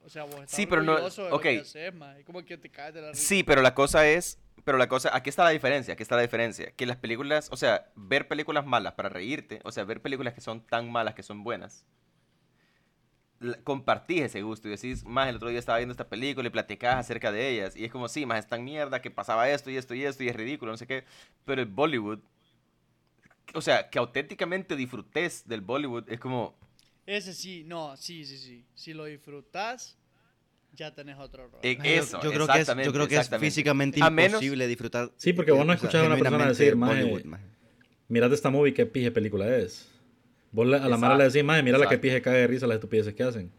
C: O sea, vos estás
B: Sí, pero no-
C: orgulloso de lo que
B: ok.
C: haces, mae, es como que te caes de la risa.
B: Sí, pero la cosa es, pero la cosa, aquí está la diferencia, aquí está la diferencia, que las películas, o sea, ver películas malas para reírte, o sea, ver películas que son tan malas que son buenas, la- compartís ese gusto y decís, más el otro día estaba viendo esta película y platicás acerca de ellas, y es como, sí, más es tan mierda que pasaba esto y esto y esto y es ridículo, no sé qué, pero el Bollywood, o sea, que auténticamente disfrutes del Bollywood, es como,
C: Ese sí, no, sí, sí, sí. Si lo disfrutas, ya tenés otro rol.
B: Eh,
A: Ma, yo-
B: eso,
A: yo, creo que es, yo
B: exactamente,
A: creo que es
B: exactamente.
A: físicamente
B: A menos-
A: imposible disfrutar.
D: Sí, porque vos no
A: eh, o sea,
D: escuchás a una persona
A: genuinamente
D: decir, "Mae,
A: Bollywood, ma.
D: Mirad esta movie, qué pije película es. Vos la- a la mara le
B: Exacto,
D: decís, madre, mira la que
B: exacto.
D: pije cae de risa las estupideces que hacen.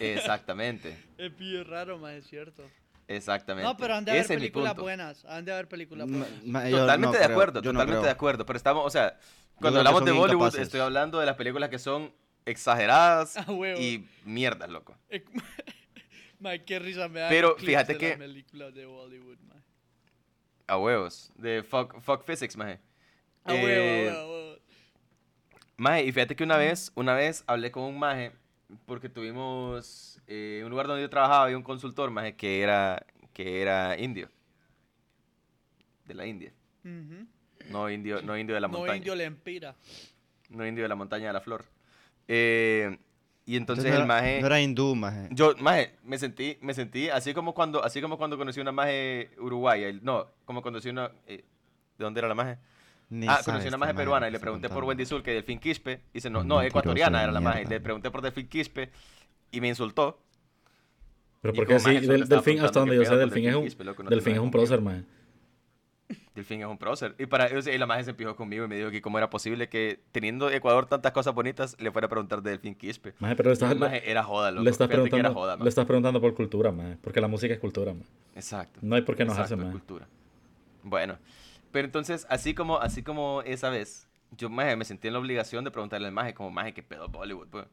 B: Exactamente,
C: Es bien raro, más es cierto.
B: exactamente.
C: No, pero han de haber
B: Ese es mi
C: películas
B: punto.
C: buenas. Han de haber películas
A: Ma-
C: buenas.
A: ma, Eh, yo no
B: Totalmente de
A: creo,
B: acuerdo,
A: yo no
B: totalmente
A: creo.
B: de acuerdo. Pero estamos, o sea, cuando
A: creo que
B: hablamos
A: son
B: de Bollywood,
A: incapaces.
B: estoy hablando de las películas que son exageradas
C: Ah, huevo.
B: y mierdas, loco.
C: Eh, ma, qué risa me da.
B: Pero fíjate que-
C: Las películas de Bollywood, ma.
B: A huevos. De fuck, fuck physics, maje.
C: A huevo,
B: Eh,
C: a huevo, a huevo.
B: Maje, y fíjate que una vez, una vez hablé con un maje, porque tuvimos eh, un lugar donde yo trabajaba, había un consultor, maje, que era, que era indio. De la India.
C: Ujú.
B: No indio, no indio de la montaña.
C: No indio lempira.
B: No indio de la montaña de la flor. Eh, y entonces,
A: no
B: el
A: era-
B: maje. Ah,
A: No era hindú, maje.
B: Yo, maje, me sentí, me sentí así como cuando, así como cuando conocí una maje uruguaya, el- no, como conocí una, eh, ¿de dónde era la maje?
A: Ni
B: ah,
A: sabes
B: conocí una
A: esta
B: maje
A: maje
B: peruana
A: que
B: y le
A: está
B: pregunté por
A: contando.
B: Wendy Sul, que Delfín Quispe, y se no, no,
A: Mentiroso de
B: ecuatoriana era la maje,
A: mierda.
B: le pregunté por Delfín Quispe y me insultó.
D: Pero
B: Y
D: porque
B: como,
D: así,
B: "Mae, solo te
D: del,
B: estaba
D: Delfín, hasta
B: preguntando
D: donde
B: qué
D: yo sé,
B: pedo con
D: Delfín es
B: Delfín
D: un,
B: Quispe, loco, no te
D: Delfín es
B: metas
D: un
B: conmigo.
D: prócer, mae.
B: Delfín es un prócer. Y para o sea, y la maje se empijó conmigo y me dijo que cómo era posible que teniendo Ecuador tantas cosas bonitas le fuera a preguntar de Delfín Quispe.
D: Mae, pero
B: Y
D: le estás,
B: la maje era joda, loco.
D: le, estás
B: fíjate que era
D: preguntando,
B: joda,
D: le
B: maje.
D: estás preguntando por cultura, mae. Porque la música es cultura, mae.
B: Exacto.
D: No hay por qué enojarse,
B: Exacto, es
D: mae.
B: cultura. Bueno, pero entonces, así como, así como esa vez, yo maje, me sentí en la obligación de preguntarle al maje, como, maje, ¿qué pedo Bollywood, pues?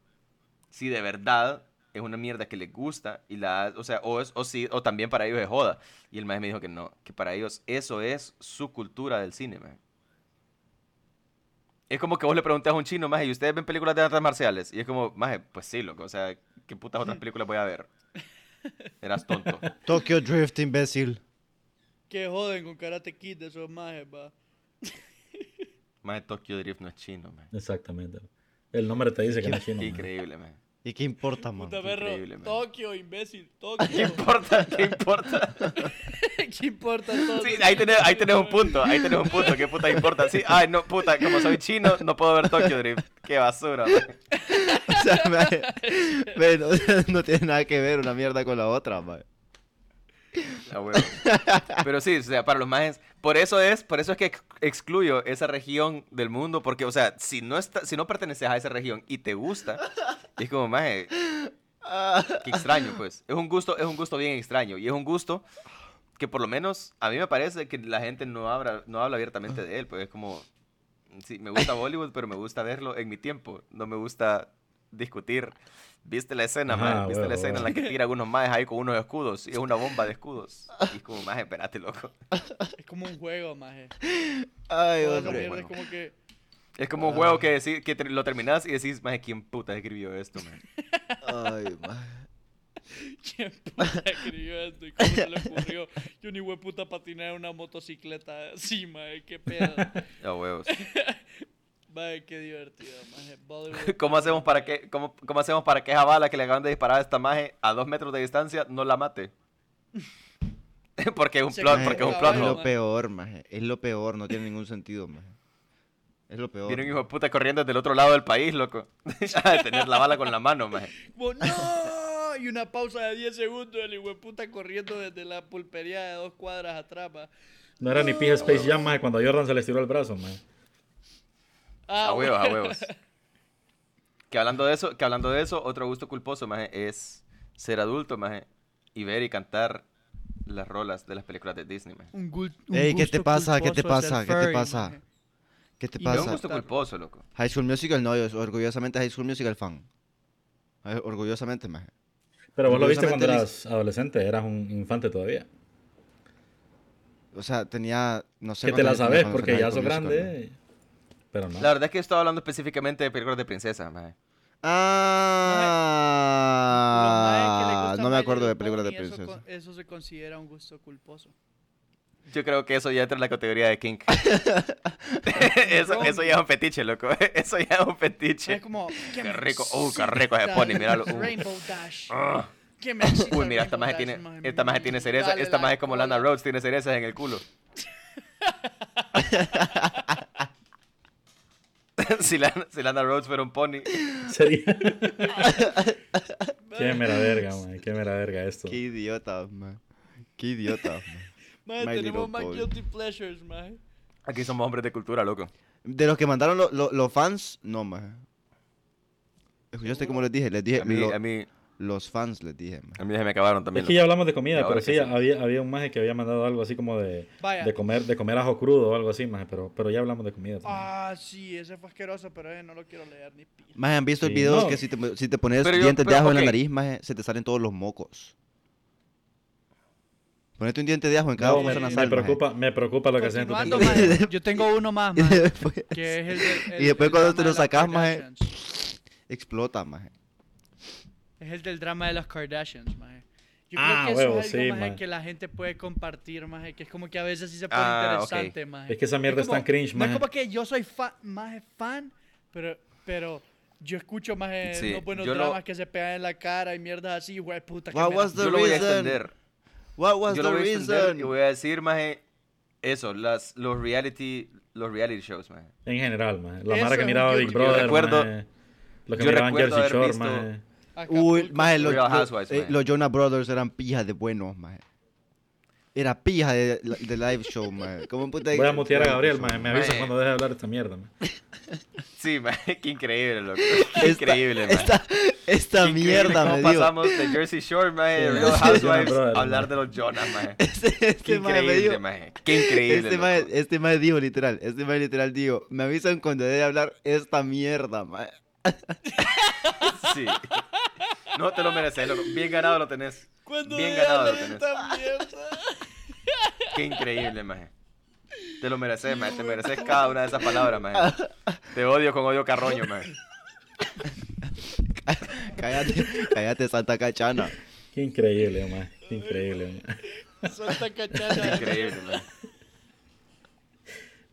B: Si de verdad es una mierda que les gusta y la, o sea, o, es, o, sí, o también para ellos es joda. Y el maje me dijo que no, que para ellos eso es su cultura del cine, maje. Es como que vos le preguntas a un chino, maje, ¿y ustedes ven películas de artes marciales? Y es como, maje, pues sí, loco, o sea, ¿qué putas otras películas voy a ver? Eras tonto.
A: Tokyo Drift, imbécil.
C: Que joden con Karate Kid de esos majes, va.
B: Maje, Tokyo Drift no es chino, maje.
D: Exactamente. El nombre te dice que no es chino. mae.
B: Increíble, man.
A: ¿Y qué importa, man?
C: Puta perro.
B: increíble, man.
C: Tokio, imbécil.
B: ¿Qué
C: Tokio.
B: importa? ¿Qué importa?
C: ¿Qué importa todo?
B: Sí, ahí tenés, ahí tenés un punto, ahí tenés un punto, ¿qué puta importa? Sí, ay, no, puta, como soy chino, no puedo ver Tokyo Drift. Qué basura, man.
A: O sea, maje, ve, no, no tiene nada que ver una mierda con la otra, maje.
B: A huevo. Pero sí, o sea, para los majes, por eso es, por eso es que ex- excluyo esa región del mundo, porque, o sea, si no, está, si no perteneces a esa región y te gusta, es como, maje, qué extraño, pues. Es un gusto, es un gusto bien extraño, y es un gusto que por lo menos a mí me parece que la gente no habla, no habla abiertamente de él, pues es como, sí, me gusta Bollywood, pero me gusta verlo en mi tiempo, no me gusta discutir. ¿Viste la escena,
D: Ajá,
B: maje? ¿Viste la
D: huevo,
B: escena en la
D: huevo.
B: que tiran unos majes ahí con unos escudos? Y es una bomba de escudos. Y es como, maje, espérate, loco.
C: Es como un juego, maje.
A: Ay,
C: Toda esa
B: hombre.
C: mierda es
B: Bueno.
C: como que.
B: Es como un juego que, decí- que te- lo terminás y decís, maje, ¿quién puta escribió esto, man?
A: Ay, maje.
C: ¿Quién puta escribió esto y cómo se le ocurrió? Yo ni hueputa patinar en una motocicleta así, mae, qué pedo.
B: A huevos.
C: Mae, qué divertido, mae. Bollywood.
B: ¿Cómo hacemos para que, cómo, cómo hacemos para que esa bala que le acaban de disparar a esta maje a dos metros de distancia no la mate? porque es un
C: Se
B: plot,
C: cae
B: porque es un
C: la
B: plot
A: Es
C: bala.
B: hole.
A: lo peor, maje. Es lo peor, no tiene ningún sentido, maje. Es lo peor.
B: Viene un hijo de puta corriendo desde el otro lado del país, loco. Ha de tener la bala con la mano, maje.
C: Como, ¡No! Y una pausa de 10 segundos, el hueputa corriendo desde la pulpería de dos cuadras atrás, mae.
D: No era ni pija Space Jam, maje, cuando Jordan se le estiró el brazo, maje.
C: Ah,
B: A huevos, a
C: bueno.
B: huevos. Que hablando de eso, que hablando de eso, otro gusto culposo, maje, es ser adulto, maje, y ver y cantar las rolas de las películas de Disney, maje.
C: Un gu- un
A: Ey, ¿qué te
C: gusto
A: pasa? ¿Qué te
C: culposo es
A: pasa?
C: el
A: ¿Qué te
C: furry,
A: pasa?
C: mae.
A: ¿Qué te
C: Y no
B: Es un
A: pasa?
B: gusto culposo, loco.
A: High School Musical, no, yo soy orgullosamente High School Musical fan. Eh, Orgullosamente, maje.
D: Pero vos lo viste cuando
A: Curiosamente,
D: eras adolescente, eras un infante todavía.
A: O sea, tenía, no sé...
D: que te la
A: cuántos años tenía
D: sabes
A: cuando
D: porque
A: salió
D: ya
A: High
D: sos
A: School Musical, ¿no?
D: grande. eh. Pero no.
B: La verdad es que estaba hablando específicamente de películas de princesas, maje.
C: Los maes que le
A: Ah,
C: gustan
A: no me
C: My
A: acuerdo de
C: Little
A: películas de
C: Pony, eso
A: princesas.
C: con- Eso, se considera un gusto culposo.
B: Yo creo que eso ya entra en la categoría de kink. eso, eso ya es un fetiche, loco. Eso ya es un
C: Es
B: fetiche.
C: como, qué,
B: rico, uh, qué
C: mexicita
B: rico ese pony,
C: el
B: míralo, uh.
C: Rainbow Dash.
B: Ah.
C: Qué mexicita
B: Uy,
C: el
B: mira, esta maje
C: Rainbow Dash,
B: tiene,
C: maje,
B: esta maje tiene
C: mm,
B: cereza.
C: dale
B: Esta
C: la
B: maje es como Lana
C: cola.
B: Rhodes, tiene cerezas en el culo. si, Lana, si Lana Rhodes fuera un pony,
D: Sería.
C: Maje,
D: Qué mera verga, maje, Qué mera verga esto.
A: Qué idiota, maje. Qué idiota, maje.
C: maje,
A: My
C: tenemos
A: Little
C: más
A: Pony.
C: guilty pleasures, maje.
B: aquí somos hombres de cultura, loco.
A: De los que mandaron lo- lo- los fans, no, maje. ¿Escuchaste cómo les dije? Les dije,
B: A mí,
A: lo-
B: a mí,
A: los fans les dije, maje.
B: a mí se me acabaron
D: Es
B: también.
D: que ya hablamos de comida,
B: Y ahora
D: pero
B: que
D: sí,
B: sí.
D: Había, había un maje que había mandado algo así como de,
C: Vaya.
D: de comer de comer ajo crudo o algo así, maje, pero, pero ya hablamos de comida. también.
C: Ah, sí, ese fue asqueroso, pero eh, no lo quiero leer ni pija.
A: Maje, ¿han visto el
D: Sí,
A: video
D: no.
A: que si te, si te pones
B: Pero yo-
A: dientes de
B: pero,
A: ajo en la
B: ok.
A: nariz, maje, se te salen todos los mocos? Ponete un diente de ajo en cada
D: No,
A: fosa
D: me, me
A: nasal, maje.
D: preocupa, me preocupa lo que hacen en tu
C: Continuando,
D: tiempo libre.
C: maje, yo tengo uno más,
A: Y
C: maje,
A: después-
C: que es el de-
A: y
C: el-
A: después
C: el
A: cuando
C: drama
A: te
C: de
A: lo
C: las
A: sacas, maje.
C: Kardashians.
A: Explota, maje.
C: Es el del drama de las Kardashians, maje. Yo
D: Ah,
C: creo que eso
D: huevo,
C: es algo,
D: sí,
C: maje,
D: maje.
C: que la gente puede compartir, maje, que es como que a veces sí se pone
B: Ah, ok.
C: interesante, maje.
D: Es que esa mierda es tan
C: como-
D: cringe,
C: No es
D: maje.
C: como que yo soy fan, maje, fan, pero, pero yo escucho, maje,
B: Sí,
C: los buenos
B: yo lo-
C: dramas que se pegan en la cara y mierdas así, güey, puta, que
A: What
C: me
A: was
C: da-
A: the
B: Yo lo voy a
A: reason?
B: extender.
A: What was
B: Yo lo
A: the
B: voy a extender
A: reason?
B: y voy a decir, maje, eso, las, los reality, los reality shows, maje.
D: En general, maje. La
C: Eso
D: mara que
C: es un
D: miraba
C: guilty-
D: Big
B: yo
D: Brother,
B: recuerdo-
D: maje, Los que
B: yo
D: miraban
B: recuerdo
D: Jersey Shore,
B: haber visto-
D: maje.
C: Acapulco.
A: Uy, maje, los,
B: Real
A: los-
B: Housewives,
A: eh,
B: maje.
A: los Jonah Brothers eran pijas de buenos, maje. Era pija de, de live show, maje. ¿Cómo puta
D: Voy a mutear a Gabriel, maje.
A: man.
D: Me avisas
B: Maje.
D: cuando deje de hablar de esta mierda, maje.
B: Sí, maje, qué increíble, loco. Qué increíble, maje.
A: Esta, esta
B: Qué increíble
A: mierda
B: cómo
A: me dio.
B: pasamos de Jersey Shore, maje, de
D: Sí,
B: Real
D: sí,
B: Housewives,
D: Jonas Brothers,
B: a hablar
D: maje.
B: de los Jonas, maje.
A: Este,
B: Qué
A: este maje me
B: increíble,
A: dio.
B: maje. Qué increíble,
A: Este
B: loco.
A: mae, este mae dijo literal, este mae literal dijo, me avisan cuando debe hablar esta mierda, mae.
B: Sí. No te lo mereces, loco. Bien ganado lo tenés.
C: Cuando
B: bien
C: vean
B: ganado lo tenés.
C: esta mierda.
B: Qué increíble, maje. Te lo mereces, maje. Te mereces cada una de esas palabras, maje. Te odio con odio carroño, maje.
A: Cállate, cállate Santa Cachana.
D: Qué increíble, maje. Qué increíble, maje.
C: Santa cachada.
B: Increíble, maje.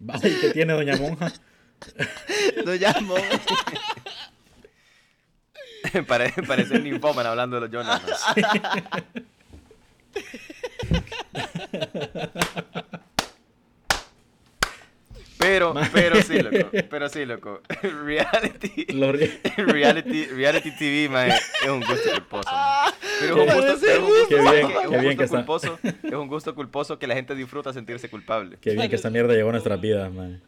D: Vaya, ¿y ¿qué tiene Doña Monja?
A: No llamo.
B: Pare, parece ninfoman hablando de los Jonas, maje. Pero, pero sí, loco. Pero sí, loco. Reality.
D: Los ri-
B: reality, reality TV, mae, es un gusto culposo. mae. Pero es un gusto,
A: Parece
B: es un gusto-
D: Qué
B: ¿sabes
D: bien,
B: qué? Es un
D: qué bien
B: gusto
D: que está.
B: culposo, es un gusto culposo que la gente disfruta sentirse culpable.
D: Qué bien que esta mierda llegó a nuestras vidas, maje.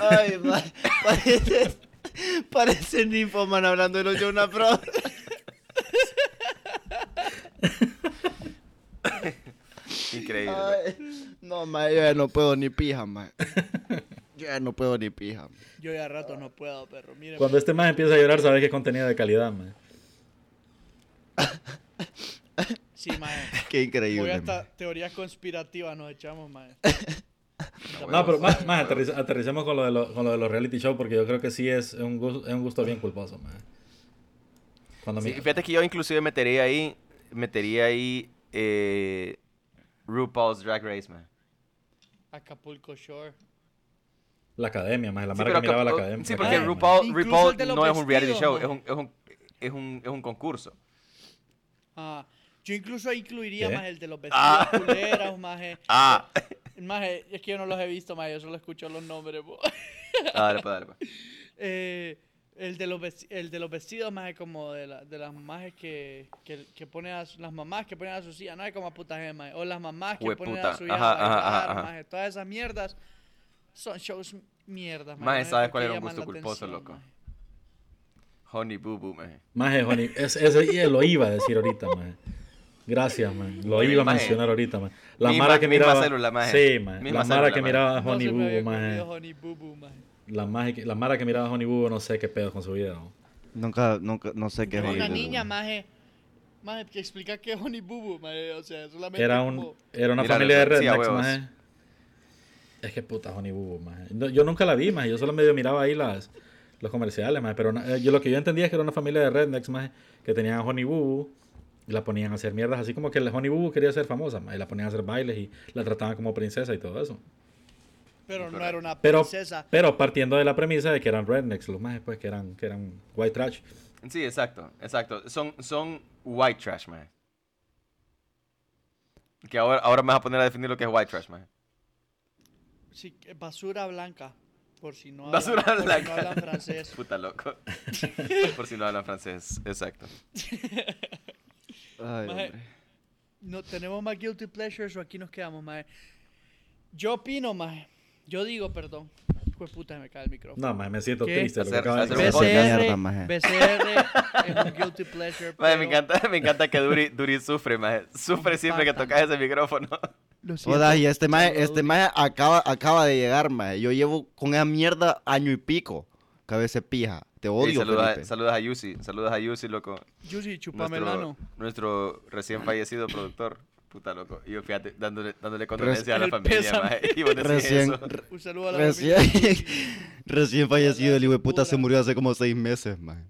A: Ay, mae, parece parece Ninfoman hablando de los Jonah Bros.
B: Increíble. mae.
A: Ay, no, mae, yo ya no puedo ni pija, mae. Yo ya no puedo ni pija. mae.
C: Yo ya rato no puedo, perro. Miren,
D: Cuando este maje empieza a llorar, sabes que es contenido de calidad, maje.
C: sí, maje.
A: Qué
C: Hoy
A: increíble.
C: hasta
A: mae.
C: teorías conspirativas nos echamos, maje.
D: No, pero más, más aterriz- aterricemos con lo, de lo- con lo de los reality shows porque yo creo que sí es un, gus- es un gusto bien culposo, maje. Cuando
B: Sí,
D: mi-
B: fíjate que yo inclusive metería ahí, metería ahí eh, RuPaul's Drag Race, man.
C: Acapulco Shore.
D: La academia, más la
B: Sí,
D: marca
B: pero
D: miraba la
B: Acapulco-
D: academia. Eh,
B: sí,
D: la
B: porque
D: academia,
B: RuPaul,
C: Incluso
B: RuPaul
C: el de los
B: no es un reality
C: vestidos,
B: show, es
C: man.
B: un, es, un, es, un, es un concurso.
C: Ah, yo incluso incluiría
D: ¿Qué?
C: más el de los vestidos
B: Ah.
C: culeros, más, eh,
B: Ah,
C: más, eh, es que yo no los he visto, más yo solo escucho los nombres. bo.
B: Ah, dale, pa, dale, pa.
C: Eh, el, de los vesti- el de los vestidos, más como de, la- de las mamás que, que, que ponen a su- las mamás que ponen a sus hijas, no es como a puta gema, o las mamás que ponen a
B: Jueputa.
C: su hija a
B: Ajá, ajá,
C: bailar,
B: ajá, ajá.
C: maje, todas esas mierdas son shows mierdas, maje,
B: Maje,
C: no sé
B: ¿sabes
C: por
B: cuál
C: qué
B: era un
C: llaman
B: gusto
C: la
B: culposo,
C: atención,
B: loco?
C: maje.
B: Honey Boo Boo, man.
D: Maje, Johnny, es- ese y lo iba a decir ahorita, maje. Gracias, maje. Lo
B: Miren,
D: iba a
B: maje.
D: mencionar ahorita, maje. La
B: Misma-
D: mara que
B: misma
D: miraba.
B: célula, maje.
D: Sí, maje.
B: Misma
D: La mara
B: célula,
D: que
B: maje.
D: miraba a
C: No
D: Honey
C: se me había
D: Boo,
C: ocurrido
D: maje.
C: Honey Boo Boo, maje.
D: La, maje que- la mara que miraba a Honey Boo, no sé qué pedo con su vida, ¿no?
A: Nunca, nunca, no sé qué es
C: Era una
A: Hollywood,
C: niña,
A: güey.
C: maje. Maje, que explica qué es Honey Boo Boo, maje. O sea, solamente.
D: Era, un,
C: como-
D: era una
B: Mira,
D: familia de
B: sí, a
D: rednecks,
B: huevos.
D: maje. Es que puta Honey Boo, maje. No, yo nunca la vi, maje. Yo solo medio miraba ahí las, los comerciales, maje. Pero na- eh, yo, lo que yo entendía es que era una familia de rednecks, maje, que tenían a Honey Boo y la ponían a hacer mierdas. Así como que la Honey Boo quería ser famosa, maje. Y la ponían a hacer bailes y la trataban como princesa y todo eso.
C: Pero no era una
D: Pero,
C: princesa.
D: pero partiendo de la premisa de que eran rednecks, los majes, pues, que eran, que eran white trash.
B: Sí, exacto, exacto. Son, son white trash, man. Que ahora, ahora me vas a poner a definir lo que es white trash, man.
C: Sí, que- basura blanca. Por si no hablan,
B: Basura
C: por si no
B: blanca.
C: hablan francés.
B: Puta loco. Por si no hablan francés, exacto.
A: Ay,
C: Maje.
A: hombre.
C: No, tenemos más guilty pleasures o aquí nos quedamos, maje. Yo opino, maje. Yo digo, perdón. Pues puta, me cae el micrófono.
D: No, maje, me siento
C: ¿Qué?
D: triste. Lo que
B: Hacer-
D: acaba de
B: hacer
D: decir.
A: un podcast.
C: BCR,
A: Mierda, maje.
C: BCR es un guilty pleasure.
B: Maje,
C: pero-
B: me, encanta, me encanta que Duri, Duri sufre, maje. Sufre siempre que
C: Mátame.
B: tocas ese micrófono.
C: Lo siento,
A: Joda, y este mae,
C: Salvador.
A: este mae acaba, acaba de llegar, mae. Yo llevo con esa mierda año y pico. Cabeza de pija. Te
B: Ey,
A: odio,
B: saluda-
A: Felipe.
B: saludas a Yusi, saludas a Yusi, loco.
C: Yusi, chupame el
B: Nuestro,
C: ano.
B: nuestro recién fallecido productor. Puta loco. Y yo fíjate, dándole, dándole condolencia a la
C: el
B: familia,
C: pésame.
B: maje. Y vos decís
A: Recién,
B: eso.
A: re-
C: Un saludo a la
A: recién,
C: familia.
A: recién fallecido, el hijo de puta se
C: Pura.
A: murió hace como seis meses, mae.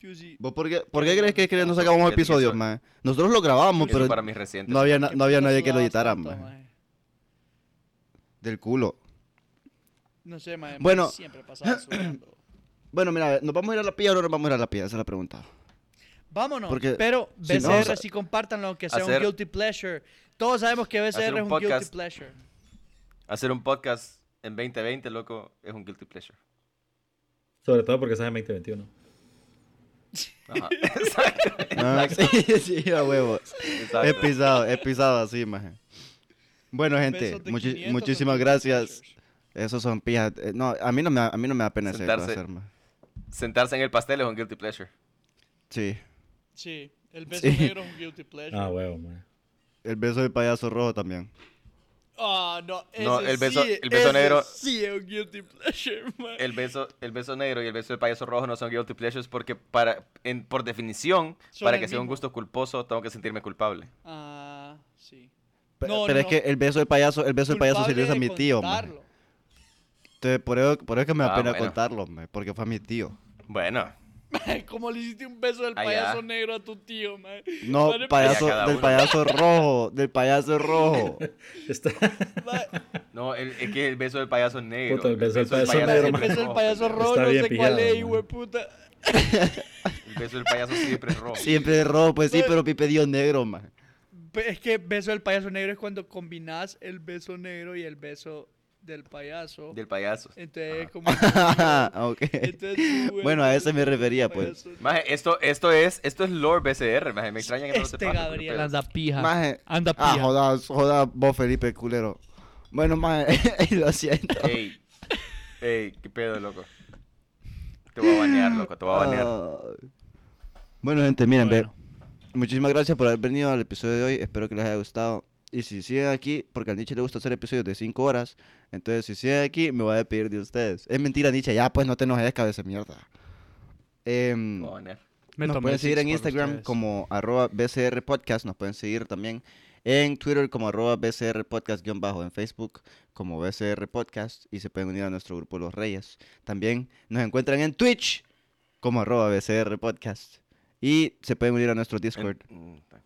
C: Yusi,
A: ¿Vos por qué, por qué crees que, que no sacamos
B: Fíjate que
A: episodios,
B: eso-
A: mae? Nosotros lo grabamos,
B: Eso
A: pero
B: para mis recientes.
A: no había, na-
C: ¿qué
A: no había
C: puta
A: nadie que lo
C: sudabas
A: editara,
C: tanto,
A: mae.
C: maje?
A: Del culo.
C: No sé, maje.
A: Bueno.
C: Siempre pasaba sudando.
A: Bueno, mira, ¿nos vamos a ir a la pilla o no nos vamos a ir a la pilla? Esa es la pregunta.
C: Vámonos.
A: Porque
C: pero
A: si
C: BCR
A: no,
C: si
A: o sea,
C: compartanlo, aunque sea
B: hacer-
C: un guilty pleasure. Todos sabemos que BCR es
B: hacer un
C: un guilty
B: podcast.
C: pleasure.
B: Hacer un podcast en 2020, loco, es un guilty pleasure.
D: Sobre todo porque estás en 2021.
B: Ajá. Exacto.
A: Ah, sí, sí, a huevos.
B: Exacto.
A: He pisado, he pisado así, maje. Bueno, gente,
C: Besos de
A: muchi-
C: 500 son
A: muchísimas
C: guilty
A: gracias.
C: pleasures.
A: Esos son pijas. eh, No, a mí no me, da- a mí no me da pena hacer
B: Sentarse.
A: hacer, maje.
B: Sentarse en el pastel es un guilty pleasure.
A: Sí.
C: Sí, el beso
A: Sí.
C: negro es un guilty pleasure.
D: Ah, huevo, maje.
A: El beso del payaso rojo también.
C: Ah, no, ese
B: No, el beso-
C: sí,
B: el beso
C: ese
B: negro-
C: Sí, es un guilty pleasure, man.
B: El beso, el beso negro y el beso del payaso rojo no son guilty pleasures porque para, en, por definición,
C: Son
B: para
C: el
B: que sea un
C: mismo.
B: gusto culposo, tengo que sentirme culpable.
C: Ah, sí.
A: Pe-
C: No,
A: pero
C: no,
A: es que el beso del payaso, el beso del payaso se
C: Culpable
A: lo hizo a
C: de
A: mi tío, maje.
C: contarlo.
A: Entonces, por eso, por eso que me da
B: Ah,
A: pena
B: bueno.
A: contarlo, maje, porque fue a mi tío.
B: Bueno,
C: ¿Cómo le hiciste un beso del
B: Allá.
C: payaso negro a tu tío, man?
A: Ah,
C: pues,
A: No,
C: Madre-
A: payaso,
B: cada
A: del
B: uno.
A: payaso rojo, del payaso rojo.
D: Está-
C: Ma-
B: no, el- es que el beso del payaso negro.
D: Puta, el beso del payaso
C: El
D: negro,
B: siempre
D: man.
C: beso
B: es
C: del
B: rojo,
C: payaso
B: pendejo.
C: rojo,
D: Está
C: no
D: bien
C: sé cuál
D: pillado,
C: es,
D: man.
C: hueputa.
B: El beso del payaso siempre es rojo.
A: Siempre rojo, pues sí,
C: Ve-
A: pero Pipe dio negro, maje.
C: Pe- Es que beso del payaso negro es cuando combinas el beso negro y el beso del payaso.
B: Del payaso.
C: Entonces,
B: Ajá.
C: como.
A: ok.
C: Entonces, tú,
A: Ah. Bueno, a
C: el
A: ese me refería, pues.
C: payaso-
B: Maje, esto, esto es, esto es lore BCR, maje. Me extraña que no lo
C: Este
B: sepas. loco, qué
C: Gabriel
B: pedo.
C: anda pija.
A: Maje.
C: Anda
A: Ah,
C: pija.
A: joda, joda vos, Felipe, culero. Bueno, maje, lo siento.
B: Ey, ey, qué pedo, loco. Te voy a banear, loco, te voy a banear.
A: Ah. Bueno, gente, miren, ve,
C: Bueno.
A: Muchísimas gracias por haber venido al episodio de hoy. Espero que les haya gustado. Y si siguen aquí, porque a Nietzsche le gusta hacer episodios de 5 horas, entonces si siguen aquí, me voy a despedir de ustedes. Es mentira, Nietzsche, ya pues no te enojes, cabeza de mierda.
B: Te
A: Em,
B: voy a banear.
C: Me
A: nos
C: tomé
A: pueden
C: el
A: seguir
C: six
A: en
C: por
A: Instagram
C: ustedes.
A: como arroba BCR Podcast, nos pueden seguir también en Twitter como arroba BCR Podcast guión bajo, en Facebook como BCR Podcast y se pueden unir a nuestro grupo Los Reyes. También nos encuentran en Twitch como arroba BCR Podcast. Y se pueden unir a nuestro Discord.
B: Mm, está.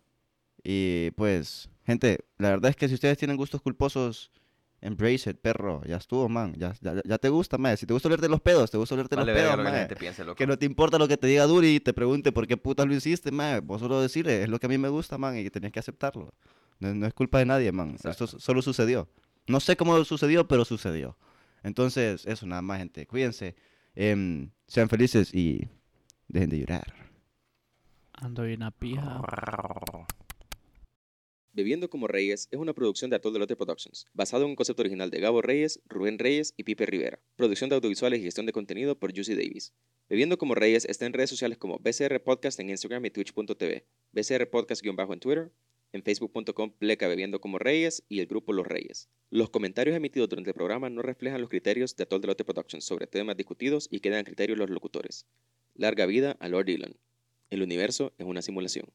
A: Y pues, gente, la verdad es que si ustedes tienen gustos culposos, embrace it, perro. Ya estuvo, man. Ya, ya, ya te gusta, mae. Si te gusta olerte los pedos, te gusta olerte
B: Vale,
A: los
B: verga
A: pedos,
B: lo que la
A: mae.
B: gente piense, loco.
A: Que no te importa lo que te diga Duri y te pregunte por qué putas lo hiciste, man. Vos solo decirle, es lo que a mí me gusta, man, y que tenés que aceptarlo. No, no es culpa de nadie, man.
B: Exacto.
A: Esto s- solo sucedió. No sé cómo sucedió, pero sucedió. Entonces, eso nada más, gente. Cuídense. em, sean felices y dejen de llorar.
C: Ando bien a pija.
F: Bebiendo como Reyes es una producción de Atol Delote Productions, basado en un concepto original de Gabo Reyes, Rubén Reyes y Pipe Rivera. Producción de audiovisuales y gestión de contenido por Juicy Davis. Bebiendo como Reyes está en redes sociales como BCR Podcast en Instagram y Twitch.tv, BCR Podcast-bajo en Twitter, en Facebook.com pleca Bebiendo como Reyes y el grupo Los Reyes. Los comentarios emitidos durante el programa no reflejan los criterios de Atol Delote Productions sobre temas discutidos y quedan a criterio de los locutores. Larga vida a Lord Dylan. El universo es una simulación.